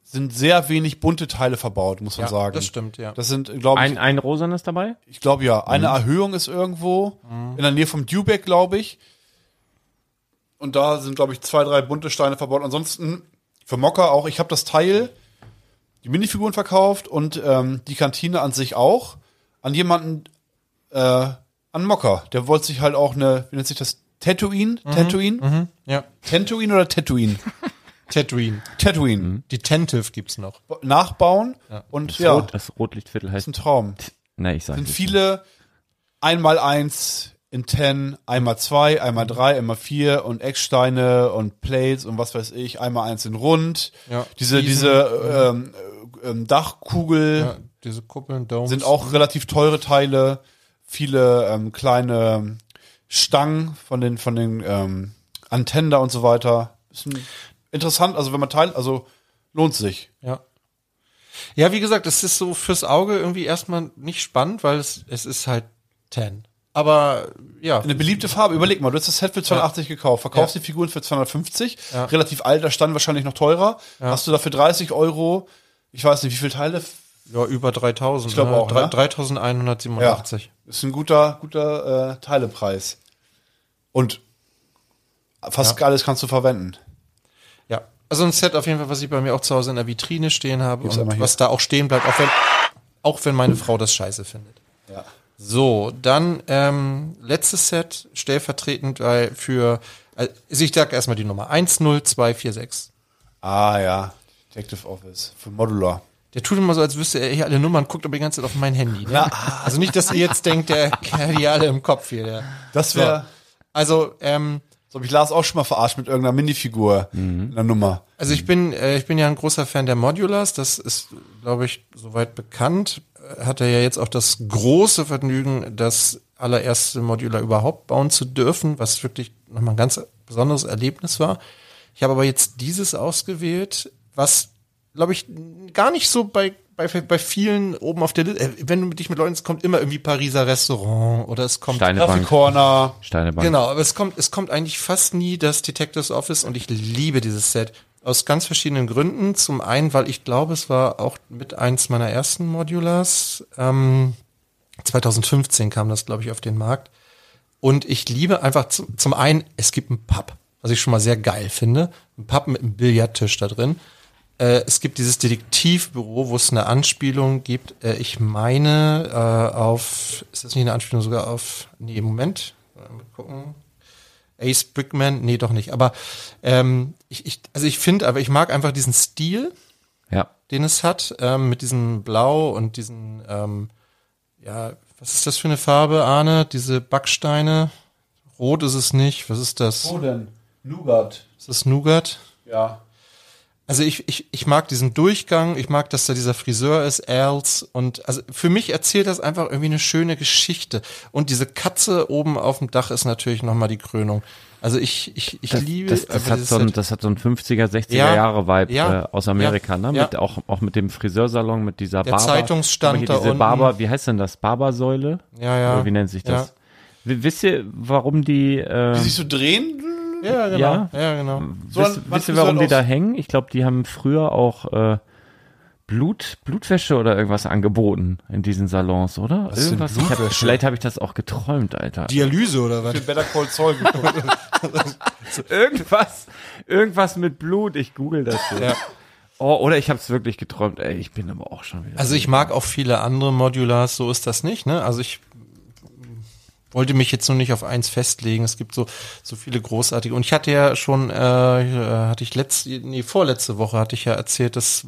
sind sehr wenig bunte Teile verbaut, muss man Ja, sagen. das stimmt, ja. Das sind, glaube ich, ein, ein Rosan ist dabei? ich glaube ja, eine Erhöhung ist irgendwo in der Nähe vom Dewback, glaube ich. Und da sind, glaube ich, zwei, drei bunte Steine verbaut. Ansonsten für Mocker auch. Ich habe das Teil, die Minifiguren verkauft und ähm, die Kantine an sich auch an jemanden, äh, an Mocker. Der wollte sich halt auch eine, wie nennt sich das? Tatooine? Tatooine? Mhm. ja. Tatooine oder Tatooine? Tatooine. Tatooine. Die Tentive gibt's noch. Ba- Nachbauen und Das, ja, Rot, das Rotlichtviertel ist heißt. ein Traum. Nee, ich sag sind nicht. viele einmal eins in 10, einmal zwei, einmal drei, einmal vier und Ecksteine und Plates und was weiß ich, einmal eins in rund. Ja. Diese, Riesen. diese ähm, äh, ähm, Dachkugel Ja, diese Kuppeln, Domes. sind auch relativ teure Teile. Viele ähm, kleine Stangen von den, von den ähm, Antender und so weiter. Ist ein, interessant, also wenn man teilt, also lohnt sich. Ja. Ja, wie gesagt, es ist so fürs Auge irgendwie erstmal nicht spannend, weil es, es ist halt 10. Aber ja, Eine beliebte Farbe, überleg mal, du hast das Set für 280 gekauft, verkaufst die Figuren für 250, relativ alter Stand wahrscheinlich noch teurer, hast du dafür 30 Euro, ich weiß nicht, wie viele Teile, ja über 3000. Ich glaub auch, ne? 3187. Ist ein guter, guter äh, Teilepreis. Und fast alles kannst du verwenden. Ja. Also ein Set auf jeden Fall, was ich bei mir auch zu Hause in der Vitrine stehen habe einmal und hier. was da auch stehen bleibt, auch wenn, auch wenn meine Frau das scheiße findet. Ja. So, dann ähm, letztes Set, stellvertretend äh, für, äh, ich sag erstmal die Nummer 10246. Ah ja, Detective Office für Modular. Der tut immer so, als wüsste er hier alle Nummern, guckt aber die ganze Zeit auf mein Handy. Ne? Also nicht, dass ihr jetzt denkt, der hat die alle im Kopf hier. Der. Das wäre, Also, ähm, so hab ich Lars auch schon mal verarscht mit irgendeiner Minifigur Mhm. in der Nummer. Also ich bin, äh, ich bin ja ein großer Fan der Modulars. Das ist, glaube ich, soweit bekannt. Äh, Hat er ja jetzt auch das große Vergnügen, das allererste Modular überhaupt bauen zu dürfen, was wirklich nochmal ein ganz besonderes Erlebnis war. Ich habe aber jetzt dieses ausgewählt, was, glaube ich, gar nicht so bei bei, bei vielen oben auf der Liste, äh, wenn du dich mit Leuten, es kommt immer irgendwie Pariser Restaurant oder es kommt Kaffee Steinebank, Corner. Steinebank. Genau, aber es kommt, es kommt eigentlich fast nie das Detectives Office und ich liebe dieses Set. Aus ganz verschiedenen Gründen. Zum einen, weil ich glaube, es war auch mit eins meiner ersten Modulars. Ähm, 2015 kam das, glaube ich, auf den Markt. Und ich liebe einfach zum, zum einen, es gibt einen Pub, was ich schon mal sehr geil finde. Ein Pub mit einem Billardtisch da drin. Äh, es gibt dieses Detektivbüro, wo es eine Anspielung gibt. Äh, ich meine äh, auf, ist das nicht eine Anspielung sogar auf, nee, Moment, mal gucken. Ace Brickman, nee, doch nicht. Aber ähm, ich, ich, also ich finde, aber ich mag einfach diesen Stil Ja. den es hat, ähm, mit diesem Blau und diesen, ähm, ja, was ist das für eine Farbe, Arne? Diese Backsteine? Rot ist es nicht. Was ist das? denn? Nougat. Ist das Nougat? Ja. Also ich, ich, ich mag diesen Durchgang, ich mag, dass da dieser Friseur ist, Els. Und also für mich erzählt das einfach irgendwie eine schöne Geschichte. Und diese Katze oben auf dem Dach ist natürlich nochmal die Krönung. Also ich, ich, ich Das, liebe das, das, einfach hat dieses so ein, Set. das hat so ein 50er, 60er halt- Ja, Jahre Vibe ja, äh, aus Amerika, ja, ne? ja. Mit, auch, auch mit dem Friseursalon, mit dieser Der Barber. Guck Zeitungsstand mal da hier, diese unten. Barber, wie heißt denn das? Barbersäule? Ja, ja. Oder wie nennt sich das? Ja. W- Wisst ihr, warum die, äh, Sich so drehen? Ja, genau. Ja. Ja, genau. So wisst, ein- was wisst ihr, ist warum die halt da aus- hängen? Ich glaube, die haben früher auch äh, Blut, Blutwäsche oder irgendwas angeboten in diesen Salons, oder? denn irgendwas. Ich hab, Blutwäsche? vielleicht habe ich das auch geträumt, Alter. Dialyse oder was? Für Better Call Saul geguckt. irgendwas, irgendwas mit Blut. Ich google das jetzt. Ja. Oh, oder ich habe es wirklich geträumt. Ey, ich bin aber auch schon wieder. Also ich mag auch viele andere Modulars, so ist das nicht, ne? Also ich wollte mich jetzt nur nicht auf eins festlegen. Es gibt so so viele großartige. Und ich hatte ja schon, äh, hatte ich letzte, nee, vorletzte Woche hatte ich ja erzählt, dass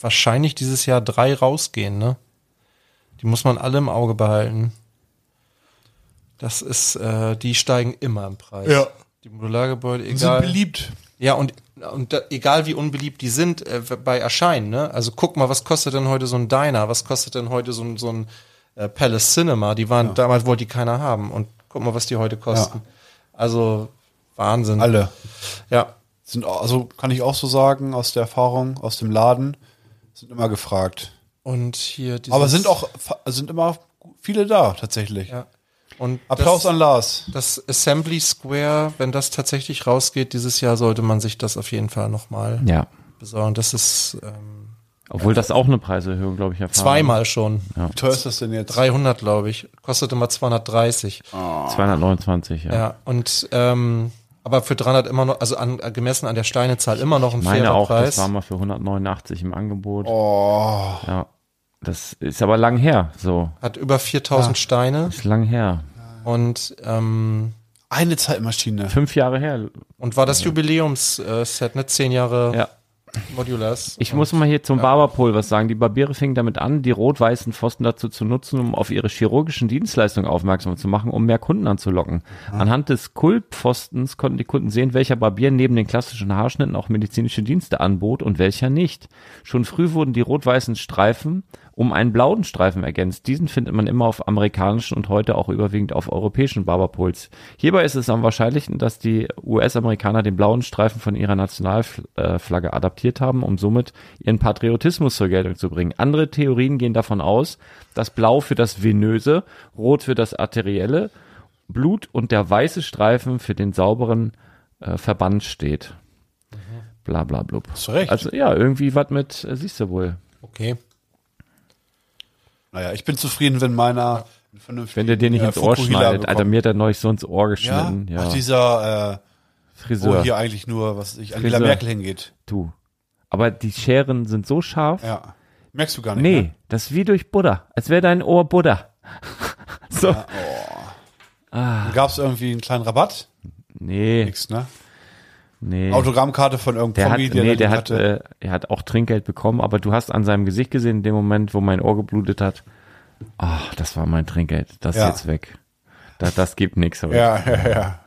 wahrscheinlich dieses Jahr drei rausgehen, ne? Die muss man alle im Auge behalten. Das ist, äh, die steigen immer im Preis. Ja. Die Modulargebäude, egal. Sind beliebt. Ja, und, und da, egal wie unbeliebt die sind, äh, bei Erscheinen, ne? Also guck mal, was kostet denn heute so ein Diner? Was kostet denn heute so ein, so ein äh, Palace Cinema? Die waren, damals wollte die keiner haben. Und guck mal, was die heute kosten. Also, Wahnsinn. Alle. Ja. Sind, au- also kann ich auch so sagen, aus der Erfahrung, aus dem Laden, sind immer gefragt. Und hier dieses, Aber sind auch, fa- sind immer viele da, tatsächlich. Ja. Und Applaus das, an Lars. das Assembly Square, wenn das tatsächlich rausgeht dieses Jahr, sollte man sich das auf jeden Fall nochmal ja. besorgen. Das ist ähm, Obwohl das auch eine Preiserhöhung, glaube ich, erfahren. zweimal schon. Wie teuer ist das denn jetzt? 300, glaube ich. Kostete mal 230. 229, ja. Ja, und ähm, aber für 300 immer noch, also an, gemessen an der Steinezahl immer noch ein Meine fairer auch, Preis. das war mal für 189 im Angebot. Oh. Ja. Das ist aber lang her, so. hat über 4000 Steine Ist lang her. und ähm, Eine Zeitmaschine. Fünf Jahre her. und war das Jubiläumsset, ne? Zehn Jahre Ja. Modulars. Ähm, Ich muss mal hier zum Barberpol was sagen. Die Barbiere fingen damit an, die rot-weißen Pfosten dazu zu nutzen, um auf ihre chirurgischen Dienstleistungen aufmerksam zu machen, um mehr Kunden anzulocken. Anhand des Kultpfostens konnten die Kunden sehen, welcher Barbier neben den klassischen Haarschnitten auch medizinische Dienste anbot und welcher nicht. Schon früh wurden die rot-weißen Streifen um einen blauen Streifen ergänzt. Diesen findet man immer auf amerikanischen und heute auch überwiegend auf europäischen Barberpols. Hierbei ist es am wahrscheinlichsten, dass die US-Amerikaner den blauen Streifen von ihrer Nationalflagge adaptiert haben, um somit ihren Patriotismus zur Geltung zu bringen. Andere Theorien gehen davon aus, dass blau für das venöse, rot für das arterielle Blut und der weiße Streifen für den sauberen äh, Verband steht. Bla bla blub. Zu Recht. Also ja, irgendwie was mit, äh, siehst du wohl. Okay. Naja, ich bin zufrieden, wenn meiner einen vernünftigen, Wenn der dir nicht äh, ins Ohr Fukuhila schneidet, Alter, bekommt. mir hat er neulich so ins Ohr ja? geschnitten. Ja, Ach, dieser, äh, Friseur, wo hier eigentlich nur, was ich, Angela Friseur. Merkel hingeht. du. Aber die Scheren sind so scharf. Ja. Merkst du gar nicht. nee, Ne? das ist wie durch Buddha. Als wäre dein Ohr Buddha. so. Dann ne? gab's irgendwie einen kleinen Rabatt? Nee, Nix, ne? nee. Autogrammkarte von der irgendeinem hat, Promi, der, nee, der da hat, äh, er hat auch Trinkgeld bekommen, aber du hast an seinem Gesicht gesehen, in dem Moment, wo mein Ohr geblutet hat, ach, das war mein Trinkgeld, das Ja. ist jetzt weg. Das, das gibt nichts, aber ja, ja, ja.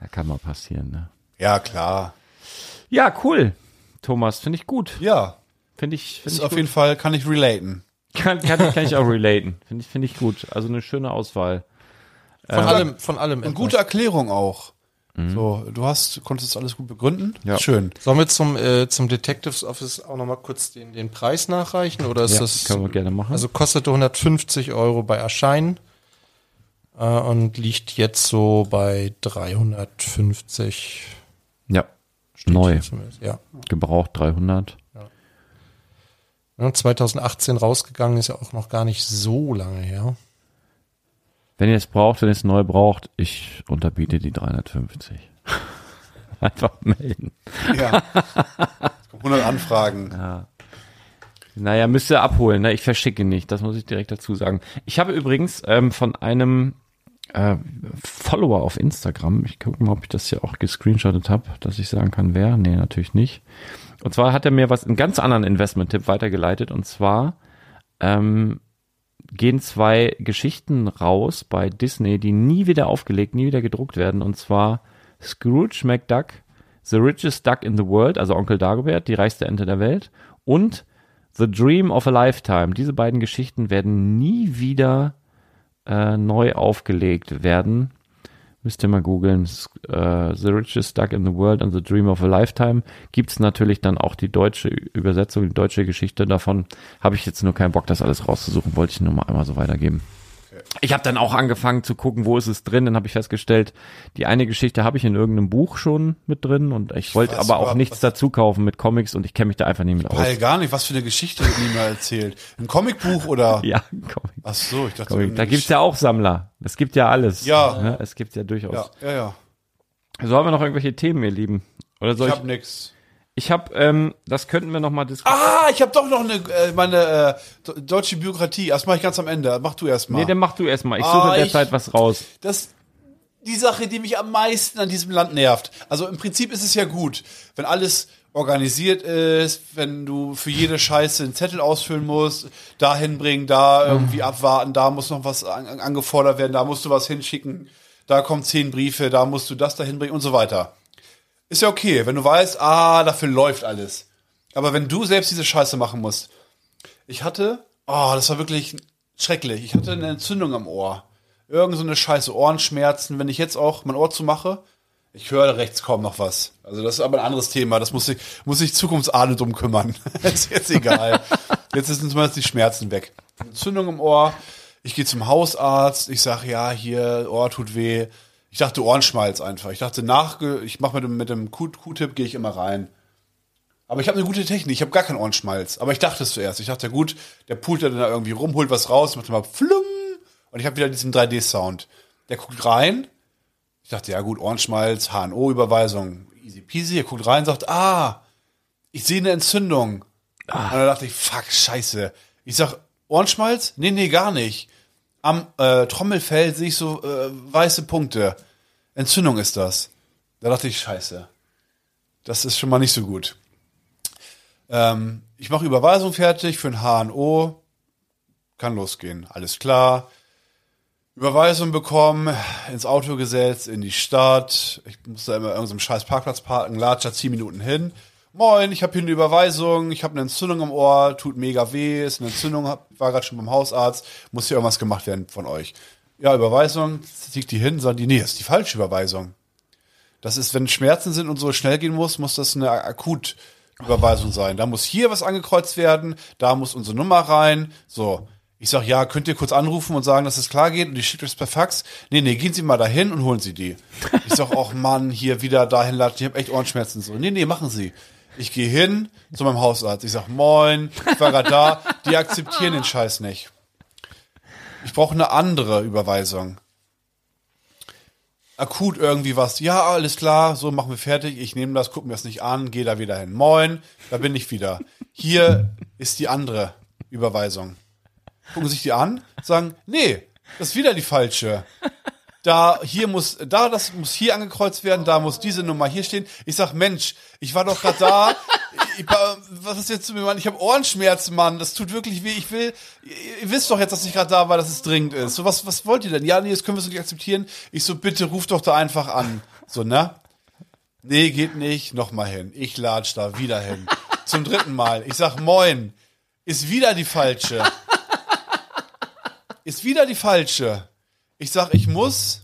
das kann mal passieren. Ne? Ja, klar. Ja, cool, Thomas, finde ich gut. Ja, Finde ich, finde ist ich auf gut. jeden Fall, kann ich relaten. Kann, kann, ich- kann ich auch relaten. Finde ich, finde ich gut. Also eine schöne Auswahl. Äh, Von allem, von allem. Und etwas. gute Erklärung auch. So, du hast, konntest alles gut begründen. Mhm. Ja. Schön. Sollen wir zum, äh, zum Detectives Office auch nochmal kurz den, den Preis nachreichen? Oder ist Ja, das. können wir gerne machen. Also kostete 150 Euro bei Erscheinen äh, und liegt jetzt so bei 350. Ja. steht Neu. hier zumindest, Ja. Gebraucht 300. Ja, 2018 rausgegangen ist ja auch noch gar nicht so lange her. Wenn ihr es braucht, wenn ihr es neu braucht, ich unterbiete die 350. Einfach melden. Ja. Es kommen 100 Anfragen. Naja, müsst ihr abholen. Ne? Ich verschicke nicht. Das muss ich direkt dazu sagen. Ich habe übrigens ähm, von einem äh, Follower auf Instagram, ich gucke mal, ob ich das hier auch gescreenshottet habe, dass ich sagen kann, wer. Nee, natürlich nicht. Und zwar hat er mir was, einen ganz anderen Investment-Tipp weitergeleitet. Und zwar ähm, gehen zwei Geschichten raus bei Disney, die nie wieder aufgelegt, nie wieder gedruckt werden. Und zwar Scrooge McDuck, The Richest Duck in the World, also Onkel Dagobert, die reichste Ente der Welt. Und The Dream of a Lifetime. Diese beiden Geschichten werden nie wieder äh, neu aufgelegt werden. Müsst ihr mal googeln. S- Äh, the Richest Duck in the World and The Dream of a Lifetime. Gibt's natürlich dann auch die deutsche Übersetzung, die deutsche Geschichte davon. Habe ich jetzt nur keinen Bock, das alles rauszusuchen. Wollte ich nur mal einmal so weitergeben. Ich habe dann auch angefangen zu gucken, wo ist es drin. Dann habe ich festgestellt, die eine Geschichte habe ich in irgendeinem Buch schon mit drin und ich wollte weiß aber auch überhaupt, nichts was- dazu kaufen mit Comics und ich kenne mich da einfach nicht mit aus. Weil gar nicht, was für eine Geschichte wird nie mehr erzählt. Ein Comicbuch oder? Ja, Comic. Ach so, ich dachte, Comic. Da irgendwie- gibt's ja auch Sammler. Es gibt ja alles. Ja. Ne? Es gibt ja durchaus. ja, ja, ja. So haben wir noch irgendwelche Themen, ihr Lieben. Oder soll Ich ich? hab nix. Ich habe, hab, ähm, das könnten wir noch mal diskutieren. Ah, ich habe doch noch eine äh, meine äh, do- deutsche Bürokratie. Das mache ich ganz am Ende. Mach du erst mal. nee, dann mach du erst mal. Ich suche Ah, in der ich- Zeit was raus. das die Sache, die mich am meisten an diesem Land nervt. Also im Prinzip ist es ja gut, wenn alles organisiert ist, wenn du für jede Scheiße einen Zettel ausfüllen musst, da hinbringen, da irgendwie abwarten, da muss noch was an, an- angefordert werden, da musst du was hinschicken, da kommen zehn Briefe, da musst du das da hinbringen und so weiter. Ist ja okay, wenn du weißt, ah, dafür läuft alles. Aber wenn du selbst diese Scheiße machen musst, ich hatte, oh, das war wirklich schrecklich. Ich hatte eine Entzündung am Ohr. Irgend so eine scheiße Ohrenschmerzen. Wenn ich jetzt auch mein Ohr zumache, ich höre rechts kaum noch was. Also das ist aber ein anderes Thema. Das muss ich, muss ich Zukunftsahne drum kümmern. ist jetzt egal. jetzt sind zumindest die Schmerzen weg. Entzündung im Ohr. Ich gehe zum Hausarzt. Ich sage, ja, hier, Ohr tut weh. Ich dachte Ohrenschmalz einfach. Ich dachte, nach, ich mache mit dem, mit dem Q- Q-Tip, gehe ich immer rein. Aber ich habe eine gute Technik, ich habe gar keinen Ohrenschmalz. Aber ich dachte es zuerst. Ich dachte, gut, der pult dann da irgendwie rum, holt was raus, macht mal flum und ich habe wieder diesen 3D-Sound. Der guckt rein, ich dachte, ja gut, Ohrenschmalz, HNO-Überweisung, easy peasy. Er guckt rein, sagt, ah, ich sehe eine Entzündung. Und dann dachte ich, fuck, scheiße. Ich sag, Ohrenschmalz? Nee, nee, gar nicht. Am äh, Trommelfell sehe ich so äh, weiße Punkte. Entzündung ist das. Da dachte ich, scheiße. Das ist schon mal nicht so gut. Ähm, ich mache Überweisung fertig für ein HNO. Kann losgehen. Alles klar. Überweisung bekommen, ins Auto gesetzt, in die Stadt. Ich muss da immer in irgendeinem scheiß Parkplatz parken, latscher 10 Minuten hin. Moin, ich habe hier eine Überweisung, ich habe eine Entzündung im Ohr, tut mega weh, ist eine Entzündung, hab- war gerade schon beim Hausarzt, muss hier irgendwas gemacht werden von euch. Ja, Überweisung, zieht die hin, sagen die, nee, ist die falsche Überweisung. Das ist, wenn Schmerzen sind und so schnell gehen muss, muss das eine Akutüberweisung sein. Da muss hier was angekreuzt werden, da muss unsere Nummer rein. So. Ich sag, ja, könnt ihr kurz anrufen und sagen, dass es klar geht und ich schicke das per Fax. Nee, nee, gehen Sie mal dahin und holen Sie die. Ich sag, auch Mann, hier wieder dahin laden, ich habe echt Ohrenschmerzen. So, nee, nee, machen Sie. Ich gehe hin zu meinem Hausarzt. Ich sag, moin, ich war gerade da. Die akzeptieren den Scheiß nicht. Ich brauche eine andere Überweisung akut irgendwie was, ja, alles klar, so machen wir fertig, ich nehme das, guck mir das nicht an, gehe da wieder hin. Moin, da bin ich wieder. Hier ist die andere Überweisung. Gucken sich die an, sagen, nee, das ist wieder die falsche. Da, hier muss, da, das muss hier angekreuzt werden, da muss diese Nummer hier stehen. Ich sag, Mensch, ich war doch gerade da. Ich, war- was ist jetzt zu mir, Mann? Ich habe Ohrenschmerzen, Mann. Das tut wirklich weh. Ich will, ihr, ihr wisst doch jetzt, dass ich gerade da war, dass es dringend ist. So, was, was wollt ihr denn? Ja, nee, das können wir so nicht akzeptieren. Ich so, bitte ruf doch da einfach an. So, ne? Nee, geht nicht. Nochmal hin. Ich latsch da wieder hin. Zum dritten Mal. Ich sag, moin. Ist wieder die falsche. Ist wieder die falsche. Ich sag, ich muss.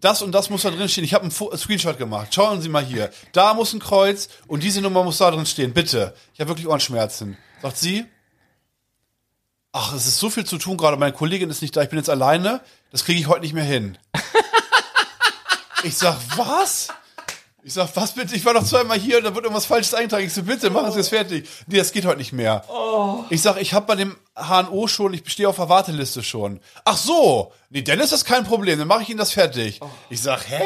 Das und das muss da drin stehen. Ich habe einen Fo- Screenshot gemacht. Schauen Sie mal hier. Da muss ein Kreuz und diese Nummer muss da drin stehen. Bitte. Ich habe wirklich Ohrenschmerzen. Sagt sie. Ach, es ist so viel zu tun gerade. Meine Kollegin ist nicht da. Ich bin jetzt alleine. Das kriege ich heute nicht mehr hin. Ich sag, was? Ich sag, was bitte? Ich war noch zweimal hier und da wird irgendwas Falsches eingetragen. Ich so, bitte, machen Sie es fertig. Nee, das geht heute nicht mehr. Oh. Ich sag, ich hab bei dem HNO schon, ich stehe auf der Warteliste schon. Ach so, nee, dann ist das kein Problem, dann mache ich Ihnen das fertig. Oh. Ich sag, hä?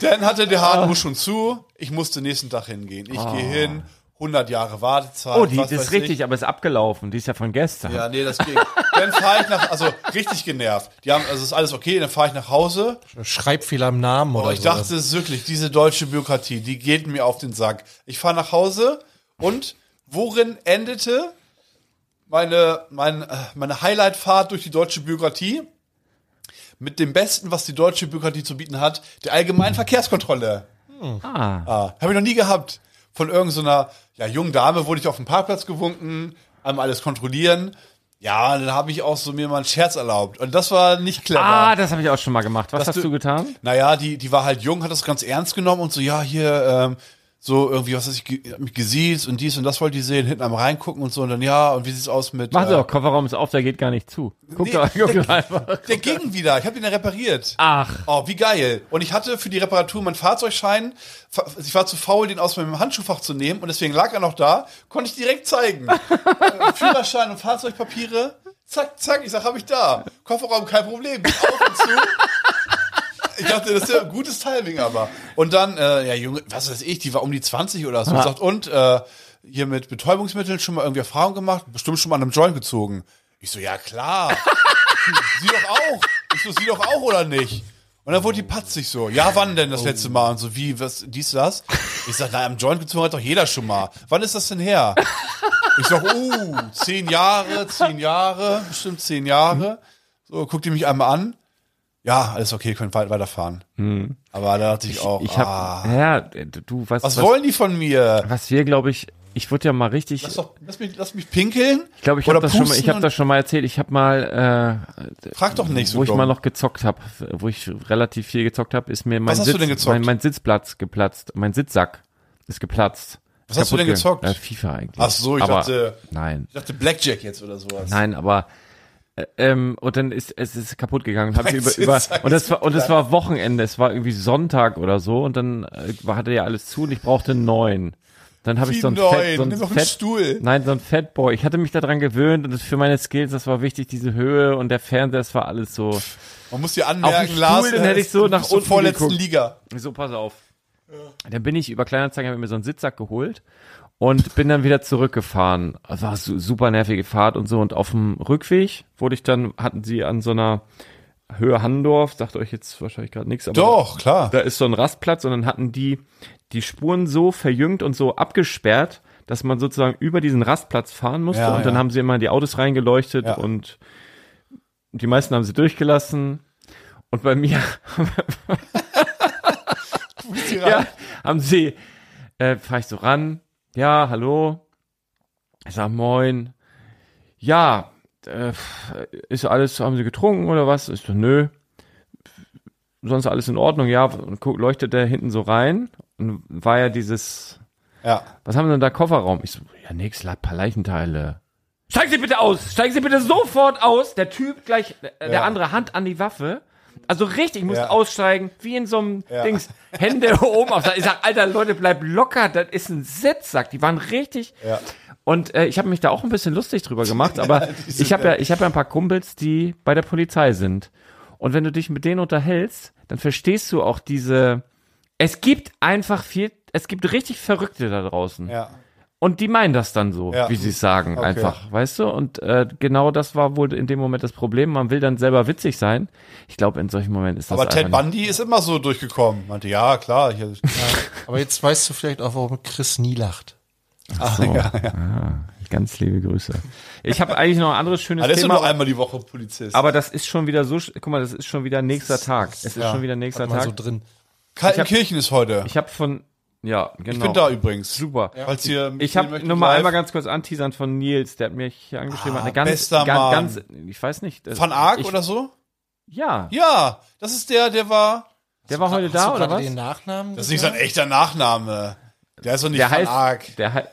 dann hatte der HNO Ah. schon zu, ich musste nächsten Tag hingehen. Ich gehe hin, 100 Jahre Wartezeit. Oh, die Ah, was die weiß ist ich. richtig, aber ist abgelaufen. Die ist ja von gestern. Ja, nee, das ging. Dann fahre ich nach, also richtig genervt. Die haben, also ist alles okay, dann fahre ich nach Hause. Schreibfehler im Namen oder Aber Oh, ich sowas. dachte es ist wirklich, diese deutsche Bürokratie, die geht mir auf den Sack. Ich fahre nach Hause und worin endete meine, mein, äh, meine Highlightfahrt durch die deutsche Bürokratie? Mit dem Besten, was die deutsche Bürokratie zu bieten hat, der allgemeinen Verkehrskontrolle. Hm. Ah. Habe ich noch nie gehabt. Von irgendeiner ja, jungen Dame wurde ich auf dem Parkplatz gewunken, einmal alles kontrollieren. Ja, dann habe ich auch so mir mal einen Scherz erlaubt. Und das war nicht clever. Ah, das habe ich auch schon mal gemacht. Was hast du, du- getan? Naja, die, die war halt jung, hat das ganz ernst genommen und so, ja, hier, ähm, so irgendwie, was weiß ich, ge- hab mich gesiezt und dies und das wollte die sehen, hinten am reingucken und so und dann, ja, und wie sieht's aus mit. Mach äh, doch, Kofferraum ist auf, der geht gar nicht zu. Guck Nee, doch, guck der- doch einfach. Der ging wieder, ich habe ihn ja repariert. Ach, Oh, wie geil. Und ich hatte für die Reparatur meinen Fahrzeugschein, fa- ich war zu faul, den aus meinem Handschuhfach zu nehmen und deswegen lag er noch da, konnte ich direkt zeigen. äh, Führerschein und Fahrzeugpapiere, zack, zack, ich sag, hab ich da. Kofferraum, kein Problem, geht auf und zu. Ich dachte, das ist ja ein gutes Timing, aber. Und dann, äh, ja, Junge, was weiß ich, die war um die 20 oder so. Und sagt, und äh, hier mit Betäubungsmitteln schon mal irgendwie Erfahrung gemacht, bestimmt schon mal an einem Joint gezogen. Ich so, ja klar. sie doch auch. Ich so, sie doch auch oder nicht? Und dann wurde die patzig so. Ja, wann denn das Oh. letzte Mal? Und so, wie, was, dies, das? Ich sag, na, am Joint gezogen hat doch jeder schon mal. Wann ist das denn her? Ich sag, oh, zehn Jahre, zehn Jahre, bestimmt zehn Jahre. So, guckt ihr mich einmal an. Ja, alles okay, könnt weit- weiterfahren. Aber da dachte ich auch, Hm. ich habe, ah, ja, du, was, was, wollen die von mir? was wir, glaube ich, ich wurde ja mal richtig, Lass, doch, lass, mich, lass mich pinkeln? ich glaube, ich habe das schon mal, ich habe das schon mal erzählt. Ich habe mal, äh, Frag doch nicht so wo ich dumm. mal noch gezockt habe, wo ich relativ viel gezockt habe, ist mir mein hast du Sitz, denn gezockt? mein, mein Sitzplatz geplatzt, mein Sitzsack ist geplatzt. Was hast du denn gezockt? Äh, FIFA eigentlich. Ach so, ich aber, dachte- Nein. Ich dachte Blackjack jetzt oder sowas. Nein, aber äh, ähm, und dann ist es ist kaputt gegangen. Hab ich Mein über, über, Sitzsack und das ist war und es war Wochenende. Es war irgendwie Sonntag oder so und dann äh, war- hatte ja alles zu und ich brauchte einen neuen. Dann habe ich Wie so einen, neuen? Fett, so einen, Nimm doch einen Fett, Stuhl. Nein, so ein Fatboy. Ich hatte mich daran gewöhnt und das für meine Skills, das war wichtig, diese Höhe und der Fernseher, das war alles so. Man muss dir Auf den anmerken, Stuhl, Lars, dann hätte ich so du bist nach zur unten vorletzten geguckt. Liga. So, pass auf. Dann bin ich über Kleinanzeigen, habe mir so einen Sitzsack geholt und bin dann wieder zurückgefahren. Das war su- super nervige Fahrt und so. Und auf dem Rückweg wurde ich dann, hatten sie an so einer, Höhe Handorf, sagt euch jetzt wahrscheinlich gerade nichts, aber Doch, klar. da ist so ein Rastplatz und dann hatten die die Spuren so verjüngt und so abgesperrt, dass man sozusagen über diesen Rastplatz fahren musste Ja, und dann ja. haben sie immer in die Autos reingeleuchtet Ja. und die meisten haben sie durchgelassen. Und bei mir ja, haben sie, äh, fahr ich so ran, ja, hallo, ich sag moin, ja, äh, ist alles, haben sie getrunken oder was? Ist so, nö, sonst alles in Ordnung, ja, und guck, leuchtet der hinten so rein und war ja dieses, Ja. was haben sie denn da Kofferraum? Ich so, ja, nix, Le- paar Leichenteile. Steigen Sie bitte aus! Steigen Sie bitte sofort aus! Der Typ gleich, äh, der andere Hand an die Waffe. Also richtig, ich muss Ja. aussteigen, wie in so einem Dings. Hände oben auf. Ich sag, Alter, Leute, bleib locker, das ist ein Sitzsack. Die waren richtig. Ja. Und äh, ich habe mich da auch ein bisschen lustig drüber gemacht, aber die sind ich habe ja, ich habe ja ein paar Kumpels, die bei der Polizei sind. Und wenn du dich mit denen unterhältst, dann verstehst du auch diese. Es gibt einfach viel. Es gibt richtig Verrückte da draußen. Ja. Und die meinen das dann so, Ja. wie sie es sagen, einfach, weißt du? Und äh, genau das war wohl in dem Moment das Problem. Man will dann selber witzig sein. Ich glaube, in solchen Momenten ist das Aber Ted einfach nicht- Bundy ist immer so durchgekommen. Meinte, ja, klar. Ah, Ich, Aber jetzt weißt du vielleicht auch, warum Chris nie lacht. Ganz liebe Grüße. Ich habe eigentlich noch ein anderes schönes alles Thema. nur einmal die Woche Polizist. aber das ist schon wieder so, sch- guck mal, das ist schon wieder nächster Tag. Es ist Ja, schon wieder nächster Hat man Tag. so drin. Kaltenkirchen ist heute. ich habe von, ja, genau. Ich bin da übrigens. Super. Falls ihr mich Ich sehen habe möchtet nur mal live. einmal ganz kurz anteasern von Nils, der hat mir hier angeschrieben, Ah, hat eine ganz, bester ganz, Mann. ganz, ich weiß nicht. das- Van Ark ich, oder so? Ja, Ja, das ist der, der war. der war heute Hast du da oder gerade was? den Nachnamen? Das ist nicht sein echter Nachname. Der ist doch nicht Der Van heißt, Ark. der heißt,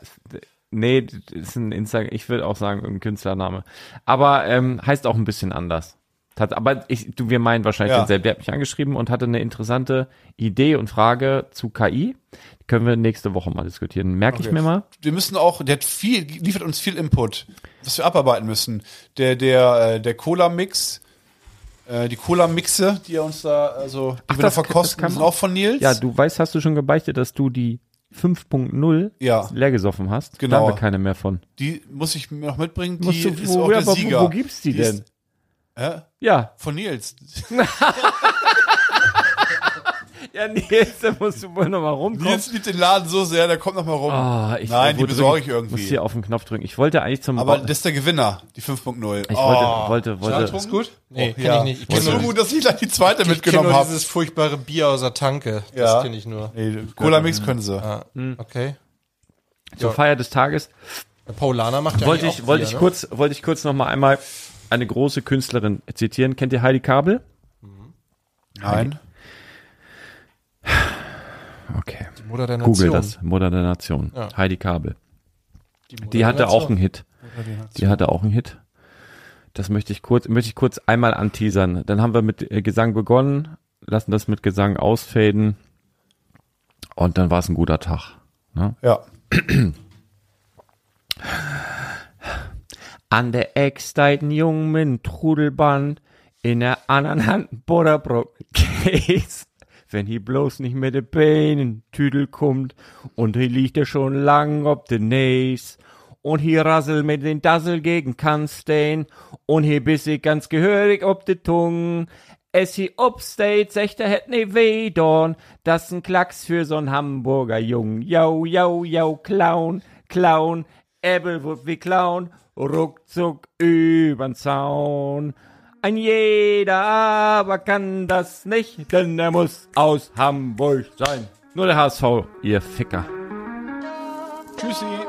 nee, das ist ein Instagram, ich würde auch sagen, irgendein Künstlername. Aber ähm, heißt auch ein bisschen anders. Tat, aber ich, du, wir meinen wahrscheinlich Ja. denselben. Der hat mich angeschrieben und hatte eine interessante Idee und Frage zu KI. Können wir nächste Woche mal diskutieren. Merke ich mir mal. wir müssen auch, der hat viel, liefert uns viel Input, was wir abarbeiten müssen. Der, der, äh, der Cola-Mix, äh, die Cola-Mixe, die er uns da, also, die wir da das- verkosten, das kann sind man- auch von Nils. Ja, du weißt, hast du schon gebeichtet, dass du die 5.0 Ja. leer gesoffen hast? Genau. Da haben wir keine mehr von. die muss ich mir noch mitbringen, die Musst du- ist wo- auch ja, der aber wo- Sieger. wo gibt's die ist- denn? Hä? Ja. Von Nils. Ja, Nils, da musst du wohl nochmal rumkommen. Nils liebt den Laden so sehr, der kommt noch mal rum. Ah, ich Nein, die wo drück- besorge ich irgendwie. Muss hier auf den Knopf drücken. Ich wollte eigentlich zum Aber Ba- das ist der Gewinner, die 5.0 Ich oh. wollte, wollte, wollte. Ist gut? Nee, Oh, kenn ja. ich nicht. Ich kenn so nur, gut, dass ich gleich die zweite ich kenn mitgenommen nur habe. dieses furchtbare Bier aus der Tanke. Ja. Das kenne ich nur. Nee, Cola-Mix können sie. Ah, okay. Zur Feier des Tages Der Paulaner macht ja wollte eigentlich ich, auch wollte Bier, ich ne? kurz, wollte ich kurz noch mal einmal eine große Künstlerin zitieren. Kennt ihr Heidi Kabel? Nein. Okay. Die Mutter der Google Nation. das. Mutter der Nation. Ja. Heidi Kabel. Mutter Die der hatte Nation. auch einen Hit. Die hatte auch einen Hit. Das möchte ich kurz, möchte ich kurz einmal anteasern. Dann haben wir mit äh, Gesang begonnen, lassen das mit Gesang ausfaden. Und dann war es ein guter Tag. Ne? Ja. An der Eck steigt ein Junge mit einem Trudelband, in der anderen Hand ein Butterbrot mit Käse. Wenn hier bloß nicht mit den Beinen Tüdel kommt, und hier liegt er schon lang ob den Näs. Und hier rassel mit den Dassel gegen Kanstein, und hier biss ich ganz gehörig ob de Tung. Es hier upstate, secht er hätt ne Wedorn, das n Klacks für so'n Hamburger Jung. Jau, jau, jau, Clown, Clown, Äbelwurf wie Clown, ruckzuck übern Zaun. Ein jeder aber kann das nicht, denn er muss aus Hamburg sein. Nur der HSV, ihr Ficker. Tschüssi.